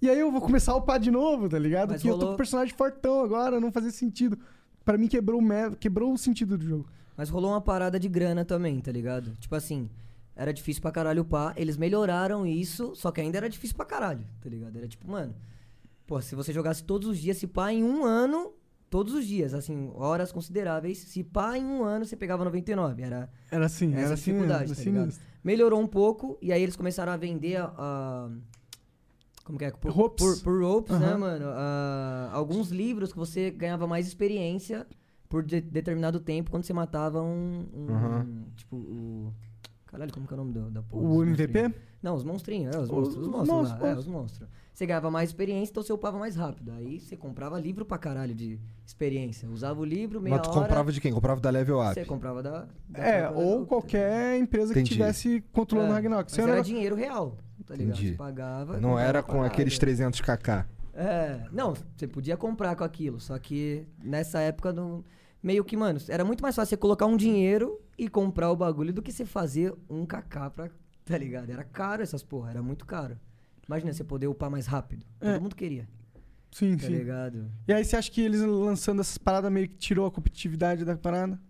Speaker 2: e aí eu vou começar a upar de novo, tá ligado?
Speaker 3: Mas
Speaker 2: Porque eu tô
Speaker 3: rolou-
Speaker 2: com personagem fortão agora, não fazia sentido. Pra mim quebrou o, me- quebrou o sentido do jogo.
Speaker 3: Mas rolou uma parada de grana também, tá ligado? Tipo assim, era difícil pra caralho upar. Eles melhoraram isso, só que ainda era difícil pra caralho, tá ligado? Era tipo, mano. Pô, se você jogasse todos os dias, se pá em um ano, todos os dias, assim, horas consideráveis, se pá em um ano, você pegava 99. Era
Speaker 2: Era assim,
Speaker 3: essa
Speaker 2: era assim.
Speaker 3: dificuldade,
Speaker 2: era
Speaker 3: tá
Speaker 2: assim
Speaker 3: ligado?
Speaker 2: mesmo.
Speaker 3: Melhorou um pouco, e aí eles começaram a vender a. a- como que é? Por
Speaker 2: Ropes.
Speaker 3: Por, por ropes, né,
Speaker 2: Aham.
Speaker 3: mano? Ah, alguns livros que você ganhava mais experiência por de- determinado tempo quando você matava um. um- Tipo, o. Caralho, como que é o nome do, da porra?
Speaker 2: O
Speaker 3: dos
Speaker 2: MVP?
Speaker 3: monstrinhos? Não, os monstrinhos, é, os
Speaker 2: O-
Speaker 3: monstros. Os,
Speaker 2: os
Speaker 3: monstros, lá,
Speaker 2: monstros,
Speaker 3: é, os monstros. Você ganhava mais experiência, então você upava mais rápido. Aí você comprava livro pra caralho de experiência. Usava o livro, meia
Speaker 1: Mas tu
Speaker 3: hora.
Speaker 1: comprava de quem? Comprava da Level Up.
Speaker 3: Você comprava da. da tá
Speaker 2: É,
Speaker 3: própria-
Speaker 2: ou qualquer empresa que
Speaker 1: Entendi.
Speaker 2: estivesse controlando o
Speaker 3: É,
Speaker 2: Ragnarok.
Speaker 3: mas
Speaker 2: Você
Speaker 3: era,
Speaker 2: era-
Speaker 3: dinheiro real, tá ligado?
Speaker 1: Entendi.
Speaker 3: Você pagava.
Speaker 1: Não
Speaker 3: comprava
Speaker 1: era
Speaker 3: a
Speaker 1: com
Speaker 3: parada.
Speaker 1: aqueles 300kk.
Speaker 3: É, não, você podia comprar com aquilo, só que nessa época não. Meio que, mano, era muito mais fácil você colocar um dinheiro e comprar o bagulho do que você fazer um kk pra. Tá ligado? Era caro essas porra, era muito caro. Imagina você poder upar mais rápido.
Speaker 2: É.
Speaker 3: Todo mundo queria,
Speaker 2: Sim,
Speaker 3: tá
Speaker 2: sim.
Speaker 3: ligado?
Speaker 2: E aí você acha que eles lançando essas paradas meio que tirou a competitividade da parada?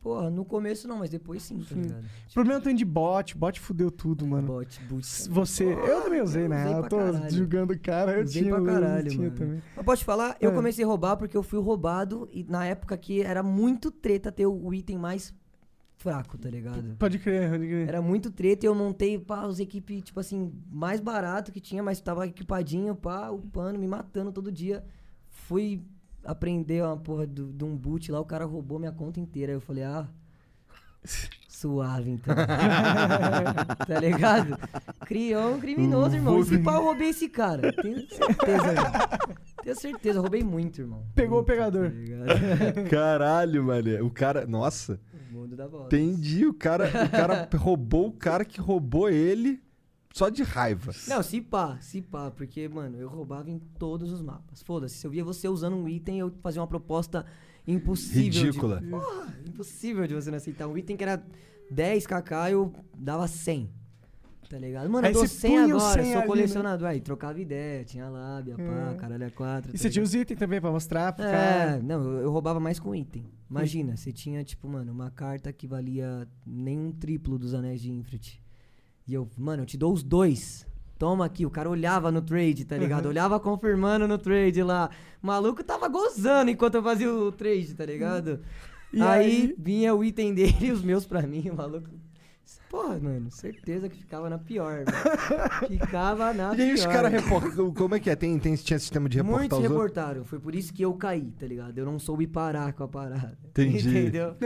Speaker 3: Porra, no começo não, mas depois sim, tá ligado?
Speaker 2: O problema tem de bot, bot fudeu tudo, mano.
Speaker 3: Bot, tá boot.
Speaker 2: Você. Eu também usei,
Speaker 3: Eu
Speaker 2: né?
Speaker 3: usei
Speaker 2: eu
Speaker 3: pra
Speaker 2: tô
Speaker 3: caralho.
Speaker 2: julgando o cara, eu
Speaker 3: Usei
Speaker 2: tinha,
Speaker 3: pra
Speaker 2: eu
Speaker 3: caralho,
Speaker 2: tinha
Speaker 3: mano.
Speaker 2: também.
Speaker 3: Mas posso te falar? Eu
Speaker 2: É.
Speaker 3: comecei a roubar porque eu fui roubado e na época que era muito treta ter o item mais fraco, tá ligado?
Speaker 2: Pode crer, pode crer.
Speaker 3: Era muito treta e eu montei, pá, as equipes, tipo assim, mais barato que tinha, mas tava equipadinho, pá, upando, me matando todo dia. Fui aprender uma porra do- de um boot lá, o cara roubou minha conta inteira. Aí eu falei, ah. Suave, então. tá ligado? Criou um criminoso, irmão. E se pá, eu roubei esse cara. Tenho certeza, irmão. Tenho certeza, eu roubei muito, irmão.
Speaker 2: Pegou o
Speaker 3: Muito,
Speaker 2: pegador.
Speaker 3: Tá ligado?
Speaker 1: Caralho, mané. O cara. Nossa.
Speaker 3: O mundo da bola.
Speaker 1: Entendi. O cara, o cara roubou o cara que roubou ele só de raiva.
Speaker 3: Não, é se pá, se pá, porque, mano, eu roubava em todos os mapas. Foda-se, se eu via você usando um item, eu fazia uma proposta impossível.
Speaker 1: Ridícula.
Speaker 3: De, Porra, impossível de você não aceitar. Um item que era 10kk, eu dava 100. Tá ligado? Mano,
Speaker 2: Aí
Speaker 3: eu dou
Speaker 2: você
Speaker 3: 100
Speaker 2: punha o 100
Speaker 3: agora, eu
Speaker 2: ali,
Speaker 3: sou
Speaker 2: né?
Speaker 3: colecionador. Aí trocava ideia, tinha lábia, pá, caralho, é 4.
Speaker 2: E você tinha os itens também pra mostrar pro
Speaker 3: É,
Speaker 2: cara.
Speaker 3: não, eu, eu roubava mais com item. Imagina, você tinha, tipo, mano, uma carta que valia nem um triplo dos anéis de Infrit. E eu, mano, eu te dou os dois. Toma aqui, o cara olhava no trade, tá ligado? Olhava confirmando no trade lá. O maluco tava gozando enquanto eu fazia o trade, tá ligado?
Speaker 2: E
Speaker 3: aí, vinha o item dele e os meus pra mim, o maluco. Porra, mano, certeza que ficava na pior. mano. Ficava na
Speaker 1: E
Speaker 3: pior.
Speaker 1: aí os caras reportam. Como é que é? Tem, tem, tinha sistema de reportar
Speaker 3: Muitos
Speaker 1: os outros?
Speaker 3: reportaram. Foi por isso que eu caí, tá ligado? Eu não soube parar com a parada.
Speaker 1: Entendi.
Speaker 3: Entendeu?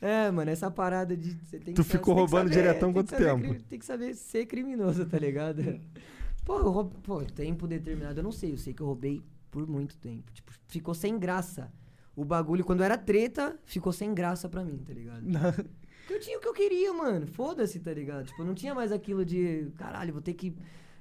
Speaker 3: É, mano, essa parada de. Você tem que
Speaker 1: Tu ficou
Speaker 3: saber- você tem que
Speaker 1: roubando
Speaker 3: saber-
Speaker 1: diretão
Speaker 3: tem que
Speaker 1: quanto
Speaker 3: saber
Speaker 1: tempo?
Speaker 3: cri- Tem que saber ser criminoso, tá ligado? Pô, eu roubo, pô, tempo determinado, eu não sei. Eu sei que eu roubei por muito tempo. Tipo, ficou sem graça. O bagulho, quando era treta, ficou sem graça pra mim, tá ligado? Porque Eu tinha o que eu queria, mano. Foda-se, tá ligado? Tipo, eu não tinha mais aquilo de. Caralho, vou ter que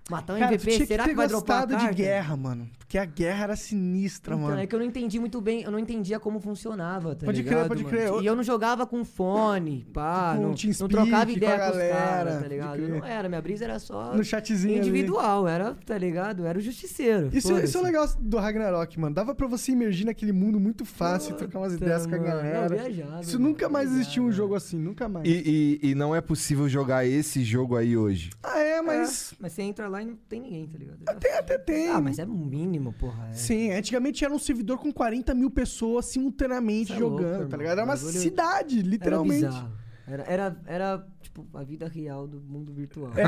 Speaker 3: matar um
Speaker 2: Cara, tu
Speaker 3: MVP.
Speaker 2: tinha
Speaker 3: Será
Speaker 2: que
Speaker 3: que,
Speaker 2: ter
Speaker 3: vai dropar a
Speaker 2: gostado
Speaker 3: carta?
Speaker 2: de guerra, mano. Porque a guerra era sinistra,
Speaker 3: Então,
Speaker 2: mano.
Speaker 3: é que eu não entendi muito bem, eu não entendia como funcionava, tá
Speaker 2: Pode crer,
Speaker 3: ligado?
Speaker 2: pode
Speaker 3: mano?
Speaker 2: crer. Eu-
Speaker 3: E eu não jogava com fone, pá,
Speaker 2: Com
Speaker 3: não,
Speaker 2: TeamSpeak,
Speaker 3: não trocava
Speaker 2: com a
Speaker 3: ideia com, os
Speaker 2: galera,
Speaker 3: caras, tá
Speaker 2: pode
Speaker 3: ligado?
Speaker 2: crer.
Speaker 3: Não era, minha brisa era só
Speaker 2: No chatzinho ali.
Speaker 3: individual, era, tá ligado? Era o justiceiro.
Speaker 2: Isso,
Speaker 3: foda-se.
Speaker 2: isso é o legal do Ragnarok, mano. Dava pra você imergir naquele mundo muito fácil, trocar umas
Speaker 3: Puta,
Speaker 2: ideias com a
Speaker 3: mano.
Speaker 2: galera.
Speaker 3: Não, viajado,
Speaker 2: isso
Speaker 3: mano,
Speaker 2: nunca mais existiu um
Speaker 3: viajado.
Speaker 2: jogo assim, nunca mais.
Speaker 1: E, e- e não é possível jogar esse jogo aí hoje.
Speaker 2: Ah, é, mas.
Speaker 3: Mas você entra lá e não tem ninguém, tá ligado?
Speaker 2: Até, até tem.
Speaker 3: Ah, mas é mínimo, porra. É.
Speaker 2: Sim, antigamente era um servidor com 40 mil pessoas simultaneamente
Speaker 3: Cê é louco,
Speaker 2: jogando, tá
Speaker 3: irmão.
Speaker 2: ligado? Era uma
Speaker 3: Bagulho-
Speaker 2: cidade,
Speaker 3: era
Speaker 2: literalmente.
Speaker 3: bizarro. Era, era, era, tipo, a vida real do mundo virtual.
Speaker 2: É,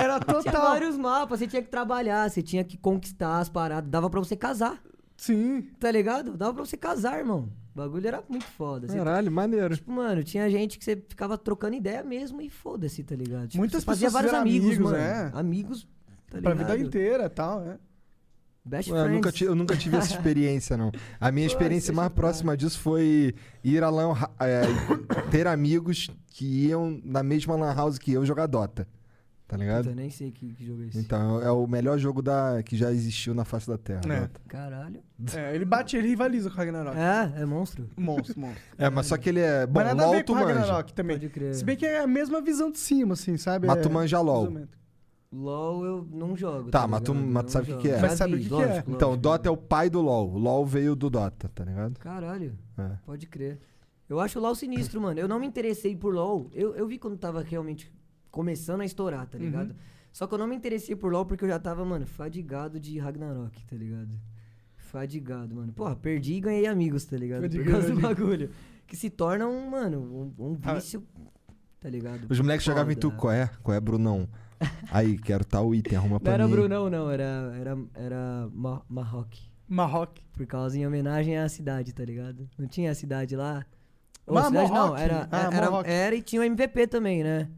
Speaker 2: era
Speaker 3: Tinha
Speaker 2: total.
Speaker 3: vários mapas, você tinha que trabalhar, você tinha que conquistar as paradas, dava pra você casar.
Speaker 2: Sim.
Speaker 3: Tá ligado? Dava pra você casar, irmão. O bagulho era muito foda. Você,
Speaker 1: Caralho, maneiro.
Speaker 3: tipo, mano, tinha gente que você ficava trocando ideia mesmo e foda-se, tá ligado? Tipo,
Speaker 2: Muitas
Speaker 3: você fazia
Speaker 2: pessoas
Speaker 3: vários
Speaker 2: fizeram
Speaker 3: amigos,
Speaker 2: amigos,
Speaker 3: mano.
Speaker 2: é.
Speaker 3: Amigos, tá
Speaker 2: Pra
Speaker 3: ligado?
Speaker 2: vida inteira e tal, né?
Speaker 3: Best
Speaker 1: Ué, eu,
Speaker 3: friends.
Speaker 1: nunca ti- eu nunca tive, essa experiência, não. A minha experiência mais próxima disso foi ir a lan, ha- é, ter amigos que iam na mesma lan house que eu jogar Dota. Tá
Speaker 3: Puta,
Speaker 1: ligado?
Speaker 3: nem sei que, que jogo é esse.
Speaker 1: Então, é o melhor jogo da, que já existiu na face da Terra.
Speaker 2: É.
Speaker 1: Dota.
Speaker 3: Caralho.
Speaker 1: tá.
Speaker 2: É, ele bate, ele rivaliza com o Ragnarok.
Speaker 3: É, é monstro.
Speaker 2: Monstro, monstro.
Speaker 1: É, mas só que ele é. Bom,
Speaker 2: Mas nada a
Speaker 1: LOL
Speaker 2: ver
Speaker 1: tu
Speaker 2: com o
Speaker 1: manja.
Speaker 2: Ragnarok também.
Speaker 3: Pode crer.
Speaker 2: Se bem que é a mesma visão de cima, assim, sabe?
Speaker 1: Mas
Speaker 2: É,
Speaker 1: tu manja LOL.
Speaker 2: mais ou menos.
Speaker 3: LOL eu não jogo.
Speaker 1: Tá, mas tu-
Speaker 3: ligado?
Speaker 1: mas tu
Speaker 3: Não
Speaker 1: sabe o que
Speaker 3: jogo.
Speaker 1: que é.
Speaker 3: Já
Speaker 2: Mas sabe
Speaker 3: vi,
Speaker 2: o que que é?
Speaker 3: lógico, lógico.
Speaker 1: Então, Dota é o pai do LOL. O LOL veio do Dota, tá ligado?
Speaker 3: Caralho.
Speaker 1: É.
Speaker 3: Pode crer. Eu acho o LoL sinistro, mano. Eu não me interessei por LoL. Eu, eu vi quando tava realmente começando a estourar, tá ligado? Só que eu não me interessei por LoL porque eu já tava, mano, fadigado de Ragnarok, tá ligado? Fadigado, mano. Porra, perdi e ganhei amigos, tá ligado?
Speaker 2: Fadigado.
Speaker 3: Por causa do bagulho. Que se torna um, mano, um, um vício, tá ligado?
Speaker 1: Os moleques
Speaker 3: Foda.
Speaker 1: jogavam em tu, qual é? Qual é, Brunão? Aí, quero tal item, arruma pra
Speaker 3: Não era
Speaker 1: mim.
Speaker 3: Brunão, não. Era, era, era Ma Marroque.
Speaker 2: Marroque.
Speaker 3: Por causa em homenagem à cidade, tá ligado? Não tinha a cidade lá. Ou
Speaker 2: Ah,
Speaker 3: a cidade não,
Speaker 2: Mohawk.
Speaker 3: era,
Speaker 2: Ah,
Speaker 3: era,
Speaker 2: Mohawk.
Speaker 3: era e tinha o MVP também, né?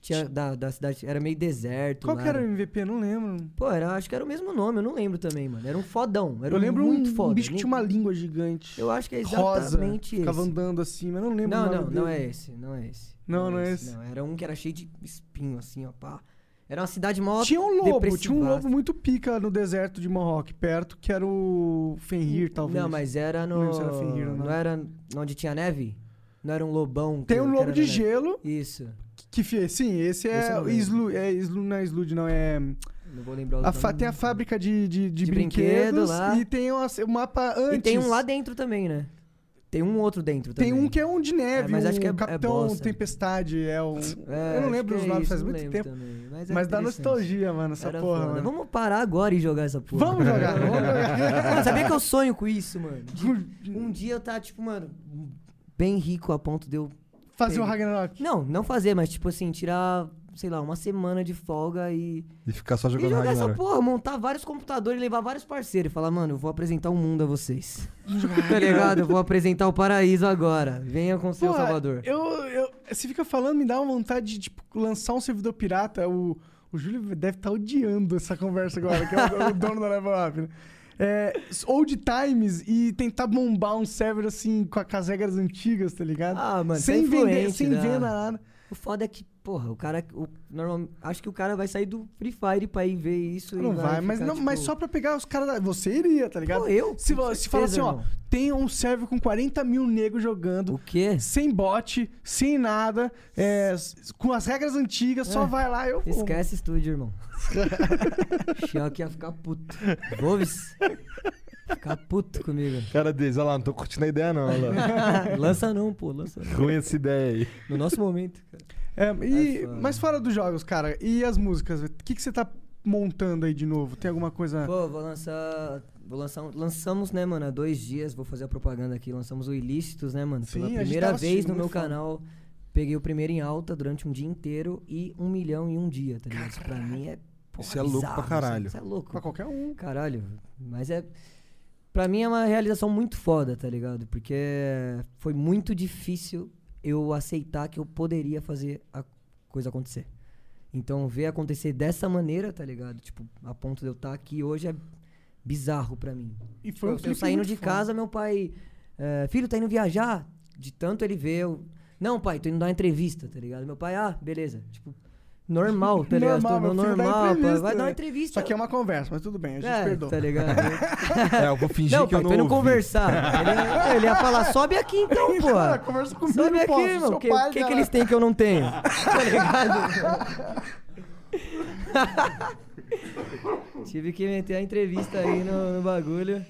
Speaker 3: Tinha da, da cidade, era meio deserto.
Speaker 2: Qual
Speaker 3: lá. né?
Speaker 2: que era o MVP? Eu Não lembro.
Speaker 3: Pô, era, acho que era o mesmo nome, eu não lembro também, mano. Era um fodão. Era
Speaker 2: eu lembro
Speaker 3: muito
Speaker 2: um,
Speaker 3: foda.
Speaker 2: um bicho que tinha uma
Speaker 3: nem-
Speaker 2: língua gigante.
Speaker 3: Eu acho que é
Speaker 2: rosa.
Speaker 3: exatamente
Speaker 2: Ficava
Speaker 3: esse.
Speaker 2: andando assim, mas eu não lembro o
Speaker 3: Não,
Speaker 2: nome
Speaker 3: não, não é
Speaker 2: dele.
Speaker 3: esse, não é esse.
Speaker 2: Não, não é esse.
Speaker 3: Não, era um que era cheio de espinho, assim, ó, pá. Era uma cidade mó
Speaker 2: Tinha um lobo, tinha um
Speaker 3: depressivaça.
Speaker 2: lobo muito pica no deserto de Mohawk, perto, que era o Fenrir, talvez.
Speaker 3: Não, mas era
Speaker 2: Não
Speaker 3: no...
Speaker 2: lembro se era Fenrir ou não.
Speaker 3: não era onde tinha neve? Não era um lobão? que-
Speaker 2: Tem um
Speaker 3: que
Speaker 2: lobo
Speaker 3: era
Speaker 2: de
Speaker 3: na neve?
Speaker 2: gelo,
Speaker 3: Isso.
Speaker 2: que, fi- sim, esse
Speaker 3: Esse eu
Speaker 2: é
Speaker 3: não
Speaker 2: o
Speaker 3: lembro.
Speaker 2: Slu, é Slu, não é Slud, não, é...
Speaker 3: Não vou lembrar o
Speaker 2: a fa-
Speaker 3: nome.
Speaker 2: tem a fábrica de, de, de
Speaker 3: De brinquedo
Speaker 2: brinquedos
Speaker 3: lá.
Speaker 2: e tem uma- o mapa antes.
Speaker 3: E tem um lá dentro também, né? Tem um outro dentro
Speaker 2: Tem
Speaker 3: também.
Speaker 2: um que é um de neve,
Speaker 3: É, mas
Speaker 2: um
Speaker 3: acho que é- é
Speaker 2: Capitão
Speaker 3: bosta.
Speaker 2: Tempestade, é um...
Speaker 3: É,
Speaker 2: eu não
Speaker 3: acho
Speaker 2: lembro
Speaker 3: que
Speaker 2: os
Speaker 3: é
Speaker 2: nomes,
Speaker 3: isso,
Speaker 2: faz
Speaker 3: não
Speaker 2: muito
Speaker 3: lembro
Speaker 2: tempo.
Speaker 3: também,
Speaker 2: Mas,
Speaker 3: é
Speaker 2: dá
Speaker 3: interessante.
Speaker 2: nostalgia, mano, essa
Speaker 3: Era
Speaker 2: porra,
Speaker 3: foda.
Speaker 2: mano.
Speaker 3: Vamos parar agora e jogar essa porra.
Speaker 2: Vamos jogar, vamos
Speaker 3: Mano,
Speaker 2: jogar.
Speaker 3: Sabia que eu sonho com isso, mano? De- um dia eu tava, tipo, mano, bem rico a ponto de eu.
Speaker 2: Fazer o
Speaker 3: Pega.
Speaker 2: Ragnarok.
Speaker 3: Não, não fazer, mas, tipo assim, tirar, sei lá, uma semana de folga e.
Speaker 1: E ficar só
Speaker 3: E
Speaker 1: jogando
Speaker 3: jogar essa
Speaker 1: Ragnarok.
Speaker 3: porra, montar vários computadores, levar vários parceiros e falar, mano, eu vou apresentar o mundo a vocês. tá ligado? Eu vou apresentar o paraíso agora. Venha com seu
Speaker 2: Pô,
Speaker 3: Salvador.
Speaker 2: Eu, eu, você fica falando, me dá uma vontade de tipo, lançar um servidor pirata. O, o Júlio deve estar odiando essa conversa agora, que é o, o dono da Level Up, né? É, old times e tentar bombar um server assim com, a- com as regras antigas, tá ligado?
Speaker 3: Ah, mano,
Speaker 2: sem
Speaker 3: tá
Speaker 2: vender,
Speaker 3: influente,
Speaker 2: sem
Speaker 3: né?
Speaker 2: vender nada.
Speaker 3: O foda é que, porra, o cara. O, normal, acho que o cara vai sair do Free Fire pra ir ver isso. e
Speaker 2: Não vai, mas,
Speaker 3: ficar,
Speaker 2: não, mas
Speaker 3: tipo,
Speaker 2: só pra pegar os caras da. Você iria, tá ligado?
Speaker 3: Pô, eu,
Speaker 2: Se,
Speaker 3: com
Speaker 2: vo- se fala assim,
Speaker 3: certeza,
Speaker 2: ó,
Speaker 3: irmão.
Speaker 2: tem um server com 40 mil negros jogando.
Speaker 3: O quê?
Speaker 2: Sem bot, sem nada, é, s- com as regras antigas, só
Speaker 3: É.
Speaker 2: vai lá eu vou.
Speaker 3: Esquece estúdio, irmão. Choque ia ficar puto. Bovis? Ficar puto comigo.
Speaker 1: Cara deles, olha lá, não tô curtindo a ideia, não. Olha lá.
Speaker 3: lança não, pô, lança não.
Speaker 1: Ruim essa ideia aí.
Speaker 3: No nosso momento, cara.
Speaker 2: É, e,
Speaker 3: É foda.
Speaker 2: mas fora dos jogos, cara, e as músicas? O que, que você tá montando aí de novo? Tem alguma coisa.
Speaker 3: Pô, vou lançar vou lançar um- lançamos, né, mano, há dois dias, vou fazer a propaganda aqui, lançamos o Ilícitos, né, mano?
Speaker 2: Sim, a
Speaker 3: Pela
Speaker 2: gente
Speaker 3: primeira
Speaker 2: tava
Speaker 3: vez
Speaker 2: assistindo,
Speaker 3: no meu
Speaker 2: muito foda.
Speaker 3: canal, peguei o primeiro em alta durante um dia inteiro e um milhão em um dia, tá ligado? Isso pra mim é. Porra,
Speaker 1: Isso é louco pra
Speaker 3: bizarro,
Speaker 1: caralho.
Speaker 3: Isso é louco.
Speaker 2: Pra qualquer um.
Speaker 3: Caralho, mas é. Pra mim é uma realização muito foda, tá ligado? Porque foi muito difícil eu aceitar que eu poderia fazer a coisa acontecer. Então, ver acontecer dessa maneira, tá ligado? Tipo, a ponto de eu estar aqui hoje é bizarro pra mim.
Speaker 2: E foi um
Speaker 3: eu, eu
Speaker 2: clipe
Speaker 3: saindo
Speaker 2: muito
Speaker 3: de
Speaker 2: foda.
Speaker 3: casa, meu pai. eh, Filho, tá indo viajar? De tanto ele ver. Eu, não, pai, tô indo dar uma entrevista, tá ligado? Meu pai, ah, beleza. Tipo, normal, tá ligado?
Speaker 2: Normal,
Speaker 3: Tô-
Speaker 2: meu filho dá
Speaker 3: normal, pai,
Speaker 2: entrevista,
Speaker 3: vai dar uma
Speaker 2: né?
Speaker 3: entrevista.
Speaker 2: Só que é uma conversa, mas tudo bem, a gente
Speaker 3: É,
Speaker 2: perdoa.
Speaker 3: tá ligado?
Speaker 1: É, eu vou fingir
Speaker 3: não,
Speaker 1: que
Speaker 3: pai,
Speaker 1: eu não.
Speaker 3: pra ele não
Speaker 1: ouvi.
Speaker 3: conversar. Ele, ele ia falar, sobe aqui então, pô.
Speaker 2: Cara, conversa comigo,
Speaker 3: sobe
Speaker 2: pô,
Speaker 3: aqui,
Speaker 2: sou
Speaker 3: mano.
Speaker 2: seu
Speaker 3: O que,
Speaker 2: pai,
Speaker 3: que, que
Speaker 2: cara.
Speaker 3: eles têm que eu não tenho? Tá ligado? Tive que meter a entrevista aí no, no bagulho.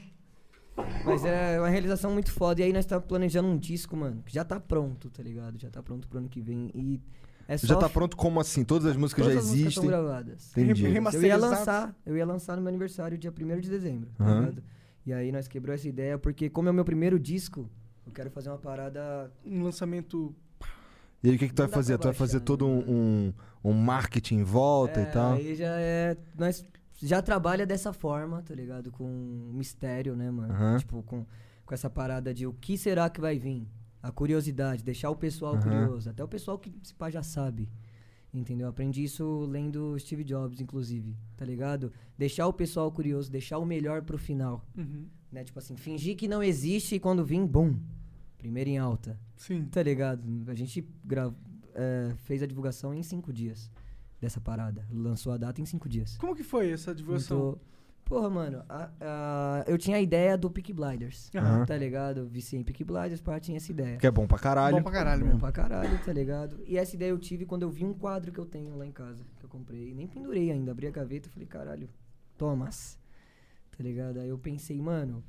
Speaker 3: Mas é uma realização muito foda. E aí nós tá planejando um disco, mano, que já tá pronto, tá ligado? Já tá pronto pro ano que vem. E é só
Speaker 1: Já tá pronto como assim? Todas as músicas
Speaker 3: todas
Speaker 1: já
Speaker 3: as músicas tão
Speaker 1: existem.
Speaker 3: gravadas.
Speaker 1: Entendi.
Speaker 3: Eu ia
Speaker 2: Remasterizados.
Speaker 3: lançar, eu ia lançar no meu aniversário, dia 1 de dezembro. tá
Speaker 1: Aham.
Speaker 3: ligado? E aí nós quebrou essa ideia, porque como é o meu primeiro disco, eu quero fazer uma parada.
Speaker 2: Um lançamento.
Speaker 1: E aí o que, que tu
Speaker 3: Não
Speaker 1: vai
Speaker 3: dá pra
Speaker 1: fazer? Tu vai
Speaker 3: baixar,
Speaker 1: fazer todo
Speaker 3: né?
Speaker 1: um, um, um marketing em volta
Speaker 3: É,
Speaker 1: e tal?
Speaker 3: Aí já é. Nós já trabalha dessa forma, tá ligado? Com mistério, né, mano?
Speaker 1: Aham.
Speaker 3: Tipo, com, com essa parada de o que será que vai vir? A curiosidade, deixar o pessoal
Speaker 1: Aham.
Speaker 3: curioso. Até o pessoal que se pá já sabe. Entendeu? Aprendi isso lendo Steve Jobs, inclusive, tá ligado? Deixar o pessoal curioso, deixar o melhor pro final. né? Tipo assim, fingir que não existe e quando vim, bum, primeiro em alta.
Speaker 2: Sim.
Speaker 3: Tá ligado? A gente gra- é, fez a divulgação em cinco dias dessa parada. Lançou a data em cinco dias.
Speaker 2: Como que foi essa divulgação?
Speaker 3: Então, porra, mano, a- a- eu tinha a ideia do Peak Blinders,
Speaker 1: Aham.
Speaker 3: tá ligado? Viciei em Peak Blinders, pá, tinha essa ideia.
Speaker 1: Que é bom pra caralho.
Speaker 2: Bom pra caralho
Speaker 3: Bom
Speaker 2: mesmo.
Speaker 3: pra caralho, tá ligado? E essa ideia eu tive quando eu vi um quadro que eu tenho lá em casa, que eu comprei. Nem pendurei ainda, abri a gaveta e falei, caralho, Thomas. Tá ligado? Aí eu pensei, mano,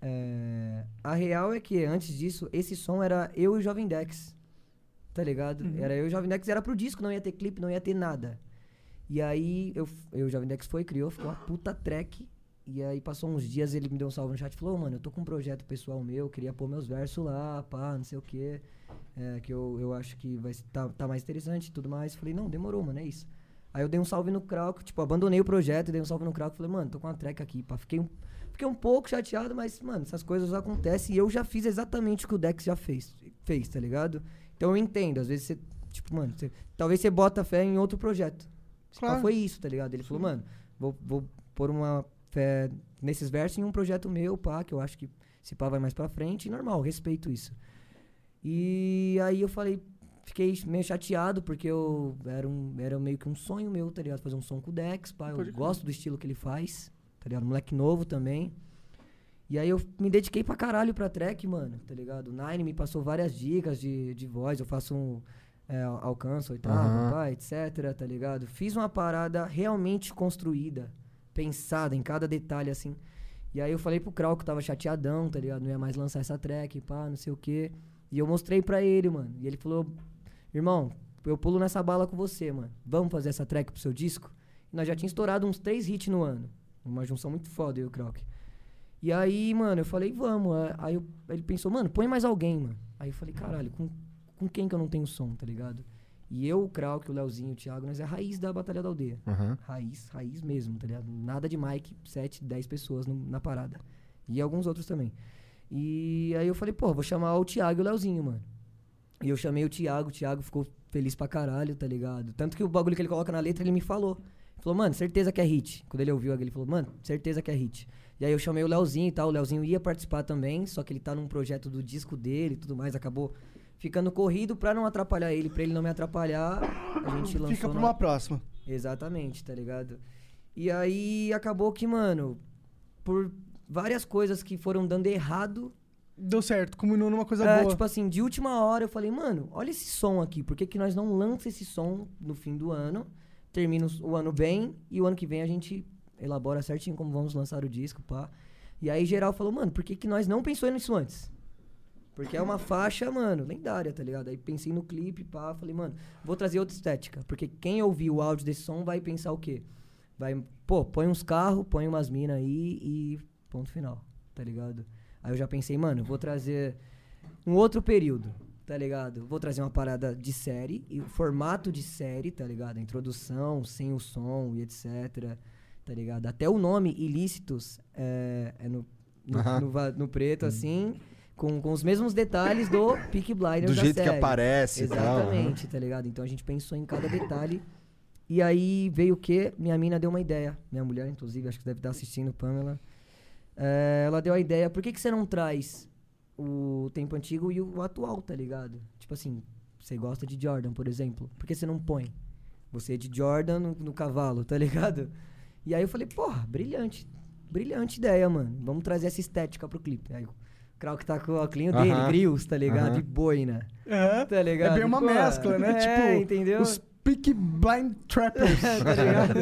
Speaker 3: é, a real é que antes disso, esse som era eu e o Jovem Dex. Tá ligado?
Speaker 2: Uhum.
Speaker 3: Era eu e o Jovem Dex, era pro disco, não ia ter clipe, não ia ter nada. E aí eu, f- eu o Jovem Dex foi, criou, ficou uma puta track. E aí passou uns dias, ele me deu um salve no chat e falou, "Ô, mano, eu tô com um projeto pessoal meu, queria pôr meus versos lá, pá, não sei o quê. é, que eu, eu acho que vai s- tá, tá mais interessante e tudo mais. Falei, não, demorou, mano, é isso. Aí eu dei um salve no Krauco, tipo, abandonei o projeto, dei um salve no Krauco, falei, mano, tô com uma track aqui, pá. Fiquei um, fiquei um pouco chateado, mas, mano, essas coisas acontecem e eu já fiz exatamente o que o Dex já fez, fez tá ligado? Então eu entendo, às vezes você, tipo, mano, você- talvez você bota fé em outro projeto. Tipo,
Speaker 2: Claro.
Speaker 3: foi isso, tá ligado? Ele falou, mano, vou, vou pôr uma fé nesses versos em um projeto meu, pá, que eu acho que se pá vai mais pra frente, e normal, respeito isso. E aí eu falei, fiquei meio chateado, porque eu era, um, era meio que um sonho meu, tá ligado? Fazer um som com o Dex, pá, eu
Speaker 2: Pode crer.
Speaker 3: gosto do estilo que ele faz, tá ligado? Moleque novo também. E aí eu me dediquei pra caralho pra track, mano, tá ligado? O Nine me passou várias dicas de, de voz, eu faço um é, alcanço, oitava,
Speaker 1: Aham.
Speaker 3: pá, etc, tá ligado? Fiz uma parada realmente construída, pensada em cada detalhe, assim. E aí eu falei pro Krau que eu tava chateadão, tá ligado? Não ia mais lançar essa track, pá, não sei o quê. E eu mostrei pra ele, mano. E ele falou, irmão, eu pulo nessa bala com você, mano. Vamos fazer essa track pro seu disco? E nós já tínhamos estourado uns três hits no ano. Uma junção muito foda, eu e o Krauk. E aí, mano, eu falei, vamos. Ah, Aí eu- ele pensou, mano, põe mais alguém, mano. Aí eu falei, caralho, com, com quem que eu não tenho som, tá ligado? E eu, o Krauk, o Leozinho, o Thiago, nós é a raiz da Batalha da Aldeia.
Speaker 1: Aham.
Speaker 3: Raiz, raiz mesmo, tá ligado? Nada de Mike, 7, 10 pessoas no- na parada. E alguns outros também. E aí eu falei, pô, vou chamar o Thiago e o Leozinho, mano. E eu chamei o Thiago, o Thiago ficou feliz pra caralho, tá ligado? Tanto que o bagulho que ele coloca na letra, ele me falou. Ele falou, mano, certeza que é hit. Quando ele ouviu aquilo, ele falou, mano, certeza que é hit. E aí eu chamei o Leozinho e tal, o Leozinho ia participar também, só que ele tá num projeto do disco dele e tudo mais, acabou ficando corrido pra não atrapalhar ele, pra ele não me atrapalhar. A gente lançou
Speaker 2: Fica pra
Speaker 3: na-
Speaker 2: uma próxima.
Speaker 3: Exatamente, tá ligado? E aí acabou que, mano, por várias coisas que foram dando errado,
Speaker 2: Deu certo, culminou numa coisa
Speaker 3: é,
Speaker 2: boa.
Speaker 3: tipo assim, de última hora eu falei, mano, olha esse som aqui, por que, que nós não lança esse som no fim do ano? Termina os- o ano bem e o ano que vem a gente elabora certinho como vamos lançar o disco, pá. E aí geral falou, mano, por que, que nós não pensou nisso antes? Porque é uma faixa, mano, lendária, tá ligado? Aí pensei no clipe, pá, falei, mano, vou trazer outra estética. Porque quem ouvir o áudio desse som vai pensar o quê? Vai, pô, põe uns carros, põe umas minas aí e Ponto final, tá ligado? Aí eu já pensei, mano, eu vou trazer um outro período, tá ligado? Vou trazer uma parada de série, e o formato de série, tá ligado? A introdução, sem o som e etc. Tá ligado? Até o nome Ilícitos é, é no, no,
Speaker 1: Aham. Uhum.
Speaker 3: no va- no preto, assim, com, com os mesmos detalhes do Peak Blinders
Speaker 1: Do
Speaker 3: da
Speaker 1: jeito que
Speaker 3: série.
Speaker 1: aparece e tal, né?
Speaker 3: Exatamente, tá ligado? Então a gente pensou em cada detalhe. E aí veio o quê? Minha mina deu uma ideia. Minha mulher, inclusive, acho que deve estar assistindo, Pamela. É, ela deu a ideia, por que, que você não traz o tempo antigo e o atual, tá ligado? Tipo assim, você gosta de Jordan, por exemplo. Por que você não põe? Você é de Jordan no, no cavalo, tá ligado? E aí eu falei, porra, brilhante. Brilhante ideia, mano. Vamos trazer essa estética pro clipe. Aí o Krauk tá com o óculinho dele,
Speaker 1: Aham.
Speaker 3: grills, tá ligado?
Speaker 1: Aham.
Speaker 3: E boina.
Speaker 2: É,
Speaker 3: Tá ligado?
Speaker 2: É bem uma
Speaker 3: Pô,
Speaker 2: mescla, né?
Speaker 3: é,
Speaker 2: tipo,
Speaker 3: entendeu?
Speaker 2: os Peak Blind Trappers.
Speaker 3: tá ligado?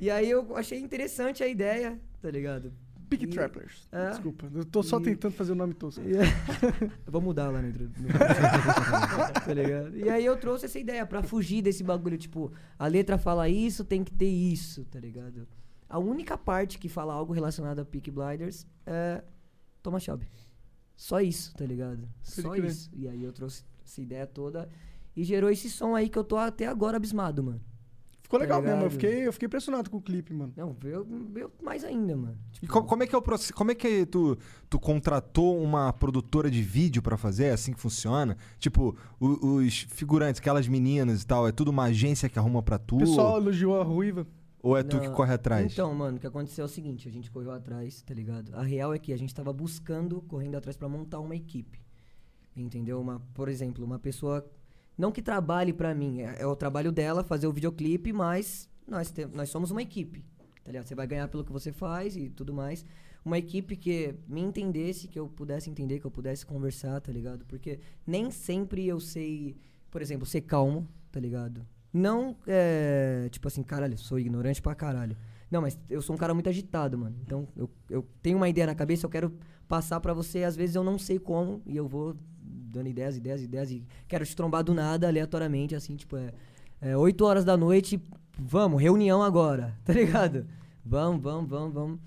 Speaker 3: E aí eu achei interessante a ideia, tá ligado?
Speaker 2: Peak
Speaker 3: E-
Speaker 2: Trappers.
Speaker 3: É.
Speaker 2: Desculpa, eu tô só
Speaker 3: E-
Speaker 2: tentando fazer o nome tosco.
Speaker 3: Eu vou mudar lá dentro. No... tá ligado? E aí eu trouxe essa ideia pra fugir desse bagulho, tipo, a letra fala isso, tem que ter isso, tá ligado? A única parte que fala algo relacionado a Peak Blinders é Thomas Schaub. Só isso, tá ligado? Só
Speaker 2: crer.
Speaker 3: isso. E aí eu trouxe essa ideia toda e gerou esse som aí que eu tô até agora abismado, mano.
Speaker 2: Ficou
Speaker 3: Tá
Speaker 2: legal mesmo, eu
Speaker 3: ligado?
Speaker 2: fiquei, eu fiquei impressionado com o clipe, mano.
Speaker 3: Não, eu, eu mais ainda, mano.
Speaker 1: E
Speaker 3: Tipo,
Speaker 1: co- como, é que é o processo? Como é que tu, tu contratou uma produtora de vídeo pra fazer? É assim que funciona? Tipo, o- os figurantes, aquelas meninas e tal, é tudo uma agência que arruma pra tu?
Speaker 2: O pessoal elogiou a ruiva.
Speaker 1: Ou é tu
Speaker 3: Não,
Speaker 1: que corre atrás?
Speaker 3: Então, mano, o que aconteceu é o seguinte, a gente correu atrás, tá ligado? A real é que a gente tava buscando, correndo atrás pra montar uma equipe. Entendeu? Uma, por exemplo, uma pessoa não que trabalhe pra mim, é, é o trabalho dela fazer o videoclipe, mas nós tem- nós somos uma equipe. Tá ligado? Você vai ganhar pelo que você faz e tudo mais. Uma equipe que me entendesse, que eu pudesse entender, que eu pudesse conversar, tá ligado? Porque nem sempre eu sei, por exemplo, ser calmo, tá ligado? Não, é, tipo assim, caralho, sou ignorante pra caralho. Não, mas eu sou um cara muito agitado, mano. Então, eu, eu tenho uma ideia na cabeça, eu quero passar pra você. Às vezes eu não sei como, e eu vou dando ideias, ideias, ideias, e quero te trombar do nada, aleatoriamente, assim, tipo, é, é 8 horas da noite, vamos, reunião agora, tá ligado? Vamos, vamos, vamos, vamos.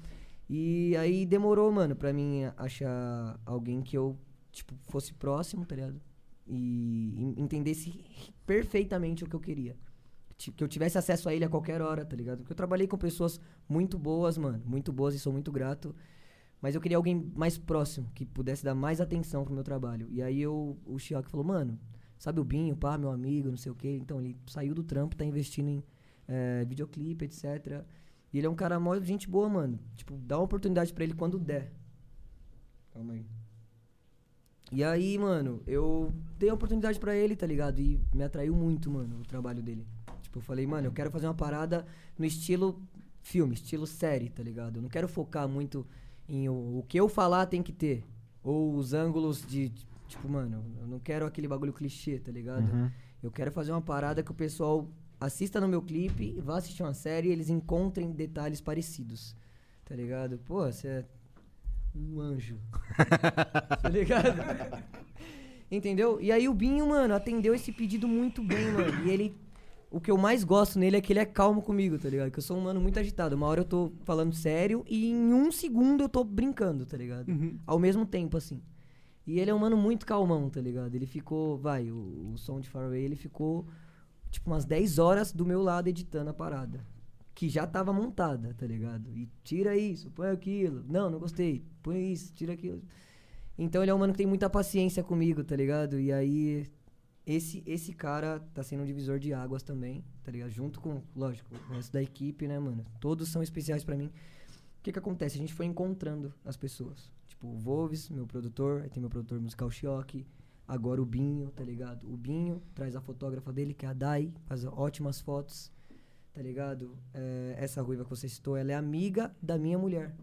Speaker 3: E aí demorou, mano, pra mim achar alguém que eu, tipo, fosse próximo, tá ligado? E en- entendesse perfeitamente o que eu queria ti- que eu tivesse acesso a ele a qualquer hora, tá ligado? Porque eu trabalhei com pessoas muito boas, mano, muito boas e sou muito grato. Mas eu queria alguém mais próximo, que pudesse dar mais atenção pro meu trabalho. E aí eu, o Chiaki falou, mano, sabe o Binho, pá, meu amigo, não sei o quê. Então ele saiu do trampo, tá investindo em eh, videoclipe, etc. E ele é um cara mó gente boa, mano. Tipo, dá uma oportunidade pra ele quando der. Calma aí. E aí, mano, eu dei a oportunidade pra ele, tá ligado? E me atraiu muito, mano, o trabalho dele. Tipo, eu falei, mano, eu quero fazer uma parada no estilo filme, estilo série, tá ligado? Eu não quero focar muito em o, o que eu falar tem que ter. Ou os ângulos de. Tipo, mano, eu não quero aquele bagulho clichê, tá ligado? Eu quero fazer uma parada que o pessoal assista no meu clipe, vá assistir uma série e eles encontrem detalhes parecidos. Tá ligado? Pô, você é um anjo. tá ligado? Entendeu? E aí o Binho, mano, atendeu esse pedido muito bem, mano. E ele. O que eu mais gosto nele é que ele é calmo comigo, tá ligado? Que eu sou um mano muito agitado. Uma hora eu tô falando sério e em um segundo eu tô brincando, tá ligado? Ao mesmo tempo, assim. E ele é um mano muito calmão, tá ligado? Ele ficou, vai, o, o som de Faraway, ele ficou tipo umas 10 horas do meu lado editando a parada. Que já tava montada, tá ligado? E tira isso, põe aquilo. Não, não gostei. Põe isso, tira aquilo. Então ele é um mano que tem muita paciência comigo, tá ligado? E aí esse esse cara tá sendo um divisor de águas também, tá ligado? Junto com, lógico, o resto da equipe, né, mano? Todos são especiais pra mim. O que que acontece? A gente foi encontrando as pessoas. Tipo, o Volves, meu produtor, aí tem meu produtor musical Choque, agora o Binho, tá ligado? O Binho traz a fotógrafa dele, que é a Dai, faz ótimas fotos, tá ligado? É, essa ruiva que você citou, ela é amiga da minha mulher.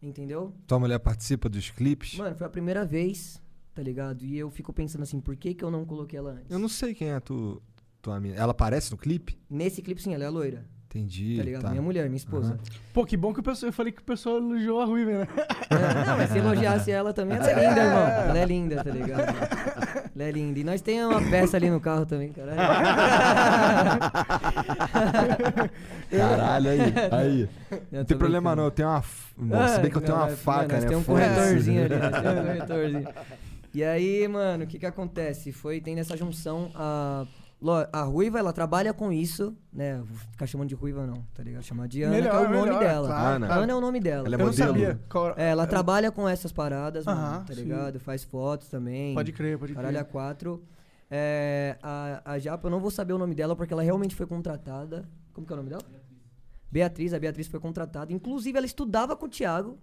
Speaker 3: Entendeu?
Speaker 1: Tua mulher participa dos clipes?
Speaker 3: Mano, foi a primeira vez, tá ligado? E eu fico pensando assim, por que que eu não coloquei ela antes?
Speaker 1: Eu não sei quem é a tu, tua mina. Ela aparece no clipe?
Speaker 3: Nesse clipe, sim, ela é a loira,
Speaker 1: Entendi.
Speaker 3: tá ligado? Minha mulher, minha esposa.
Speaker 2: Pô, que bom que o pessoal, eu falei que o pessoal elogiou a ruiva, né?
Speaker 3: É, não, mas se elogiasse ela também, ela é linda, irmão. Ela é linda, tá ligado? Ela é linda. E nós tem uma peça ali no carro também, caralho.
Speaker 1: Caralho, aí. aí. Não tem problema não, eu tenho uma. f- Nossa, se
Speaker 3: Ah,
Speaker 1: bem que eu tenho
Speaker 3: não,
Speaker 1: uma
Speaker 3: nós-
Speaker 1: faca,
Speaker 3: nós
Speaker 1: né?
Speaker 3: temos um
Speaker 1: Foda-se.
Speaker 3: corretorzinho ali, nós temos um corretorzinho. E aí, mano, o que que acontece? Foi tendo essa junção, a, Lo- a Ruiva, ela trabalha com isso, né? Vou ficar chamando de Ruiva não, tá ligado? Chamar de Ana, que é
Speaker 2: Melhor,
Speaker 3: o nome
Speaker 2: melhor,
Speaker 3: dela.
Speaker 2: claro,
Speaker 1: Ana.
Speaker 2: claro.
Speaker 3: Ana é o nome dela.
Speaker 1: Ela é
Speaker 2: Eu não
Speaker 1: modelo.
Speaker 2: sabia. qual-
Speaker 3: É, ela trabalha com essas paradas, mano,
Speaker 2: Aham,
Speaker 3: tá
Speaker 2: sim.
Speaker 3: ligado? Faz fotos também.
Speaker 2: Pode crer, pode crer.
Speaker 3: Caralho, a 4. a, a Japa, eu não vou saber o nome dela porque ela realmente foi contratada. Como que é o nome dela? Beatriz. A Beatriz foi contratada. Inclusive, ela estudava com o Thiago.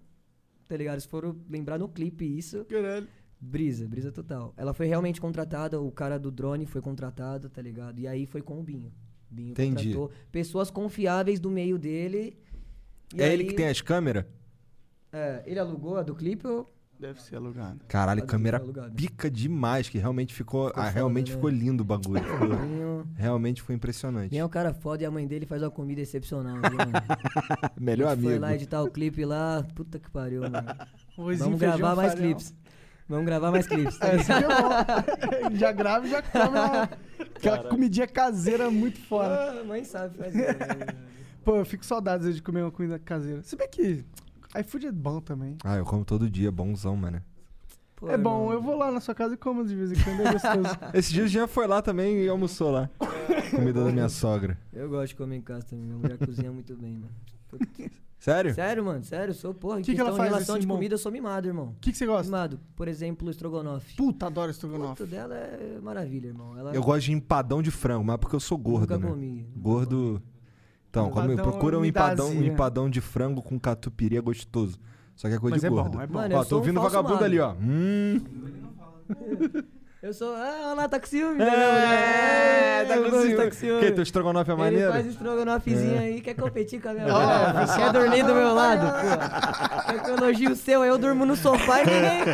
Speaker 3: Tá ligado? Se for lembrar no clipe isso.
Speaker 2: Caralho.
Speaker 3: Brisa, brisa total. Ela foi realmente contratada, o cara do drone foi contratado, tá ligado? E aí foi com o Binho. Binho
Speaker 1: Entendi.
Speaker 3: contratou pessoas confiáveis do meio dele. E
Speaker 1: É ele
Speaker 3: aí,
Speaker 1: que tem as câmeras?
Speaker 3: é, ele alugou a do clipe ou
Speaker 2: Deve ser alugado.
Speaker 1: Caralho,
Speaker 3: Tá
Speaker 1: câmera
Speaker 3: alugado.
Speaker 1: pica demais, que realmente ficou. ah,
Speaker 3: foda,
Speaker 1: realmente
Speaker 3: né? Uhum.
Speaker 1: ficou lindo o bagulho. ficou-
Speaker 3: Binho?
Speaker 1: realmente foi impressionante.
Speaker 3: Binho é um cara foda e a mãe dele faz uma comida excepcional, viu, mano?
Speaker 1: Melhor
Speaker 3: A gente Foi
Speaker 1: amigo.
Speaker 3: lá editar o clipe lá. Puta que pariu, mano.
Speaker 2: Arrozinho,
Speaker 3: Vamos
Speaker 2: feijão,
Speaker 3: gravar mais
Speaker 2: farelo.
Speaker 3: clipes. Vamos gravar mais clipes. tá
Speaker 2: É, isso que é bom. já grava e já come a- aquela comidinha caseira é muito fora.
Speaker 3: Ah, mãe sabe fazer.
Speaker 2: É
Speaker 3: né?
Speaker 2: Pô, eu fico saudades de comer uma comida caseira. Se bem que iFood é bom também.
Speaker 1: Ah, eu como todo dia, bonzão, mano.
Speaker 3: Pô,
Speaker 2: é bom,
Speaker 3: irmão.
Speaker 2: eu vou lá na sua casa e como de vez em quando, é gostoso.
Speaker 1: Esse dia o Jean foi lá também e almoçou lá. Comida da minha sogra.
Speaker 3: Eu gosto de comer em casa também. Minha mulher cozinha muito bem, mano.
Speaker 1: Sério?
Speaker 3: Sério, mano, sério, sou porra. em
Speaker 2: Que que ela
Speaker 3: questão-
Speaker 2: faz
Speaker 3: Em relação
Speaker 2: assim,
Speaker 3: de
Speaker 2: irmão?
Speaker 3: comida, eu sou mimado, irmão.
Speaker 2: O que, que você gosta?
Speaker 3: Mimado. Por exemplo, estrogonofe.
Speaker 2: Puta, adoro né?
Speaker 3: Puta
Speaker 2: estrogonofe.
Speaker 3: dela é maravilha, irmão. Ela
Speaker 1: Eu gosto de empadão de frango, mas porque eu sou gordo,
Speaker 3: nunca
Speaker 1: né?
Speaker 3: comi.
Speaker 1: Gordo. Então, come,
Speaker 2: Empadão
Speaker 1: procura um
Speaker 2: me dá assim, né?
Speaker 1: empadão, um
Speaker 2: azia.
Speaker 1: empadão de frango com catupiry é gostoso. Só que é coisa
Speaker 2: Mas
Speaker 1: de
Speaker 2: é bom,
Speaker 1: gordo.
Speaker 2: é bom.
Speaker 3: Mano,
Speaker 1: ó,
Speaker 3: eu
Speaker 1: tô
Speaker 3: sou um
Speaker 1: ouvindo o
Speaker 3: falso
Speaker 1: vagabundo
Speaker 3: magro.
Speaker 1: ali, ó. Hum.
Speaker 3: Eu sou. Ah, olha lá, tá com
Speaker 2: É,
Speaker 3: ciúme. né, minha mulher?
Speaker 1: É,
Speaker 3: Eu gosto de
Speaker 1: ciúme.
Speaker 3: Tá com ciúme.
Speaker 1: Que, teu estrogonofe é
Speaker 3: Ele
Speaker 1: maneiro? É.
Speaker 3: faz estrogonofezinho aí, quer competir com a minha mulher. quer dormir do meu lado, pô. Quer que eu elogio o seu, aí eu durmo no sofá e ninguém,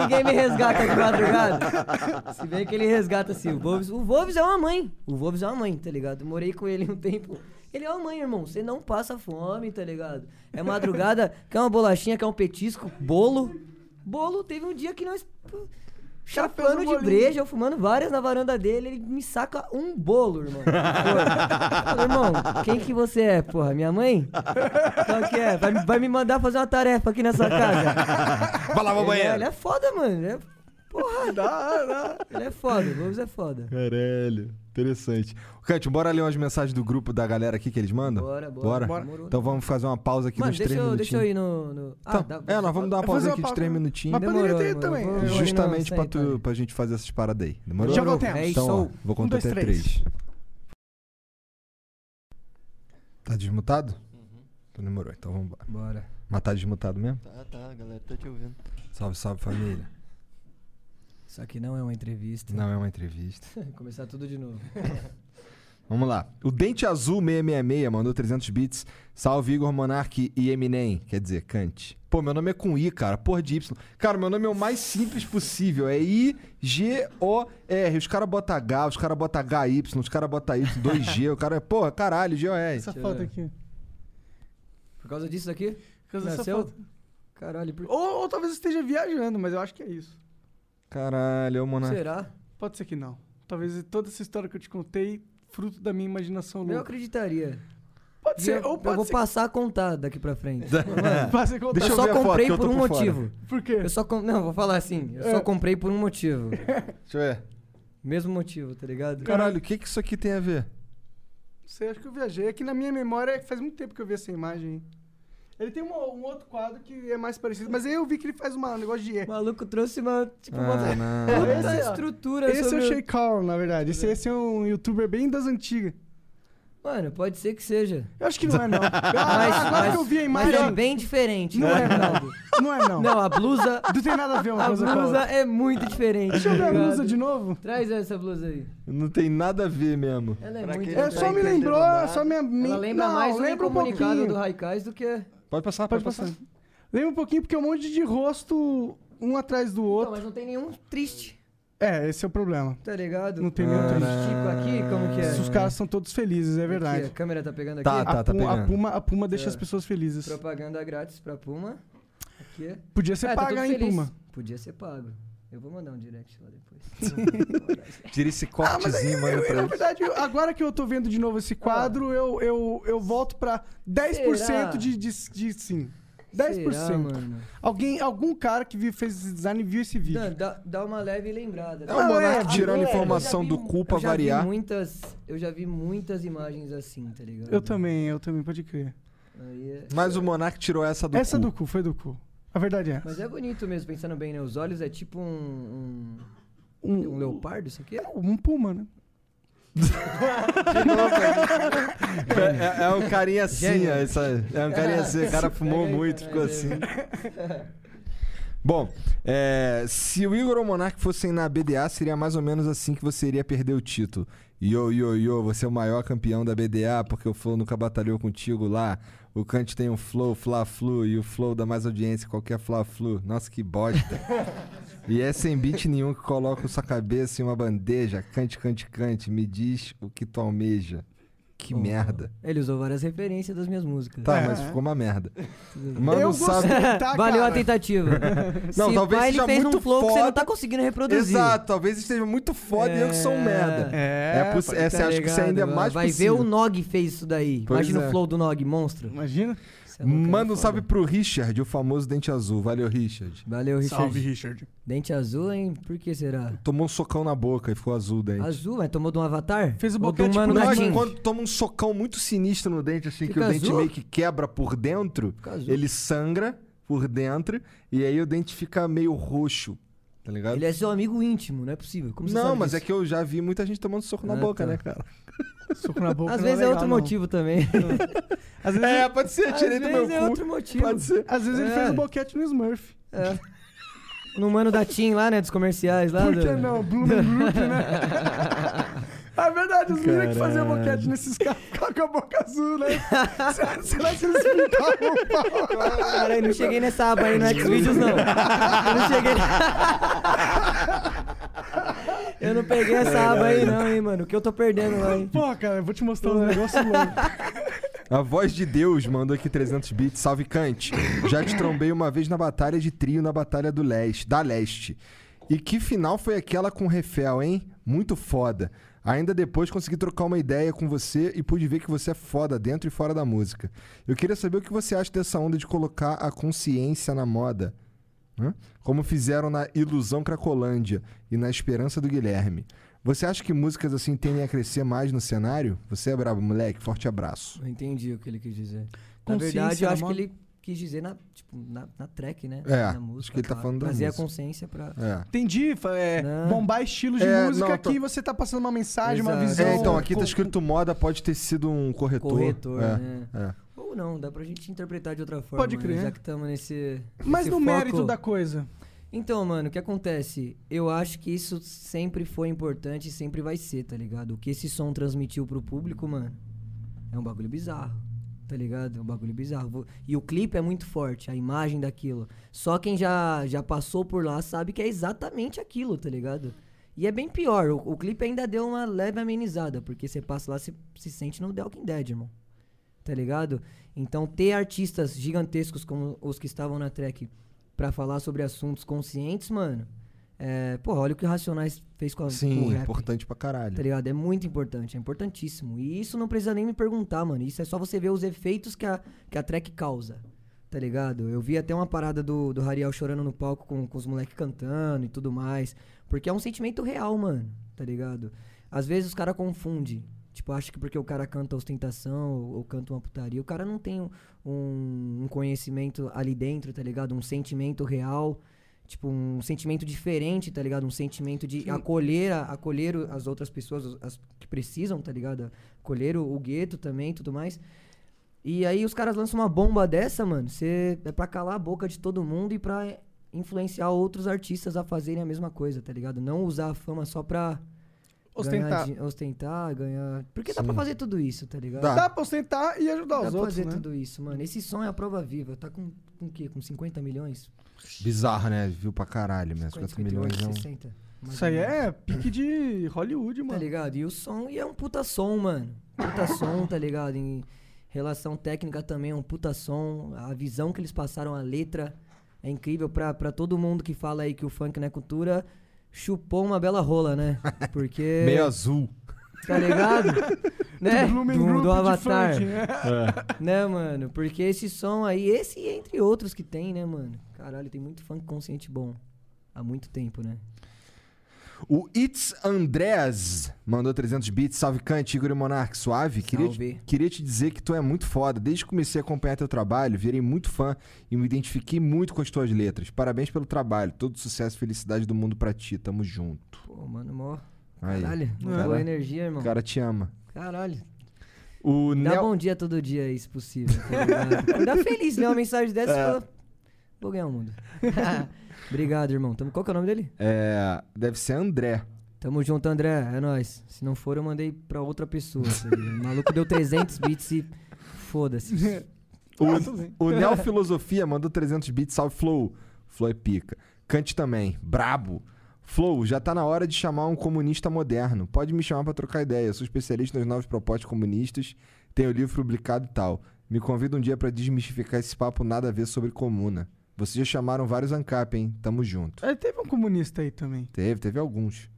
Speaker 3: ninguém me resgata de madrugada. Se bem que ele resgata, assim, o Wolves. O Wolves é uma mãe. O Wolves é uma mãe, tá ligado? Morei com ele um tempo. Ele é uma mãe, irmão. Você não passa fome, tá ligado? É madrugada, quer uma bolachinha, quer um petisco, bolo. Bolo, teve um dia que nós... pô,
Speaker 2: fez um
Speaker 3: Chapando de
Speaker 2: bolinho.
Speaker 3: breja, eu fumando várias na varanda dele, ele me saca um bolo, irmão. Eu falei, irmão, quem que você é, porra? Minha mãe? Qual que é? Vai, me- vai me mandar fazer uma tarefa aqui nessa casa.
Speaker 1: Vai lá,
Speaker 3: Ele, é-
Speaker 1: banheiro.
Speaker 3: ele é foda, mano. Ele é, porra,
Speaker 2: Dá, dá.
Speaker 3: ele é foda. O Wolves é foda.
Speaker 1: Caralho, interessante. Cante, bora ler umas mensagens do grupo da galera aqui que eles mandam?
Speaker 3: Bora, bora. Bora.
Speaker 1: Então vamos fazer uma pausa aqui
Speaker 3: Mano,
Speaker 1: nos
Speaker 3: deixa
Speaker 1: três
Speaker 3: eu,
Speaker 1: minutinhos.
Speaker 3: deixa eu ir no... no... Ah,
Speaker 1: Então, é, nós vamos dar uma
Speaker 2: Eu vou
Speaker 1: pausa
Speaker 2: fazer uma
Speaker 1: aqui de
Speaker 2: pausa.
Speaker 1: três minutinhos.
Speaker 2: Mas poderia
Speaker 3: Demorou,
Speaker 2: ter ido
Speaker 3: mano.
Speaker 2: também.
Speaker 3: Vou-
Speaker 2: Eu-
Speaker 3: vou-
Speaker 1: É, Justamente pra,
Speaker 3: não, sai,
Speaker 1: tu,
Speaker 3: vai.
Speaker 1: pra gente fazer essas paradas aí. Demorou?
Speaker 2: Já voltemos.
Speaker 3: É
Speaker 1: Então, ó,
Speaker 3: isso.
Speaker 1: vou contar
Speaker 2: Um, dois,
Speaker 1: até três.
Speaker 2: três.
Speaker 1: Tá desmutado? Então demorou, então vamos embora.
Speaker 3: Uhum. Bora.
Speaker 1: Mas tá desmutado mesmo?
Speaker 6: Tá, tá, a galera tá te ouvindo.
Speaker 1: Salve, salve família.
Speaker 3: Tá. Isso aqui não é uma entrevista.
Speaker 1: Não é uma entrevista.
Speaker 3: Começar tudo de novo.
Speaker 1: Vamos lá. O Dente Azul 666 mandou 300 bits. Salve Igor Monark e Eminem. Quer dizer, Kant. Pô, meu nome é com I, cara. Porra de Y. Cara, meu nome é o mais simples possível. É I-G-O-R. Os caras botam H, os caras botam H-Y, os caras botam Y, 2G. o cara é, porra, caralho, G-O-R.
Speaker 2: Essa
Speaker 3: eu
Speaker 2: foto
Speaker 3: ver.
Speaker 2: aqui.
Speaker 3: Por causa disso aqui?
Speaker 2: Por causa dessa
Speaker 3: Nasceu?
Speaker 2: foto.
Speaker 3: Caralho, por...
Speaker 2: Ou, ou talvez eu esteja viajando, mas eu acho que é isso.
Speaker 1: Caralho, ô Monark.
Speaker 3: Será?
Speaker 2: Pode ser que não. Talvez toda essa história que eu te contei, fruto da minha imaginação
Speaker 3: Eu
Speaker 2: louca.
Speaker 3: acreditaria.
Speaker 2: Pode
Speaker 3: E
Speaker 2: ser,
Speaker 3: eu,
Speaker 2: ou
Speaker 3: eu
Speaker 2: pode
Speaker 3: vou
Speaker 2: ser.
Speaker 3: passar a contar daqui pra frente.
Speaker 2: Passa contar.
Speaker 1: Deixa eu
Speaker 3: eu só
Speaker 1: ver a foto,
Speaker 3: comprei
Speaker 1: que eu
Speaker 3: por
Speaker 1: tô
Speaker 3: um
Speaker 1: por fora. É.
Speaker 3: motivo.
Speaker 2: Por quê?
Speaker 3: Eu só com... Não, vou falar assim. Eu só comprei por um motivo.
Speaker 1: Deixa eu ver.
Speaker 3: Mesmo motivo, tá ligado?
Speaker 1: Caralho, o que, que isso aqui tem a ver?
Speaker 2: Você acha que eu viajei? É que na minha memória faz muito tempo que eu vi essa imagem. hein? Ele tem uma- um outro quadro que é mais parecido, mas aí eu vi que ele faz uma- um negócio de.
Speaker 3: O maluco trouxe uma. Tipo,
Speaker 1: Ah,
Speaker 3: uma
Speaker 1: não.
Speaker 3: puta
Speaker 2: Esse, ó.
Speaker 3: estrutura
Speaker 2: Esse é
Speaker 3: sobre
Speaker 2: o
Speaker 3: o-
Speaker 2: Shay Carl, na verdade. Esse, esse é um youtuber bem das antigas.
Speaker 3: Mano, pode ser que seja.
Speaker 2: Eu acho que não é, não.
Speaker 3: Mas,
Speaker 2: Ah, agora
Speaker 3: mas,
Speaker 2: que eu vi a
Speaker 3: mas
Speaker 2: imagem.
Speaker 3: é bem diferente. né,
Speaker 2: Não é,
Speaker 3: Ronaldo.
Speaker 2: não. Não é, não.
Speaker 3: Não, a blusa.
Speaker 2: Não tem nada a ver uma
Speaker 3: A
Speaker 2: coisa com a
Speaker 3: blusa
Speaker 2: outra.
Speaker 3: é muito diferente.
Speaker 2: Deixa eu ver a
Speaker 3: tá ligado?
Speaker 2: blusa de novo.
Speaker 3: Traz essa blusa aí.
Speaker 1: Não tem nada a ver mesmo.
Speaker 3: Ela é
Speaker 6: Pra
Speaker 3: muito
Speaker 6: quem
Speaker 2: É,
Speaker 6: não
Speaker 3: diferente.
Speaker 2: só
Speaker 6: tá
Speaker 2: me
Speaker 6: entendendo
Speaker 2: lembrou,
Speaker 6: nada.
Speaker 2: só minha.
Speaker 3: Ela lembra mais
Speaker 2: lembra
Speaker 3: o
Speaker 2: um pouquinho.
Speaker 3: comunicado do Raikais do que.
Speaker 1: Pode passar, pode,
Speaker 2: Pode
Speaker 1: passar.
Speaker 2: passar. Lembra um pouquinho porque é um monte de rosto um atrás do
Speaker 3: Não,
Speaker 2: outro.
Speaker 3: Então, mas não tem nenhum triste,
Speaker 2: É, esse é o problema.
Speaker 3: tá ligado?
Speaker 2: Não tem nenhum triste.
Speaker 3: Tipo aqui, como que é?
Speaker 2: Os caras são todos felizes, é verdade.
Speaker 3: Aqui, a câmera tá pegando aqui.
Speaker 1: Tá,
Speaker 2: A, Puma, a
Speaker 1: pegando.
Speaker 2: Puma, a Puma deixa
Speaker 3: É.
Speaker 2: as pessoas felizes.
Speaker 3: Propaganda grátis pra Puma. Aqui.
Speaker 2: Podia ser
Speaker 3: É, tá
Speaker 2: paga
Speaker 3: tudo
Speaker 2: em
Speaker 3: feliz.
Speaker 2: Puma.
Speaker 3: Podia ser pago. Eu vou mandar um direct lá depois.
Speaker 1: Tira esse cortezinho, mano, pra
Speaker 2: Na
Speaker 1: ele.
Speaker 2: verdade, Ah, eu- agora que eu tô vendo de novo
Speaker 3: Ah.
Speaker 2: esse quadro, eu, eu, eu volto pra 10% de, de, de sim. 10%.
Speaker 3: Será, mano?
Speaker 2: Alguém, algum cara que viu- fez esse design viu esse vídeo.
Speaker 3: Dan, dá, dá uma leve lembrada. né?
Speaker 1: É o Monark tirando informação do cu pra
Speaker 3: eu já
Speaker 1: variar.
Speaker 3: Vi muitas, eu já vi muitas imagens assim, tá ligado?
Speaker 2: Eu também, eu também, pode crer.
Speaker 3: Aí é-
Speaker 1: Mas o Monark tirou essa do
Speaker 2: Essa
Speaker 1: cu.
Speaker 2: do cu, foi do cu. A verdade é.
Speaker 3: Mas é bonito mesmo, pensando bem, né? Os olhos é tipo um. Um, um leopardo, isso aqui?
Speaker 2: Um puma, né?
Speaker 1: É, é um carinha assim,
Speaker 3: Gênio.
Speaker 1: ó, essa, é um carinha assim. O cara fumou muito, ficou assim. Bom, é, se o Igor ou o Monark fossem na BDA, seria mais ou menos assim que você iria perder o título. Yo, yo, yo, você é o maior campeão da BDA porque o Flow nunca batalhou contigo lá. O Kant tem um Flow, Fla-Flu e o Flow dá mais audiência que qualquer Fla-Flu. Nossa, que bosta. E é sem beat nenhum que coloca sua cabeça em uma bandeja. Cante, cante, cante. Me diz o que tu almeja. Que merda.
Speaker 3: Ele usou várias referências das minhas músicas.
Speaker 1: Tá, mas ficou uma merda. Manda
Speaker 2: Eu
Speaker 1: um
Speaker 2: gostei,
Speaker 1: salve.
Speaker 2: tá,
Speaker 3: Valeu
Speaker 2: cara?
Speaker 3: a tentativa.
Speaker 1: Não,
Speaker 3: Se
Speaker 1: talvez
Speaker 3: pá,
Speaker 1: seja
Speaker 3: ele fez
Speaker 1: muito
Speaker 3: um flow que você
Speaker 1: foda.
Speaker 3: não tá conseguindo reproduzir.
Speaker 1: Exato, talvez esteja muito foda e eu que sou um merda.
Speaker 2: É,
Speaker 1: É, possi- é, você acha que isso ainda é
Speaker 3: Tá mano?
Speaker 1: mais
Speaker 3: Vai
Speaker 1: possível.
Speaker 3: ver o Nog fez isso daí.
Speaker 1: Pois
Speaker 3: Imagina
Speaker 1: é.
Speaker 3: o flow do Nog, monstro.
Speaker 2: Imagina.
Speaker 3: Cê é louco,
Speaker 1: Manda um
Speaker 3: é foda.
Speaker 1: salve pro Richard, o famoso dente azul. Valeu, Richard.
Speaker 3: Valeu, Richard.
Speaker 2: Salve, Richard.
Speaker 3: Dente azul, hein? Por que será?
Speaker 1: Tomou um socão na boca e ficou azul o dente.
Speaker 3: Azul, mas tomou de um avatar?
Speaker 2: Fez o
Speaker 3: Ou
Speaker 2: boquete
Speaker 3: de um mano
Speaker 2: pro
Speaker 3: da
Speaker 1: tipo, Não,
Speaker 2: Nog
Speaker 3: Jean?
Speaker 1: quando toma um socão muito sinistro no dente, assim, que
Speaker 3: Fica
Speaker 1: o dente
Speaker 3: azul?
Speaker 1: meio que quebra por dentro,
Speaker 3: azul.
Speaker 1: ele sangra por dentro, e aí o dente fica meio roxo, tá ligado?
Speaker 3: Ele é seu amigo íntimo, não é possível. Como você
Speaker 1: Não,
Speaker 3: sabe
Speaker 1: mas é
Speaker 3: disso?
Speaker 1: que eu já vi muita gente tomando soco na
Speaker 3: Ah,
Speaker 1: boca,
Speaker 3: tá.
Speaker 1: né, cara?
Speaker 2: Soco na boca.
Speaker 3: Às
Speaker 2: não
Speaker 3: vezes é
Speaker 2: legal,
Speaker 3: outro
Speaker 2: não.
Speaker 3: motivo também.
Speaker 2: Às vezes,
Speaker 1: É, pode ser,
Speaker 3: Às
Speaker 1: tirei do meu
Speaker 3: vezes é
Speaker 1: cu.
Speaker 3: outro motivo.
Speaker 1: Pode ser.
Speaker 2: às vezes ele
Speaker 3: É.
Speaker 2: fez um boquete no Smurf.
Speaker 3: É. No mano da Tim lá, né? Dos comerciais lá.
Speaker 2: Por que
Speaker 3: do-
Speaker 2: não? Blooming Group, né? É verdade, os meninos que faziam boquete nesses caras ficavam com a boca azul, né? Será será que eles pintavam o pau?
Speaker 3: Cara, eu não cheguei nessa aba aí no Xvideos, não. é Eu não cheguei. Eu não peguei essa aba aí, não, hein, mano. O que eu tô perdendo lá, hein?
Speaker 2: Pô, cara, eu vou te mostrar um negócio louco.
Speaker 1: A voz de Deus mandou aqui 300 bits. Salve Kant. Já te trombei uma vez na batalha de trio na batalha do leste, da leste. E que final foi aquela com o Refel, hein? Muito foda. Ainda depois consegui trocar uma ideia com você e pude ver que você é foda dentro e fora da música. Eu queria saber o que você acha dessa onda de colocar a consciência na moda. né? Como fizeram na Ilusão Cracolândia e na Esperança do Guilherme. Você acha que músicas assim tendem a crescer mais no cenário? Você é brabo, moleque. Forte abraço.
Speaker 3: Não entendi o que ele quis dizer. Na
Speaker 2: Consciência
Speaker 3: verdade, eu
Speaker 2: na
Speaker 3: acho
Speaker 2: moda.
Speaker 3: que ele quis dizer na, tipo, na, na track, né?
Speaker 1: É,
Speaker 3: na
Speaker 1: acho que ele tá
Speaker 3: claro.
Speaker 1: falando da
Speaker 3: Trazer a
Speaker 1: música.
Speaker 3: consciência pra.
Speaker 1: É.
Speaker 2: Entendi, fa- é,
Speaker 3: Não.
Speaker 2: bombar estilos de
Speaker 1: É,
Speaker 2: música
Speaker 1: não, tô-
Speaker 2: que você tá passando uma mensagem, uma
Speaker 3: Exato.
Speaker 2: visão.
Speaker 1: É, então, aqui tá
Speaker 2: com-
Speaker 1: escrito moda, pode ter sido um corretor.
Speaker 3: Corretor,
Speaker 1: É,
Speaker 3: né?
Speaker 1: é.
Speaker 3: Ou não, dá pra gente interpretar de outra forma.
Speaker 2: Pode
Speaker 3: né?
Speaker 2: crer.
Speaker 3: Já que estamos nesse.
Speaker 2: Mas
Speaker 3: nesse
Speaker 2: no
Speaker 3: foco.
Speaker 2: mérito da coisa.
Speaker 3: Então, mano, o que acontece? Eu acho que isso sempre foi importante e sempre vai ser, tá ligado? O que esse som transmitiu pro público, mano, é um bagulho bizarro, tá ligado? É um bagulho bizarro. Vo- E o clipe é muito forte, a imagem daquilo. Só quem já, já passou por lá sabe que é exatamente aquilo, tá ligado? E é bem pior, o, o clipe ainda deu uma leve amenizada, porque você passa lá, você se sente no The Walking Dead, irmão tá ligado? Então, ter artistas gigantescos como os que estavam na track pra falar sobre assuntos conscientes, mano, é, porra, olha o que o Racionais fez com, a, com o
Speaker 1: Sim,
Speaker 3: Um rap,
Speaker 1: importante pra caralho.
Speaker 3: tá ligado? É muito importante, é importantíssimo. E isso não precisa nem me perguntar, mano, isso é só você ver os efeitos que a, que a track causa. Tá ligado? Eu vi até uma parada do, do Hariel chorando no palco com, com os moleques cantando e tudo mais. Porque é um sentimento real, mano. Tá ligado? Às vezes os caras confundem. Tipo, acha que porque o cara canta ostentação ou, ou canta uma putaria, o cara não tem um, um conhecimento ali dentro, tá ligado? Um sentimento real. Tipo, um sentimento diferente, tá ligado? Um sentimento de acolher, a- acolher o- as outras pessoas as- as que precisam, tá ligado? Acolher o, o gueto também e tudo mais. E aí os caras lançam uma bomba dessa, mano. Cê, é pra calar a boca de todo mundo e pra influenciar outros artistas a fazerem a mesma coisa, tá ligado? Não usar a fama só pra
Speaker 2: Ostentar.
Speaker 3: ganhar, din- ostentar, ganhar. Porque dá pra fazer tudo isso, tá ligado?
Speaker 1: Dá.
Speaker 2: Dá pra ostentar e ajudar
Speaker 3: Dá
Speaker 2: os
Speaker 3: pra
Speaker 2: outros,
Speaker 3: fazer
Speaker 2: né?
Speaker 3: tudo isso, mano. Esse som é a prova viva. Tá com, com o quê? Com 50 milhões?
Speaker 1: Bizarro, né? Viu pra caralho mesmo. 50 milhões é um-
Speaker 3: 60. mais
Speaker 2: Isso
Speaker 3: ou
Speaker 2: aí
Speaker 3: menos.
Speaker 2: é pique de Hollywood,
Speaker 3: Tá
Speaker 2: mano.
Speaker 3: ligado? E o som, e é um puta som, mano. Puta som, tá ligado? Em relação técnica também é um puta som. A visão que eles passaram, a letra. é incrível pra, pra todo mundo que fala aí que o funk não é cultura, chupou uma bela rola, né? Porque.
Speaker 1: Meio azul.
Speaker 3: Tá ligado? né?
Speaker 2: Do Blooming
Speaker 3: Do,
Speaker 2: Group
Speaker 3: do
Speaker 2: de
Speaker 3: Avatar.
Speaker 2: funk, né?
Speaker 3: Né, mano? Porque esse som aí, esse e entre outros que tem, né, mano? Caralho, tem muito funk consciente bom. Há muito tempo, né?
Speaker 1: O It's Andreas mandou 300 bits. Salve, Kant, Igor e Monark, suave. Queria te,
Speaker 3: Salve.
Speaker 1: queria te dizer que tu é muito foda. Desde que comecei a acompanhar teu trabalho, virei muito fã e me identifiquei muito com as tuas letras. Parabéns pelo trabalho. Todo sucesso e felicidade do mundo pra ti. Tamo junto.
Speaker 3: Pô, mano, mó.
Speaker 1: Aí,
Speaker 3: Caralho,
Speaker 1: cara-
Speaker 3: boa energia,
Speaker 1: O
Speaker 3: irmão.
Speaker 1: cara te ama.
Speaker 3: Caralho.
Speaker 1: O
Speaker 3: Dá
Speaker 1: Nel...
Speaker 3: bom dia todo dia aí, se possível. Tá ligado? Dá feliz, né? Uma mensagem dessa
Speaker 1: É.
Speaker 3: e fala. Vou ganhar o mundo. Obrigado, irmão. Tamo, qual que é o nome dele?
Speaker 1: É, deve ser André.
Speaker 3: Tamo junto, André. É nóis. Se não for, eu mandei pra outra pessoa. tá ligado? O maluco deu 300 bits e. Foda-se.
Speaker 1: O, o Neo Filosofia mandou 300 bits. Salve, Flow. Flow é pica. Kant também. Brabo. Flow, já tá na hora de chamar um comunista moderno. Pode me chamar pra trocar ideia. Eu sou especialista nas novas propostas comunistas. Tenho livro publicado e tal. Me convida um dia pra desmistificar esse papo nada a ver sobre comuna. Vocês já chamaram vários ANCAP, hein? Tamo junto.
Speaker 2: É, teve um comunista aí também.
Speaker 1: Teve, teve alguns.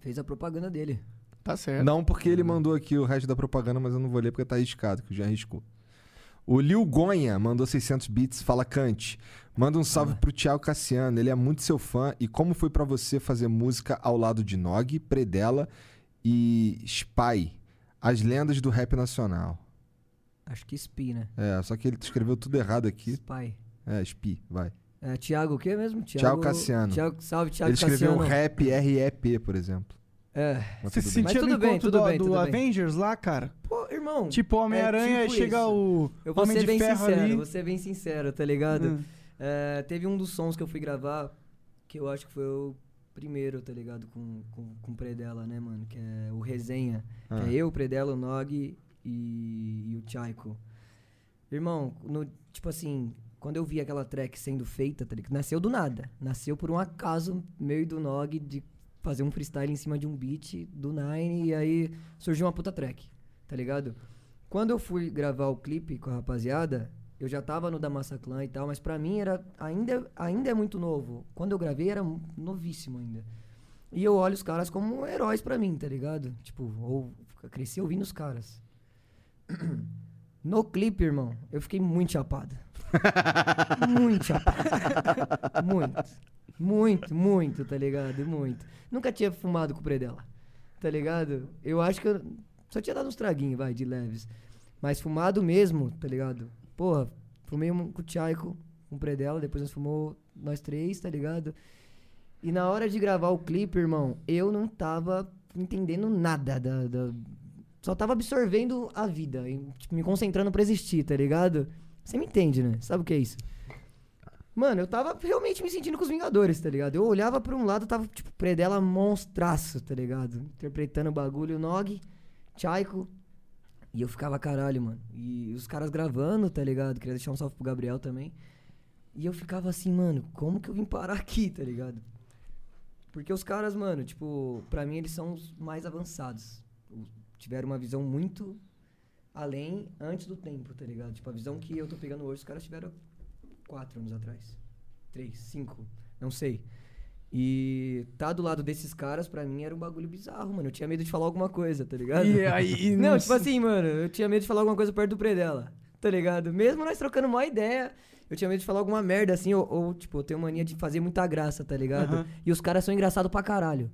Speaker 3: Fez a propaganda dele.
Speaker 2: Tá certo.
Speaker 1: Não porque ele mandou aqui o resto da propaganda, mas eu não vou ler porque tá arriscado, que já arriscou. O Lil Gonha mandou 600 bits, fala Kant. Manda um salve pro Thiago Cassiano, ele é muito seu fã. E como foi pra você fazer música ao lado de Nog, Predella e Spy, as lendas do rap nacional?
Speaker 3: Acho que Spi, né?
Speaker 1: É, só que ele escreveu tudo errado aqui.
Speaker 3: Spy.
Speaker 1: É, Spy, vai.
Speaker 3: É, Tiago o quê mesmo?
Speaker 1: Thiago Cassiano.
Speaker 3: Thiago- salve, Thiago
Speaker 1: ele escreveu um
Speaker 3: Cassiano.
Speaker 1: rap REP, por exemplo.
Speaker 3: É.
Speaker 1: Mas
Speaker 2: Você
Speaker 1: tudo
Speaker 2: se
Speaker 1: bem.
Speaker 2: sentia
Speaker 3: bem. Mas
Speaker 2: no
Speaker 3: tudo bem,
Speaker 2: encontro
Speaker 3: tudo
Speaker 2: do,
Speaker 3: bem,
Speaker 2: do
Speaker 3: tudo bem.
Speaker 2: Avengers lá, cara?
Speaker 3: Pô, irmão.
Speaker 2: Tipo Homem-Aranha,
Speaker 3: é
Speaker 2: aí
Speaker 3: tipo
Speaker 2: chega
Speaker 3: isso.
Speaker 2: o
Speaker 3: Eu vou
Speaker 2: Homem
Speaker 3: ser
Speaker 2: de
Speaker 3: bem
Speaker 2: Ferro
Speaker 3: sincero,
Speaker 2: ali.
Speaker 3: vou ser bem sincero, tá ligado?
Speaker 2: Hum.
Speaker 3: É, teve um dos sons que eu fui gravar, que eu acho que foi o primeiro, tá ligado? Com, com, com o Predella, né, mano? Que é o Resenha. Que
Speaker 1: Ah.
Speaker 3: é eu, o Predella, o Nog e, e o Tchaiko. Irmão, no- tipo assim, quando eu vi aquela track sendo feita, tá ligado? Nasceu do nada. Nasceu por um acaso meio do Nog de fazer um freestyle em cima de um beat do Nine e aí surgiu uma puta track, tá ligado? Quando eu fui gravar o clipe com a rapaziada, eu já tava no da Massa Clan e tal, mas pra mim era ainda, ainda é muito novo. Quando eu gravei era novíssimo ainda. E eu olho os caras como heróis pra mim, tá ligado? Tipo, ou eu cresci ouvindo os caras. No clipe, irmão, eu fiquei muito chapado. muito chapado. Muito. Muito, muito, tá ligado? Muito. Nunca tinha fumado com o Predella, tá ligado? Eu acho que eu só tinha dado uns traguinhos, vai, de leves. Mas fumado mesmo, tá ligado? Porra, fumei um com o Tchaico, com o Predella, depois nós fumou nós três, tá ligado? E na hora de gravar o clipe, irmão, eu não tava entendendo nada da. da- Só tava absorvendo a vida, e, tipo, me concentrando pra existir, tá ligado? Você me entende, né? Sabe o que é isso? Mano, eu tava realmente me sentindo com os Vingadores, tá ligado? Eu olhava pra um lado, tava, tipo, Predela monstraço, tá ligado? Interpretando o bagulho, Nog, Tchaiko. E eu ficava caralho, mano. E os caras gravando, tá ligado? Queria deixar um salve pro Gabriel também. E eu ficava assim, mano, como que eu vim parar aqui, tá ligado? Porque os caras, mano, tipo, pra mim eles são os mais avançados. O- Tiveram uma visão muito além antes do tempo, tá ligado? Tipo, a visão que eu tô pegando hoje, os caras tiveram quatro anos atrás. Três, cinco, não sei. E tá do lado desses caras, pra mim, era um bagulho bizarro, mano. Eu tinha medo de falar alguma coisa, tá ligado?
Speaker 2: E aí, e
Speaker 3: Não, tipo assim, mano, eu tinha medo de falar alguma coisa perto do predela, tá ligado? Mesmo nós trocando uma ideia, eu tinha medo de falar alguma merda, assim, ou, ou, tipo, eu tenho mania de fazer muita graça, tá ligado?
Speaker 2: Aham.
Speaker 3: E os caras são engraçados pra caralho.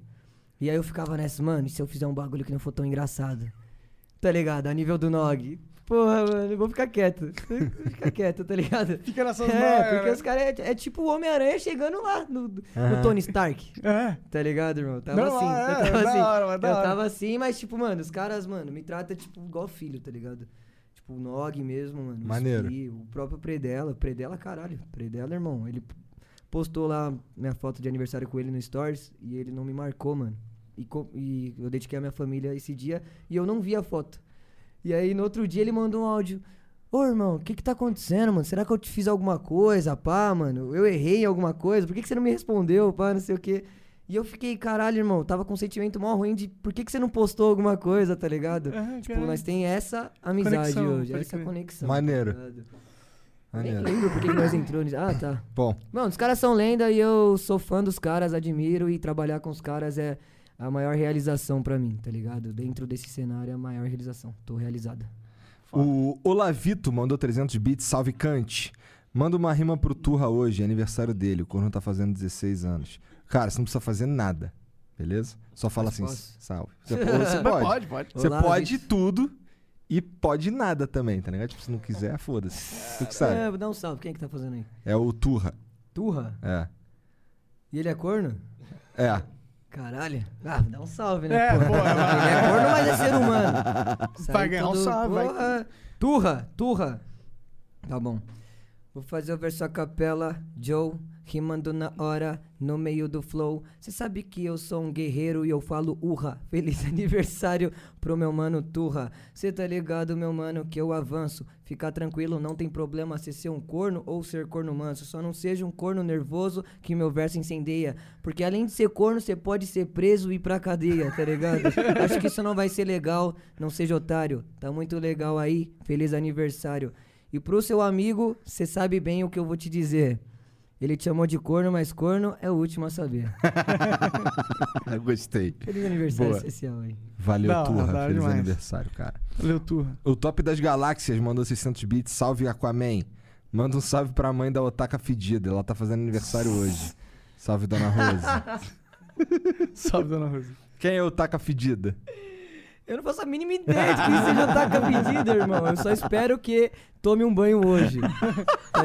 Speaker 3: E aí eu ficava nessa, mano, e se eu fizer um bagulho que não for tão engraçado? Tá ligado? A nível do Nog. Porra, mano, eu vou ficar quieto. Vou ficar quieto, tá ligado?
Speaker 2: Fica nessas
Speaker 3: É,
Speaker 2: marcas,
Speaker 3: porque
Speaker 2: né?
Speaker 3: os caras é, é tipo o Homem-Aranha chegando lá no, no Tony Stark.
Speaker 2: É.
Speaker 3: Tá ligado, irmão? Tava
Speaker 2: Não,
Speaker 3: assim,
Speaker 2: é,
Speaker 3: eu tava
Speaker 2: da
Speaker 3: assim.
Speaker 2: hora, mas da
Speaker 3: eu
Speaker 2: hora.
Speaker 3: tava assim, mas tipo, mano, os caras, mano, me trata tipo igual filho, tá ligado? Tipo, o Nog mesmo, mano. o
Speaker 1: Maneiro.
Speaker 3: Spi, o próprio Predella. Predella, caralho. Predella, irmão. Ele postou lá minha foto de aniversário com ele no Stories e ele não me marcou, mano. E, co- e eu dediquei a minha família esse dia e eu não vi a foto. E aí, no outro dia, ele mandou um áudio. Ô, irmão, o que que tá acontecendo, mano? Será que eu te fiz alguma coisa, pá, mano? Eu errei em alguma coisa? Por que que você não me respondeu, pá, não sei o quê? E eu fiquei, caralho, irmão, tava com um sentimento mó ruim de por que que você não postou alguma coisa, tá ligado?
Speaker 2: Ah,
Speaker 3: tipo,
Speaker 2: caralho.
Speaker 3: nós tem essa amizade
Speaker 2: Conexão,
Speaker 3: hoje,
Speaker 2: pode
Speaker 3: essa
Speaker 2: crer.
Speaker 3: conexão.
Speaker 1: Maneiro.
Speaker 3: tá ligado? Nem
Speaker 1: Maneiro.
Speaker 3: lembro porque que nós entrou nisso. Ah, tá.
Speaker 1: Bom,
Speaker 3: Mano, os caras são lenda e eu sou fã dos caras, admiro e trabalhar com os caras é a maior realização pra mim, tá ligado? Dentro desse cenário é a maior realização. Tô realizada.
Speaker 1: o Olavito mandou 300 bits, salve Kant. Manda uma rima pro Turra hoje, é aniversário dele. O Corno tá fazendo 16 anos. Cara, você não precisa fazer nada, beleza? Só fala
Speaker 3: Mas
Speaker 1: assim,
Speaker 3: posso?
Speaker 1: salve. Você, você pode.
Speaker 2: Pode, pode.
Speaker 1: Você
Speaker 3: Olá,
Speaker 1: pode
Speaker 3: Vitor.
Speaker 1: tudo e pode nada também, tá ligado? Tipo, se não quiser, foda-se. Tu que sabe.
Speaker 3: É, dá um salve. Quem é que tá fazendo aí?
Speaker 1: É o Turra.
Speaker 3: Turra?
Speaker 1: É.
Speaker 3: E ele é corno?
Speaker 1: É.
Speaker 3: Caralho. Ah, dá um salve, né?
Speaker 2: É,
Speaker 3: pô?
Speaker 2: pô,
Speaker 3: Ele é corno, mas é ser humano. Isso
Speaker 2: Vai
Speaker 3: aí
Speaker 2: ganhar um
Speaker 3: tudo-
Speaker 2: salve, vai.
Speaker 3: Porra. Turra, turra. Tá bom. Vou fazer o verso a capela, Joe, rimando na hora, no meio do flow. Cê sabe que eu sou um guerreiro e eu falo urra. Feliz aniversário pro meu mano Turra. Cê tá ligado, meu mano, que eu avanço. Fica tranquilo, não tem problema se ser um corno ou ser corno manso. Só não seja um corno nervoso que meu verso incendeia. Porque além de ser corno, você pode ser preso e ir pra cadeia, tá ligado? Acho que isso não vai ser legal, não seja otário. Tá muito legal aí, feliz aniversário. E pro seu amigo, você sabe bem o que eu vou te dizer. Ele te chamou de corno, mas corno é o último a saber.
Speaker 1: Eu gostei.
Speaker 3: Feliz aniversário
Speaker 1: Boa.
Speaker 3: especial aí.
Speaker 1: Valeu,
Speaker 2: Da hora,
Speaker 1: Turra.
Speaker 2: da hora
Speaker 1: Feliz
Speaker 2: demais.
Speaker 1: aniversário, cara.
Speaker 2: Valeu, turra.
Speaker 1: O Top das Galáxias mandou 600 bits. Salve, Aquaman. Manda um salve pra mãe da Otaka Fedida. Ela tá fazendo aniversário hoje. Salve, Dona Rosa.
Speaker 2: Salve, dona Rosa.
Speaker 1: Quem é a Otaka Fedida?
Speaker 3: Eu não faço a mínima ideia de que isso já tá pedido, irmão. Eu só espero que tome um banho hoje. Tá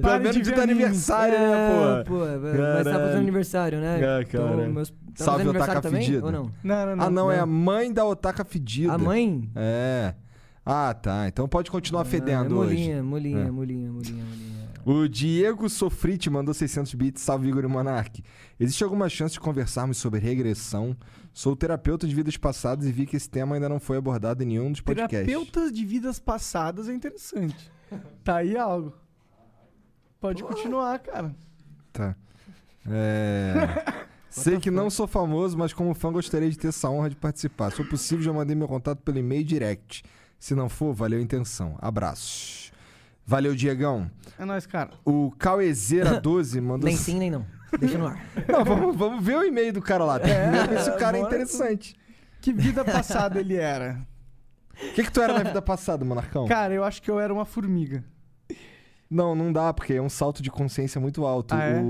Speaker 2: Pare
Speaker 1: Pelo menos
Speaker 2: de
Speaker 1: de
Speaker 2: ver
Speaker 1: teu
Speaker 2: anime.
Speaker 1: aniversário,
Speaker 3: é,
Speaker 1: né, pô?
Speaker 3: mas tá
Speaker 1: Caralho.
Speaker 3: fazendo aniversário, né?
Speaker 1: Ah, cara.
Speaker 3: então, meus... tá
Speaker 1: Salve,
Speaker 3: fazendo aniversário
Speaker 1: Otaka
Speaker 3: também?
Speaker 1: Fedida.
Speaker 3: Ou não?
Speaker 2: Não, não, não.
Speaker 1: Ah, não, é a
Speaker 3: não.
Speaker 1: mãe da Otaka Fedida.
Speaker 3: A mãe?
Speaker 1: É. Ah, tá. Então pode continuar
Speaker 3: Ah, é
Speaker 1: fedendo hoje.
Speaker 3: molinha, molinha,
Speaker 1: É.
Speaker 3: molinha, molinha, molinha.
Speaker 1: O Diego Sofrite mandou 600 bits. Salve, Igor e Monark. Existe alguma chance de conversarmos sobre regressão? Sou terapeuta de vidas passadas e vi que esse tema ainda não foi abordado em nenhum dos podcasts.
Speaker 2: Terapeutas de vidas passadas é interessante. Tá aí algo. Pode continuar, cara.
Speaker 1: Tá. É... Sei que não sou famoso, mas como fã gostaria de ter essa honra de participar. Se for possível, já mandei meu contato pelo e-mail direct. Se não for, valeu a intenção. Abraços. Valeu, Diegão.
Speaker 2: É nóis, cara.
Speaker 1: O Cauezeira12 mandou...
Speaker 3: Nem sim, nem não. Deixa no ar.
Speaker 1: Não, vamos, vamos ver o e-mail do cara lá. Tem que ver se o cara é
Speaker 2: bora.
Speaker 1: interessante.
Speaker 2: Que vida passada ele era.
Speaker 1: O que, que tu era na vida passada, Monarcão?
Speaker 2: Cara, eu acho que eu era uma formiga.
Speaker 1: Não, não dá, porque é um salto de consciência muito alto.
Speaker 2: Ah, é?
Speaker 1: o,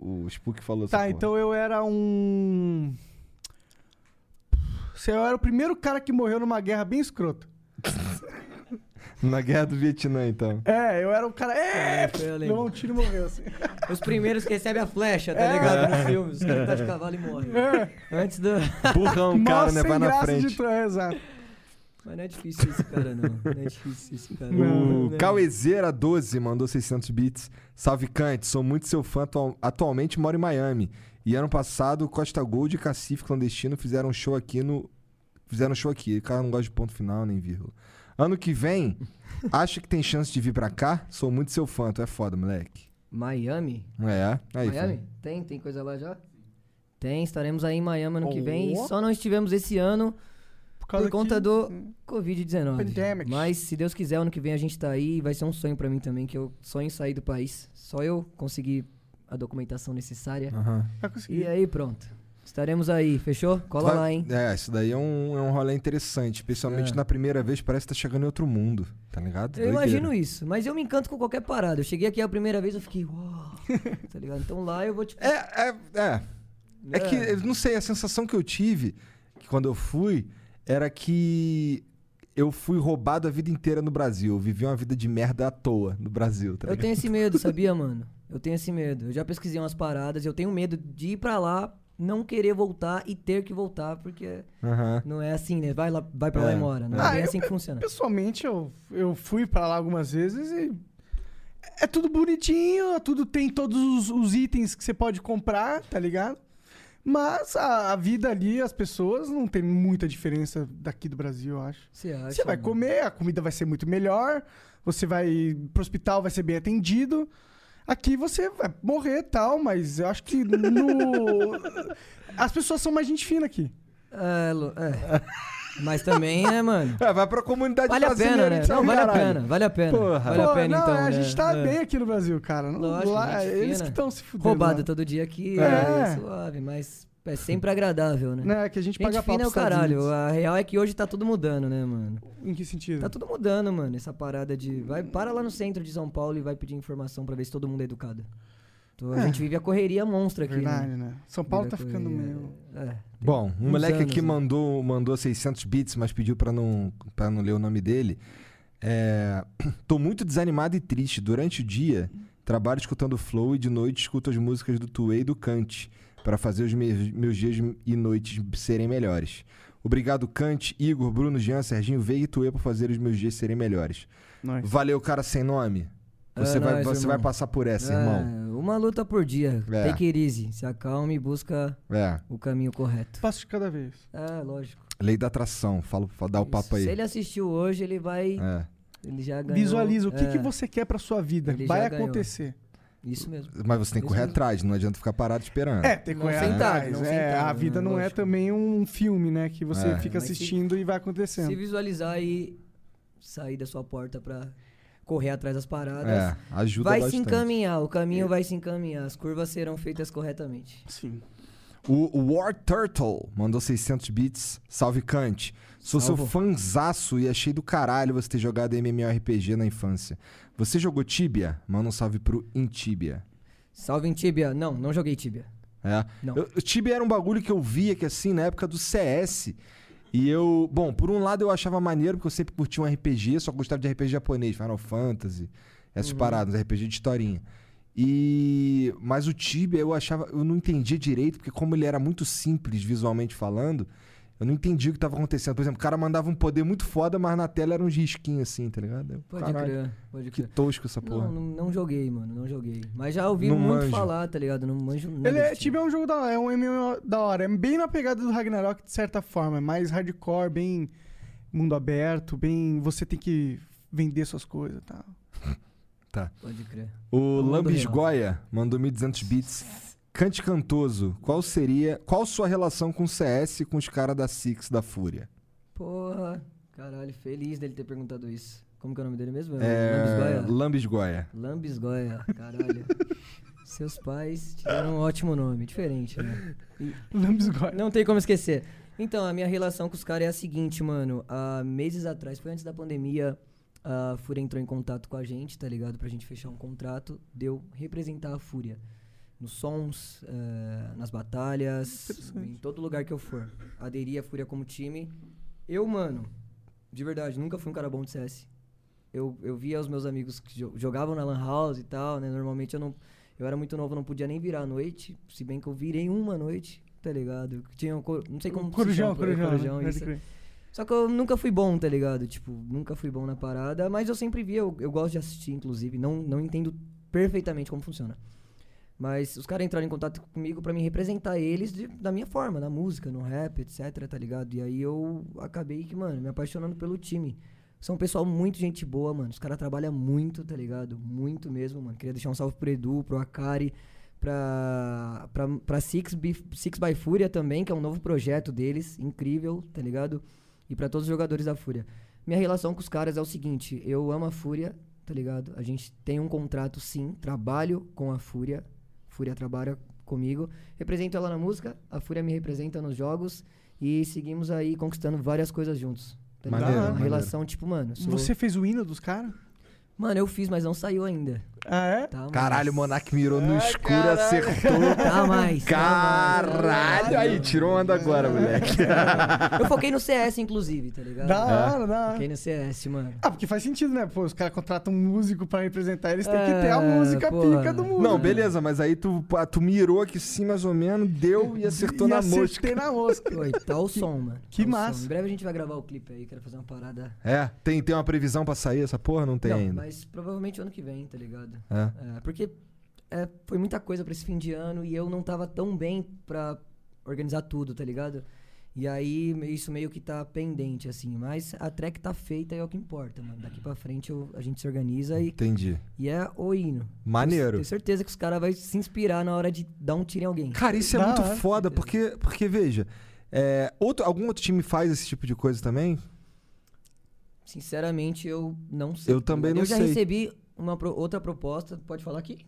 Speaker 1: o, o Spook falou essa
Speaker 2: Tá,
Speaker 1: porra.
Speaker 2: então eu era um. Você era o primeiro cara que morreu numa guerra bem escrota.
Speaker 1: Na guerra do Vietnã, então.
Speaker 2: É, eu era um cara. É!
Speaker 3: Caraca, eu lembro.
Speaker 2: Levou um tiro e morreu assim.
Speaker 3: Os primeiros que recebem a flecha,
Speaker 1: É.
Speaker 3: tá ligado? No filme. Os caras tá de cavalo e morrem. Antes do.
Speaker 1: Burrão, cara,
Speaker 2: Nossa,
Speaker 1: né?
Speaker 2: É, sem
Speaker 1: Vai na
Speaker 2: graça
Speaker 1: frente.
Speaker 2: de trás, exato.
Speaker 3: Mas não é difícil esse cara, não. Não é difícil esse cara.
Speaker 1: O
Speaker 3: Não. é.
Speaker 1: Cauezeira12 mandou 600 bits. Salve, Kant. Sou muito seu fã. atual- Atualmente moro em Miami. E ano passado, Costa Gold e Cacife Clandestino fizeram um show aqui no... Fizeram um show aqui. O cara não gosta de ponto final, nem vírgula. Ano que vem, acha que tem chance de vir pra cá? Sou muito seu fã. Tu é foda, moleque.
Speaker 3: Miami?
Speaker 1: É, aí.
Speaker 3: Miami?
Speaker 1: foi.
Speaker 3: Tem? Tem coisa lá já? Tem, estaremos aí em Miami ano que vem. E
Speaker 2: Oh.
Speaker 3: só não estivemos esse ano
Speaker 2: Por,
Speaker 3: por,
Speaker 2: causa
Speaker 3: conta
Speaker 2: que-
Speaker 3: do
Speaker 1: Hum.
Speaker 3: Covid-19.
Speaker 2: Pandemic.
Speaker 3: Mas se Deus quiser, ano que vem a gente tá aí. E vai ser um sonho pra mim também, que eu sonho em sair do país. Só eu conseguir a documentação necessária.
Speaker 1: Aham.
Speaker 2: Tá conseguindo.
Speaker 3: E aí, pronto. Estaremos aí, fechou? Cola
Speaker 1: Vai-
Speaker 3: lá, hein?
Speaker 1: É, isso daí é um, é um rolê interessante. Especialmente
Speaker 3: É.
Speaker 1: na primeira vez, parece que tá chegando em outro mundo. Tá ligado?
Speaker 3: Eu imagino isso, mas eu me encanto com qualquer parada. Eu cheguei aqui a primeira vez, eu fiquei, uau, tá ligado? Então lá eu vou, tipo,
Speaker 1: É, é, é. É que, eu não sei, a sensação que eu tive que quando eu fui era que eu fui roubado a vida inteira no Brasil. Eu vivi uma vida de merda à toa no Brasil, tá
Speaker 3: Eu
Speaker 1: ligado?
Speaker 3: tenho esse medo, sabia, mano? Eu tenho esse medo. Eu já pesquisei umas paradas, eu tenho medo de ir pra lá, não querer voltar e ter que voltar, porque
Speaker 1: Aham.
Speaker 3: não é assim, né? Vai, lá, vai pra lá
Speaker 1: É,
Speaker 3: e mora. Não
Speaker 2: é.
Speaker 3: é
Speaker 2: Ah,
Speaker 3: bem
Speaker 2: eu-
Speaker 3: assim que funciona.
Speaker 2: Pessoalmente, eu, eu fui pra lá algumas vezes e. É tudo bonitinho, é tudo tem todos os, os itens que você pode comprar, tá ligado? Mas a, a vida ali, as pessoas, não tem muita diferença daqui do Brasil, eu acho.
Speaker 3: Você acha?
Speaker 2: Você vai
Speaker 3: mano?
Speaker 2: comer, a comida vai ser muito melhor, você vai pro hospital, vai ser bem atendido. Aqui você vai morrer e tal, mas eu acho que no. As pessoas são mais gente fina aqui.
Speaker 3: É, Lu- é. Mas também, né, mano?
Speaker 1: É, vai pra comunidade
Speaker 3: Vale a pena,
Speaker 1: brasileira
Speaker 3: né?
Speaker 1: de São
Speaker 3: Não, vale a
Speaker 1: Caralho.
Speaker 3: pena, vale a pena.
Speaker 1: Porra.
Speaker 3: Vale a
Speaker 2: Pô,
Speaker 3: pena,
Speaker 2: não,
Speaker 3: então.
Speaker 2: a
Speaker 3: né?
Speaker 2: gente tá
Speaker 3: É.
Speaker 2: bem aqui no Brasil, cara. Não-
Speaker 3: Lógico,
Speaker 2: lá, é
Speaker 3: gente
Speaker 2: eles que
Speaker 3: fina.
Speaker 2: estão se fudendo.
Speaker 3: Roubado
Speaker 2: lá.
Speaker 3: todo dia aqui,
Speaker 2: né? É.
Speaker 3: é. suave, mas é sempre agradável, né?
Speaker 2: Né, que a gente
Speaker 3: Gente
Speaker 2: paga pau
Speaker 3: fina é o
Speaker 2: pros Estados
Speaker 3: caralho.
Speaker 2: Unidos.
Speaker 3: A real é que hoje tá tudo mudando, né, mano?
Speaker 2: Em que sentido?
Speaker 3: Tá tudo mudando, mano. Essa parada de. Vai, para lá no centro de São Paulo e vai pedir informação pra ver se todo mundo é educado. Então,
Speaker 2: É.
Speaker 3: A gente vive a correria monstra aqui.
Speaker 2: Verdade,
Speaker 3: né?
Speaker 2: né? São Paulo
Speaker 3: Vive
Speaker 2: tá
Speaker 3: a
Speaker 2: ficando
Speaker 3: correria.
Speaker 2: meio.
Speaker 3: É.
Speaker 1: Bom, um
Speaker 3: Uns
Speaker 1: moleque
Speaker 3: anos,
Speaker 1: aqui
Speaker 3: né?
Speaker 1: mandou, mandou 600 bits, mas pediu pra não, pra não ler o nome dele. É, Tô muito desanimado e triste. Durante o dia, trabalho escutando flow e de noite escuto as músicas do Tuê e do Kant pra fazer os meus, meus dias e noites serem melhores. Obrigado, Kant, Igor, Bruno, Jean, Serginho, Veiga e Tuê por fazer os meus dias serem melhores.
Speaker 2: Nós.
Speaker 1: Valeu, cara sem nome.
Speaker 3: É
Speaker 1: Você, vai,
Speaker 3: nóis,
Speaker 1: você
Speaker 3: irmão.
Speaker 1: vai passar por essa, irmão.
Speaker 3: É, uma luta por dia.
Speaker 1: É.
Speaker 3: Take it easy. Se acalme e busca
Speaker 1: É,
Speaker 3: o caminho correto.
Speaker 2: Passo de cada vez.
Speaker 3: É, lógico.
Speaker 1: lei da atração. Fala, fala- dá o papo aí.
Speaker 3: Se ele assistiu hoje, ele vai.
Speaker 1: É.
Speaker 3: Ele já ganhou.
Speaker 2: Visualiza o que,
Speaker 3: É,
Speaker 2: que você quer pra sua vida.
Speaker 3: Ele
Speaker 2: Vai
Speaker 3: já ganhou.
Speaker 2: acontecer.
Speaker 3: Isso mesmo.
Speaker 2: tá
Speaker 1: Mas você tem que correr atrás, não adianta ficar parado esperando.
Speaker 2: É, tem que
Speaker 3: Não
Speaker 2: correr
Speaker 3: sentar,
Speaker 2: atrás.
Speaker 3: não
Speaker 2: É,
Speaker 3: sentar,
Speaker 2: a
Speaker 3: né?
Speaker 2: vida não é
Speaker 3: Lógico.
Speaker 2: também um filme, né? Que você
Speaker 1: É.
Speaker 2: fica
Speaker 3: Mas se-
Speaker 2: assistindo e vai acontecendo.
Speaker 3: Se visualizar e sair da sua porta pra correr atrás das paradas.
Speaker 1: É, ajuda
Speaker 3: vai se
Speaker 1: bastante.
Speaker 3: encaminhar, o caminho vai se encaminhar, as curvas serão feitas corretamente.
Speaker 2: Sim.
Speaker 1: O o War Turtle mandou 600 bits. Salve, Kant. Sou seu
Speaker 3: Salvo.
Speaker 1: fanzaço e achei do caralho você ter jogado MMORPG na infância. Você jogou Tibia? Manda um salve pro Intibia.
Speaker 3: Salve em Tibia. Não, não joguei Tibia.
Speaker 1: É.
Speaker 3: Não.
Speaker 1: Eu- o Tibia era um bagulho que eu via que assim, na época do CS. E eu, bom, por um lado eu achava maneiro, porque eu sempre curti um RPG, só gostava de RPG japonês, Final Fantasy, essas
Speaker 3: Uhum.
Speaker 1: paradas, RPG de historinha. E. Mas o Tibia eu achava. Eu não entendia direito, porque como ele era muito simples visualmente falando, eu não entendia o que estava acontecendo. Por exemplo, o cara mandava um poder muito foda, mas na tela era uns risquinhos assim, tá ligado? Eu,
Speaker 3: Pode
Speaker 1: caralho,
Speaker 3: crer, pode
Speaker 1: Que
Speaker 3: crer.
Speaker 1: tosco essa porra.
Speaker 3: Não, não, não joguei, mano, não joguei. Mas já ouvi
Speaker 1: Não
Speaker 3: muito
Speaker 1: manjo.
Speaker 3: falar, tá ligado? Não manjo nada.
Speaker 2: Ele é,
Speaker 3: de Tibia.
Speaker 2: Tibia é um jogo da hora, é um MMO da hora. É bem na pegada do Ragnarok, de certa forma. É mais hardcore, bem mundo aberto, bem. Você tem que vender suas coisas tá? e tal.
Speaker 3: tipo. Pode crer.
Speaker 1: O
Speaker 3: Manda
Speaker 1: Lambisgoia mandou 1.200 bits. Cante Cantoso, qual seria. Qual sua relação com o CS e com os caras da Six da Fúria?
Speaker 3: Porra, caralho, feliz dele ter perguntado isso. Como que é o nome dele mesmo?
Speaker 1: É,
Speaker 3: Lambisgoia?
Speaker 1: Lambisgoia.
Speaker 3: Lambisgoia, caralho. Seus pais te deram um ótimo nome, diferente, né?
Speaker 2: Lambisgoia.
Speaker 3: Não tem como esquecer. Então, a minha relação com os caras é a seguinte, mano. Há meses atrás, foi antes da pandemia, a Fúria entrou em contato com a gente, tá ligado? Pra gente fechar um contrato, deu representar a Fúria. Nos sons, eh, nas batalhas, em todo lugar que eu for. Aderi à Fúria como time. Eu, mano, de verdade, nunca fui um cara bom de CS. Eu, eu via os meus amigos que jo- jogavam na Lan House e tal, né? Normalmente eu não. Eu era muito novo, não podia nem virar à noite. Se bem que eu virei uma noite, tá ligado? Tinha um. cor- Não sei como. se
Speaker 2: Corujão,
Speaker 3: chama,
Speaker 2: corujão.
Speaker 3: corujão,
Speaker 2: né?
Speaker 3: isso.
Speaker 2: Pode crer.
Speaker 3: Só que eu nunca fui bom, tá ligado? Tipo, nunca fui bom na parada, mas eu sempre via, eu, eu gosto de assistir, inclusive, não, não entendo perfeitamente como funciona. Mas os caras entraram em contato comigo pra me representar eles de- da minha forma, na música, no rap, etc, tá ligado? E aí eu acabei que, mano, me apaixonando pelo time. São um pessoal muito gente boa, mano. Os caras trabalham muito, tá ligado? Muito mesmo, mano. Queria deixar um salve pro Edu, pro Akari, pra, pra, pra Six, Bi- Six by Fúria também, que é um novo projeto deles, incrível, tá ligado? E pra todos os jogadores da Fúria. Minha relação com os caras é o seguinte: eu amo a Fúria, tá ligado? A gente tem um contrato, sim. Trabalho com a Fúria. Fúria trabalha comigo. Represento ela na música, a Fúria me representa nos jogos. E seguimos aí conquistando várias coisas juntos. Tá ligado?
Speaker 1: Maneiro,
Speaker 3: Uma
Speaker 1: maneiro.
Speaker 3: relação, tipo, mano. sou-
Speaker 2: Você fez o hino dos caras?
Speaker 3: Mano, eu fiz, mas não saiu ainda.
Speaker 2: Ah, é?
Speaker 3: Tá, mas-
Speaker 1: Caralho, o Monark mirou no escuro, acertou.
Speaker 3: Tá mais. tá mais.
Speaker 1: Caralho! Aí, tirou onda agora, moleque.
Speaker 3: Eu foquei no CS, inclusive, tá ligado?
Speaker 1: É.
Speaker 2: Da hora, da hora.
Speaker 3: Foquei no CS, mano.
Speaker 2: Ah, porque faz sentido, né? Pô, os caras contratam um músico pra representar, eles têm que ter a
Speaker 3: É,
Speaker 2: música
Speaker 3: pô.
Speaker 2: pica do músico.
Speaker 1: Não, beleza, mas aí tu, pá, tu mirou aqui sim, mais ou menos, deu e acertou
Speaker 2: E
Speaker 1: na mosca.
Speaker 2: acertei na mosca.
Speaker 3: Oi, tá o som, mano.
Speaker 2: que
Speaker 3: Tá o som.
Speaker 2: massa.
Speaker 3: Em breve a gente vai gravar o clipe aí, quero fazer uma parada.
Speaker 1: É, tem, tem uma previsão pra sair essa porra? Não tem
Speaker 3: Não,
Speaker 1: ainda.
Speaker 3: mas provavelmente ano que vem, tá ligado?
Speaker 1: É.
Speaker 3: É, porque é, foi muita coisa pra esse fim de ano e eu não tava tão bem pra organizar tudo, tá ligado? E aí me- isso meio que tá pendente, assim. Mas a track tá feita e é o que importa, mano. Daqui pra frente eu- a gente se organiza e,
Speaker 1: Entendi.
Speaker 3: e é o hino.
Speaker 1: Maneiro.
Speaker 3: Tenho certeza que os caras vão se inspirar na hora de dar um tiro em alguém.
Speaker 1: Cara, isso é
Speaker 2: Da
Speaker 1: muito
Speaker 2: hora.
Speaker 1: foda, porque, porque veja, É, outro, algum outro time faz esse tipo de coisa também?
Speaker 3: Sinceramente, eu não sei.
Speaker 1: Eu também não
Speaker 3: Eu já
Speaker 1: sei.
Speaker 3: recebi uma pro- outra proposta. Pode falar aqui?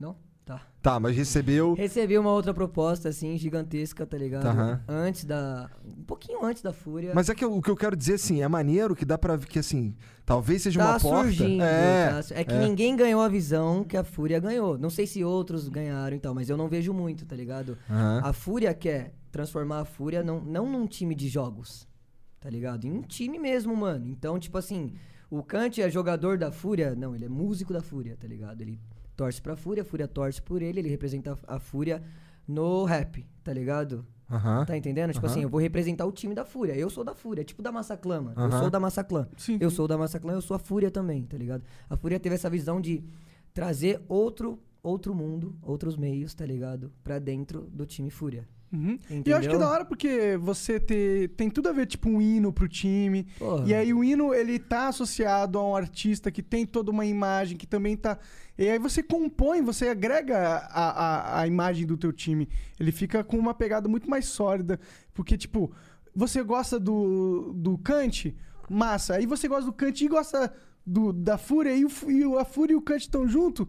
Speaker 3: Não? Tá.
Speaker 1: Tá, mas recebeu.
Speaker 3: Recebi uma outra proposta, assim, gigantesca, tá ligado?
Speaker 1: Aham.
Speaker 3: Antes da. Um pouquinho antes da Fúria.
Speaker 1: Mas é que eu- o que eu quero dizer, assim, é maneiro que dá pra ver que, assim, talvez seja
Speaker 3: tá
Speaker 1: uma porta.
Speaker 3: surgindo.
Speaker 1: é,
Speaker 3: tá su- é que ninguém ganhou a visão que a Fúria ganhou. Não sei se outros ganharam e tal, mas eu não vejo muito, tá ligado?
Speaker 1: Aham.
Speaker 3: A Fúria quer transformar a Fúria não, não num time de jogos, tá ligado? Em um time mesmo, mano. Então, tipo assim, o Kant é jogador da Fúria? Não, ele é músico da Fúria, tá ligado? Ele torce pra Fúria, a Fúria torce por ele, ele representa a a Fúria no rap, tá ligado?
Speaker 1: Aham.
Speaker 3: Tá entendendo? Tipo assim, eu vou representar o time da Fúria. Eu sou da Fúria, tipo da Massaclama. Eu
Speaker 1: Aham.
Speaker 3: sou da Massaclã.
Speaker 2: Sim.
Speaker 3: Eu sou da Massaclã, eu sou a Fúria também, tá ligado? A Fúria teve essa visão de trazer outro outro mundo, outros meios, tá ligado? Pra dentro do time Fúria.
Speaker 2: Uhum. E eu
Speaker 3: Entendeu?
Speaker 2: acho que é da hora porque você ter, tem tudo a ver, tipo, um hino pro time.
Speaker 3: Porra.
Speaker 2: E aí o hino, ele tá associado a um artista que tem toda uma imagem, que também tá... E aí você compõe, você agrega a, a, a imagem do teu time. Ele fica com uma pegada muito mais sólida. Porque, tipo, você gosta do, do Kant, massa. Aí você gosta do Kant e gosta do, da Fúria. E, o, Fu- e o- a Fúria e o Kant estão junto.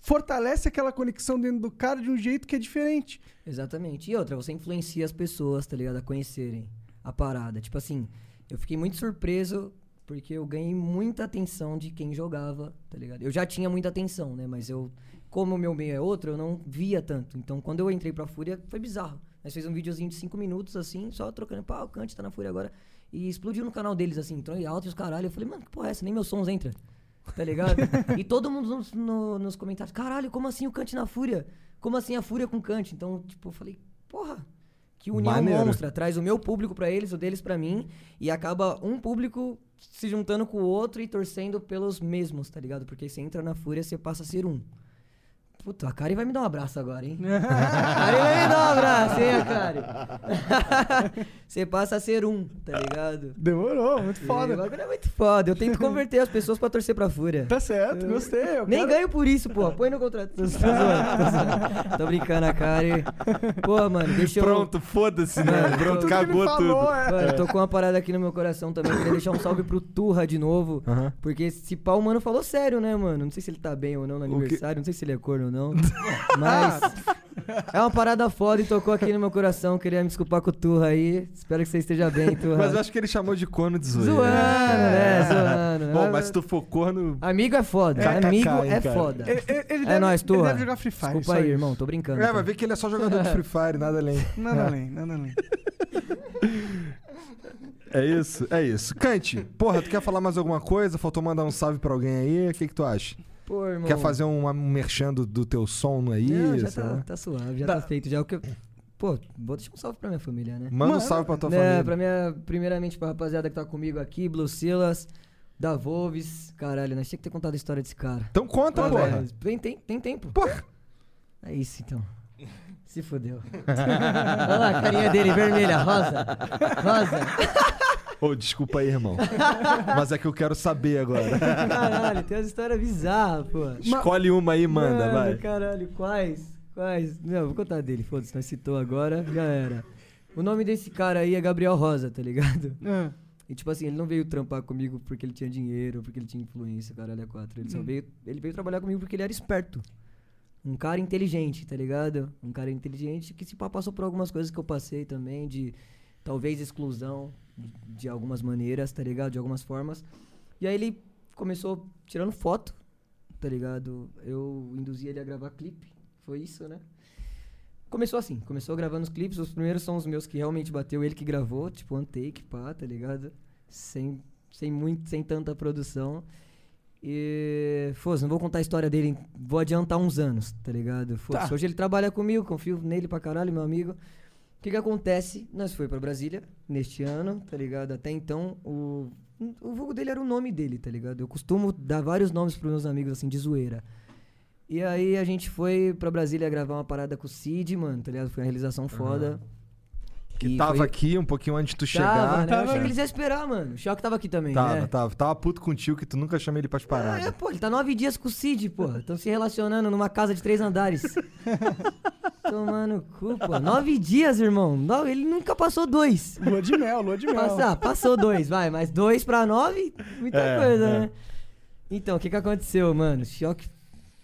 Speaker 2: Fortalece aquela conexão dentro do cara de um jeito que é diferente.
Speaker 3: Exatamente. E outra, você influencia as pessoas, tá ligado? A conhecerem a parada. Tipo assim, eu fiquei muito surpreso porque eu ganhei muita atenção de quem jogava, tá ligado? Eu já tinha muita atenção, né? Mas eu, como o meu meio é outro, eu não via tanto. Então, quando eu entrei pra Fúria, foi bizarro. Nós fez um videozinho de cinco minutos, assim, só trocando. Pá, o Kant tá na Fúria agora. E explodiu no canal deles, assim, entrou em alto e os caralho. Eu falei, mano, que porra é essa? Nem meus sons entra. Tá ligado? e todo mundo nos, no- nos comentários, caralho, como assim o Kant na Fúria? Como assim a Fúria com o Kant? Então, tipo, eu falei, porra, que união
Speaker 1: Maneiro.
Speaker 3: monstra. Traz o meu público pra eles, o deles pra mim, e acaba um público se juntando com o outro e torcendo pelos mesmos, tá ligado? Porque você entra na Fúria, você passa a ser um. Puta, a Kari vai me dar um abraço agora, hein? a Kari vai me dar um abraço, hein, a Kari? você passa a ser um, tá ligado?
Speaker 2: Demorou, muito
Speaker 3: E O
Speaker 2: foda.
Speaker 3: bagulho é muito foda. Eu tento converter as pessoas pra torcer pra Fúria.
Speaker 2: Tá certo, gostei. eu
Speaker 3: Nem
Speaker 2: quero-
Speaker 3: ganho por isso, pô. Põe no contrato. Tô, zoando, tô zoando. Tô brincando, a Kari. Pô, mano, deixa eu.
Speaker 1: Pronto, foda-se, né?
Speaker 3: Mano,
Speaker 1: Pronto,
Speaker 2: Tudo que ele
Speaker 1: cagou
Speaker 2: falou,
Speaker 1: tudo.
Speaker 2: é.
Speaker 3: Mano, eu tô com uma parada aqui no meu coração também. Queria deixar um salve pro Turra de novo.
Speaker 1: Aham.
Speaker 3: Porque esse pau, mano, falou sério, né, mano? Não sei se ele tá bem ou não no
Speaker 1: que-
Speaker 3: aniversário. Não sei se ele é corno ou não. Mas. É uma parada foda e tocou aqui no meu coração. Queria me desculpar com o Turra aí. Espero que você esteja bem, Turra.
Speaker 1: Mas eu acho que ele chamou de corno de zoeira.
Speaker 3: Zoando,
Speaker 1: É.
Speaker 3: né? Zoando. né?
Speaker 1: Bom, mas se tu for corno,
Speaker 3: Amigo é foda.
Speaker 1: KKK,
Speaker 3: Amigo
Speaker 1: hein,
Speaker 3: é
Speaker 1: cara.
Speaker 3: foda.
Speaker 2: Ele, ele- ele
Speaker 3: É
Speaker 2: deve,
Speaker 3: nóis,
Speaker 2: ele
Speaker 3: Turra.
Speaker 2: deve jogar Free Fire.
Speaker 3: Desculpa
Speaker 2: só
Speaker 3: aí,
Speaker 2: isso.
Speaker 3: irmão. Tô brincando.
Speaker 1: É,
Speaker 3: cara.
Speaker 1: vai ver que ele é só jogador de Free Fire, nada além.
Speaker 2: Nada além, nada além.
Speaker 1: É isso, é isso. Cante, porra, tu quer falar mais alguma coisa? Faltou mandar um salve pra alguém aí? O que, que tu acha?
Speaker 3: Pô, irmão.
Speaker 1: Quer fazer um, um merchan do, do teu som é aí?
Speaker 3: Não, já
Speaker 1: sei
Speaker 3: tá,
Speaker 1: lá?
Speaker 3: tá suave, já
Speaker 1: Dá-
Speaker 3: tá feito. Já o que eu... Pô, vou deixar um salve pra minha família, né?
Speaker 1: Manda um salve pra tua
Speaker 3: né,
Speaker 1: família.
Speaker 3: Pra minha, primeiramente pra rapaziada que tá comigo aqui, Blue Silas, da Volves. Caralho, nós tinha que ter contado a história desse cara.
Speaker 1: Então conta,
Speaker 3: Ah,
Speaker 1: porra.
Speaker 3: velho, Tem, tem, tem tempo.
Speaker 1: Porra.
Speaker 3: É isso então. Se fodeu. Olha lá a carinha dele, vermelha, rosa. Rosa.
Speaker 1: Ô, desculpa aí, irmão. Mas é que eu quero saber agora.
Speaker 3: Caralho, tem umas histórias bizarras, pô.
Speaker 1: Escolhe uma aí e manda,
Speaker 3: Mano,
Speaker 1: vai.
Speaker 3: caralho, quais? Quais? Não, vou contar dele, foda-se, nós citou agora, já era. O nome desse cara aí é Gabriel Rosa, tá ligado?
Speaker 2: Ah,
Speaker 3: E tipo assim, ele não veio trampar comigo porque ele tinha dinheiro, porque ele tinha influência, caralho, a quatro. Ele só veio, ele veio trabalhar comigo porque ele era esperto. Um cara inteligente, tá ligado? Um cara inteligente que se pá passou por algumas coisas que eu passei também, de talvez exclusão de- de algumas maneiras, tá ligado? De algumas formas. E aí ele começou tirando foto, tá ligado? Eu induzi ele a gravar clipe, foi isso, né? Começou assim, começou gravando os clipes, os primeiros são os meus que realmente bateu, ele que gravou, tipo, one take, pá, tá ligado? Sem, sem muito, sem tanta produção. E, Foz, não vou contar a história dele, vou adiantar uns anos, tá ligado? Foda-se, Hoje ele trabalha comigo, confio nele pra caralho, meu amigo. O que que acontece? Nós foi pra Brasília neste ano, tá ligado? Até então, o, o vulgo dele era o nome dele, tá ligado? Eu costumo dar vários nomes pros meus amigos, assim, de zoeira. E aí a gente foi pra Brasília gravar uma parada com o Cid, mano, tá ligado? Foi uma realização foda.
Speaker 1: Que
Speaker 3: E
Speaker 1: tava
Speaker 3: foi-
Speaker 1: aqui um pouquinho antes de tu
Speaker 3: Tava, né?
Speaker 1: chegar.
Speaker 3: Eu achei que eles iam esperar, mano. O Choque tava aqui também,
Speaker 1: Tava,
Speaker 3: né?
Speaker 1: tava. Tava puto contigo que tu nunca chama ele pras
Speaker 3: É,
Speaker 1: paradas.
Speaker 3: pô, ele tá nove dias com o Cid, pô. Estão se relacionando numa casa de três andares. Tomando cu, pô. Nove dias, irmão. Não, ele nunca passou dois.
Speaker 2: Lua de mel, lua de mel.
Speaker 3: Passar, ah, passou dois, vai, mas dois pra nove, muita
Speaker 1: É,
Speaker 3: coisa,
Speaker 1: é.
Speaker 3: né? Então, o que que aconteceu, mano? Choque.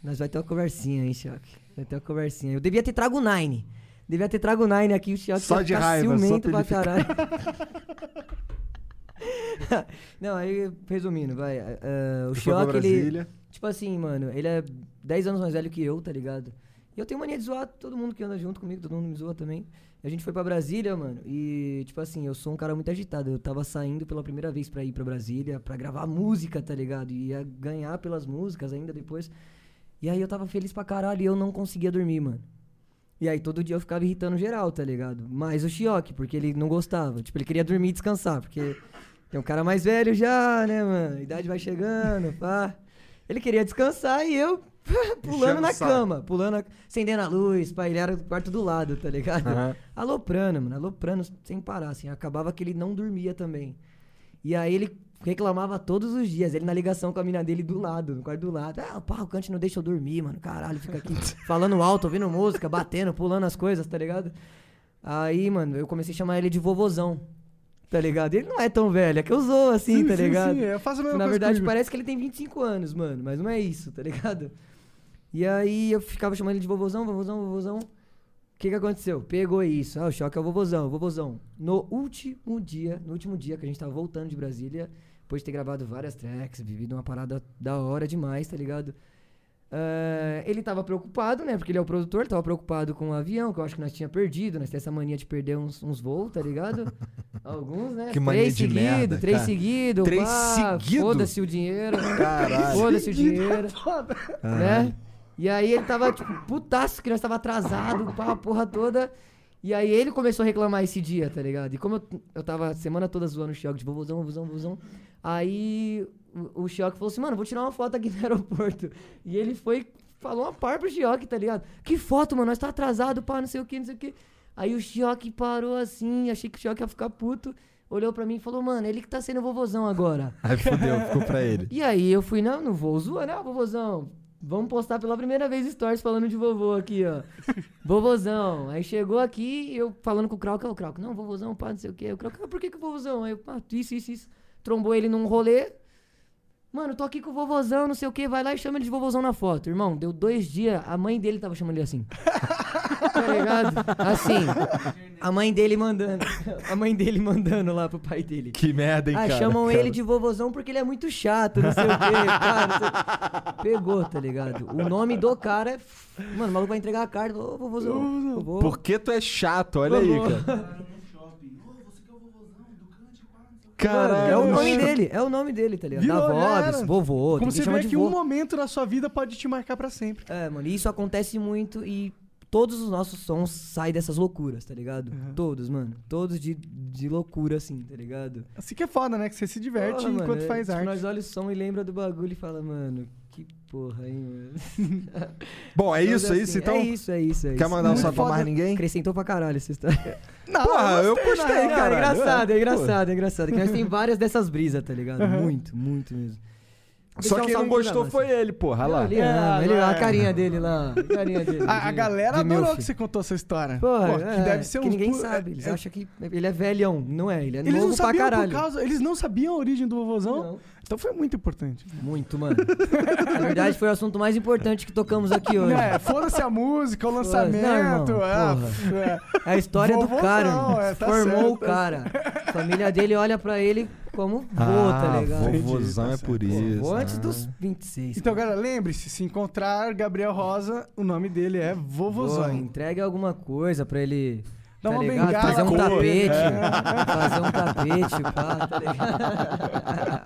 Speaker 3: Nós vai ter uma conversinha, hein, Choque? Vai ter uma conversinha. Eu devia ter trago o Nine. Devia ter trago o Nine aqui, o Choque
Speaker 1: Só
Speaker 3: ia
Speaker 1: de
Speaker 3: ficar
Speaker 1: raiva, só
Speaker 3: ciumento
Speaker 1: pra
Speaker 3: pra
Speaker 1: ele
Speaker 3: caralho. Não, aí, resumindo, vai. ah, ah, o
Speaker 1: Você foi pra
Speaker 3: Choque, ele.
Speaker 1: Brasília?
Speaker 3: Tipo assim, mano, ele é 10 anos mais velho que eu, tá ligado? E eu tenho mania de zoar todo mundo que anda junto comigo, todo mundo me zoa também. A gente foi pra Brasília, mano, e, tipo assim, eu sou um cara muito agitado. Eu tava saindo pela primeira vez pra ir pra Brasília, pra gravar música, tá ligado? E ia ganhar pelas músicas ainda depois. E aí eu tava feliz pra caralho e eu não conseguia dormir, mano. E aí todo dia eu ficava irritando geral, tá ligado? Mas o Chioque, porque ele não gostava. Tipo, ele queria dormir e descansar, porque tem um cara mais velho já, né, mano? A idade vai chegando, pá. Ele queria descansar e eu
Speaker 1: Enchendo
Speaker 3: pulando
Speaker 1: o
Speaker 3: na
Speaker 1: saco.
Speaker 3: cama, pulando, a- acendendo a luz, pá, ele era do quarto do lado, tá ligado?
Speaker 1: Aham.
Speaker 3: Aloprando, mano, aloprando sem parar, assim. Acabava que ele não dormia também. E aí ele reclamava todos os dias, ele na ligação com a mina dele do lado, no quarto do lado. Ah, pá, o Kant não deixa eu dormir, mano. Caralho, fica aqui falando alto, ouvindo música, batendo, pulando as coisas, tá ligado? Aí, mano, eu comecei a chamar ele de vovozão. Tá ligado? Ele não é tão velho, é que eu zoo assim,
Speaker 2: Sim,
Speaker 3: tá
Speaker 2: sim,
Speaker 3: ligado?
Speaker 2: sim, é. eu faço a mesma
Speaker 3: Na
Speaker 2: coisa
Speaker 3: verdade,
Speaker 2: comigo.
Speaker 3: parece que ele tem 25 anos, mano, mas não é isso, tá ligado? E aí eu ficava chamando ele de vovozão, vovozão, vovozão. O que que aconteceu? Pegou isso. Ah, o choque é o vovozão, vovozão. No último dia, no último dia que a gente tava voltando de Brasília, depois de ter gravado várias tracks, vivido uma parada da hora demais, tá ligado? Ah, ele tava preocupado, né? Porque ele é o produtor, ele tava preocupado com o avião, que eu acho que nós tinha perdido, nós temos essa mania de perder uns, uns voos, tá ligado? Alguns, né?
Speaker 1: Que mania
Speaker 3: três
Speaker 1: de
Speaker 3: seguidos,
Speaker 1: merda,
Speaker 3: três
Speaker 1: cara.
Speaker 3: seguidos,
Speaker 1: Três
Speaker 3: pá,
Speaker 1: seguido?
Speaker 3: foda-se o dinheiro,
Speaker 1: Caralho.
Speaker 3: foda-se o dinheiro
Speaker 2: Foda.
Speaker 3: né? E aí ele tava, tipo, putaço, que nós tava atrasado, pá, a porra toda. E aí ele começou a reclamar esse dia, tá ligado? E como eu, eu tava a semana toda zoando o Chioque, de vovozão, vovozão, vovozão. Aí o, o Chioque falou assim, mano, vou tirar uma foto aqui no aeroporto. E ele foi, falou uma par pro Chioque, tá ligado? Que foto, mano, nós tá atrasado, pá, não sei o que, não sei o que. Aí o Chioque parou assim, achei que o Chioque ia ficar puto. Olhou pra mim e falou, mano, ele que tá sendo vovozão agora.
Speaker 1: Aí fudeu, ficou pra ele.
Speaker 3: E aí eu fui, não, não vou zoar, né, vovozão? Vamos postar pela primeira vez stories falando de vovô aqui, ó. vovozão. Aí chegou aqui, eu falando com o Krauka, o Krauka, não, vovozão, pá, não sei o quê. O Krauka, "Ah, por que que o vovozão? Aí eu, pá, isso, isso, isso. Trombou ele num rolê. Mano, tô aqui com o vovozão, não sei o quê, vai lá e chama ele de vovozão na foto. Irmão, deu dois dias, a mãe dele tava chamando ele assim. tá ligado? Assim, a mãe dele mandando, a mãe dele mandando lá pro pai dele.
Speaker 1: Que merda, hein,
Speaker 3: Ah,
Speaker 1: cara.
Speaker 3: chamam
Speaker 1: cara.
Speaker 3: ele de vovozão porque ele é muito chato, não sei o quê, cara. não sei o quê. Pegou, tá ligado? O nome do cara é. Mano, o maluco vai entregar a carta. Ô, vovozão. Vovô.
Speaker 1: Por que tu é chato? Olha aí, cara. Caralho.
Speaker 3: Mano, é o nome dele, é o nome dele, tá ligado?
Speaker 2: Virou,
Speaker 3: Da
Speaker 2: já
Speaker 3: Vobs,
Speaker 2: era.
Speaker 3: vovô,
Speaker 2: Como
Speaker 3: tem
Speaker 2: você
Speaker 3: que chamar
Speaker 2: vê
Speaker 3: de
Speaker 2: que um
Speaker 3: vô.
Speaker 2: momento na sua vida pode te marcar pra sempre.
Speaker 3: É, mano, e isso acontece muito e todos os nossos sons saem dessas loucuras, tá ligado? Todos, mano. Todos de, de loucura, assim, tá ligado?
Speaker 2: Assim que é foda, né? Que você se diverte
Speaker 3: Porra,
Speaker 2: enquanto
Speaker 3: mano, é,
Speaker 2: faz
Speaker 3: tipo,
Speaker 2: arte.
Speaker 3: Nós olha o som e lembra do bagulho e fala, mano, que porra, hein, mano?
Speaker 1: Bom, é
Speaker 3: Mas
Speaker 1: isso, é
Speaker 3: assim,
Speaker 1: isso, então.
Speaker 3: É isso, é isso, é
Speaker 1: Quer
Speaker 3: isso.
Speaker 1: mandar um
Speaker 2: Muito
Speaker 1: salve pra
Speaker 2: foda.
Speaker 1: mais ninguém?
Speaker 3: Acrescentou pra caralho essa história.
Speaker 2: Não,
Speaker 1: Porra, eu
Speaker 2: gostei,
Speaker 1: gostei,
Speaker 2: não,
Speaker 1: cara.
Speaker 3: é engraçado, é engraçado, é engraçado. Que nós tem várias dessas brisas, tá ligado? Muito, muito mesmo. Então
Speaker 1: Só quem
Speaker 3: um
Speaker 1: não gostou
Speaker 3: assim.
Speaker 1: foi ele, porra. Olha lá.
Speaker 3: Ele ama,
Speaker 2: É,
Speaker 3: ele ama,
Speaker 2: é.
Speaker 3: a carinha dele lá. A carinha dele.
Speaker 2: A, a
Speaker 3: de-
Speaker 2: galera
Speaker 3: de meu
Speaker 2: adorou
Speaker 3: filho.
Speaker 2: que você contou essa história.
Speaker 3: Porra,
Speaker 2: Pô, que
Speaker 3: é,
Speaker 2: deve ser
Speaker 3: que
Speaker 2: uns
Speaker 3: ninguém
Speaker 2: pu-
Speaker 3: sabe. Eles
Speaker 2: é-
Speaker 3: acham que ele é velhão. Não é, ele é
Speaker 2: Eles
Speaker 3: novo
Speaker 2: não
Speaker 3: pra
Speaker 2: sabiam
Speaker 3: caralho.
Speaker 2: por causa. Eles não sabiam a origem do vovozão?
Speaker 3: Não.
Speaker 2: Então foi muito importante.
Speaker 3: Muito, mano. Na verdade, foi o assunto mais importante que tocamos aqui hoje.
Speaker 2: É, foda-se a música, o lançamento.
Speaker 3: Não, irmão,
Speaker 2: ah,
Speaker 3: porra.
Speaker 2: f- é.
Speaker 3: A história do
Speaker 2: Vovôzão,
Speaker 3: cara, irmão.
Speaker 2: é, tá
Speaker 3: formou
Speaker 2: certo,
Speaker 3: o
Speaker 2: tá
Speaker 3: cara. A família dele olha pra ele como vô, tá
Speaker 1: Ah,
Speaker 3: ligado?
Speaker 1: vovozão é
Speaker 2: Entendi, tá
Speaker 1: por isso.
Speaker 3: Vou antes
Speaker 1: ah.
Speaker 3: dos 26.
Speaker 2: Então, galera, lembre-se: se encontrar Gabriel Rosa, o nome dele é
Speaker 3: Pô,
Speaker 2: Vovozão.
Speaker 3: entregue alguma coisa pra ele.
Speaker 2: Dá
Speaker 3: tá
Speaker 2: uma
Speaker 3: ligado?
Speaker 2: bengala,
Speaker 3: Fazer um
Speaker 2: cor,
Speaker 3: tapete.
Speaker 2: é.
Speaker 3: Fazer um tapete, pá, tá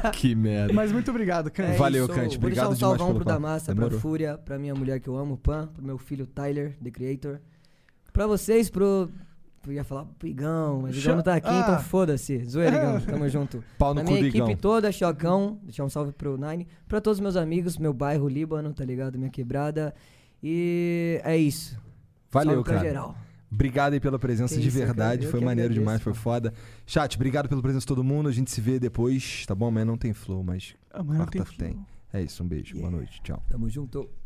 Speaker 3: ligado?
Speaker 1: Que merda.
Speaker 2: Mas muito obrigado, Cândido.
Speaker 3: É
Speaker 1: Valeu,
Speaker 3: isso.
Speaker 1: Cante,
Speaker 3: Vou deixar
Speaker 1: obrigado
Speaker 3: um
Speaker 1: demais
Speaker 3: salvão
Speaker 1: pelo
Speaker 3: pro
Speaker 1: papo.
Speaker 3: Damassa,
Speaker 1: Demorou.
Speaker 3: pra Fúria, pra minha mulher que eu amo, Pan, pro meu filho Tyler, The Creator. Pra vocês, pro. Eu ia falar pro Igão, mas o Igão
Speaker 2: Cho-
Speaker 3: não tá aqui,
Speaker 2: Ah.
Speaker 3: então foda-se. Zoeira, Igão, tamo junto.
Speaker 1: Pau no
Speaker 3: Na
Speaker 1: cu
Speaker 3: minha
Speaker 1: do
Speaker 3: equipe
Speaker 1: Igão.
Speaker 3: toda, Chocão, deixar um salve pro Nine, pra todos meus amigos, meu bairro Líbano, tá ligado? Minha quebrada. E é isso.
Speaker 1: Valeu,
Speaker 3: salve pra
Speaker 1: cara.
Speaker 3: geral.
Speaker 1: Obrigado aí pela presença
Speaker 3: Que
Speaker 1: de
Speaker 3: isso, cara.
Speaker 1: verdade.
Speaker 3: Eu
Speaker 1: Foi
Speaker 3: que
Speaker 1: maneiro
Speaker 3: agradeço,
Speaker 1: demais, foi
Speaker 3: pô.
Speaker 1: foda. Chat, obrigado pela presença de todo mundo. A gente se vê depois, tá bom? Amanhã não tem flow, mas
Speaker 2: Amanhã
Speaker 1: quarta
Speaker 2: tem.
Speaker 1: tem. É isso, um beijo. Boa noite. Tchau.
Speaker 3: Tamo junto.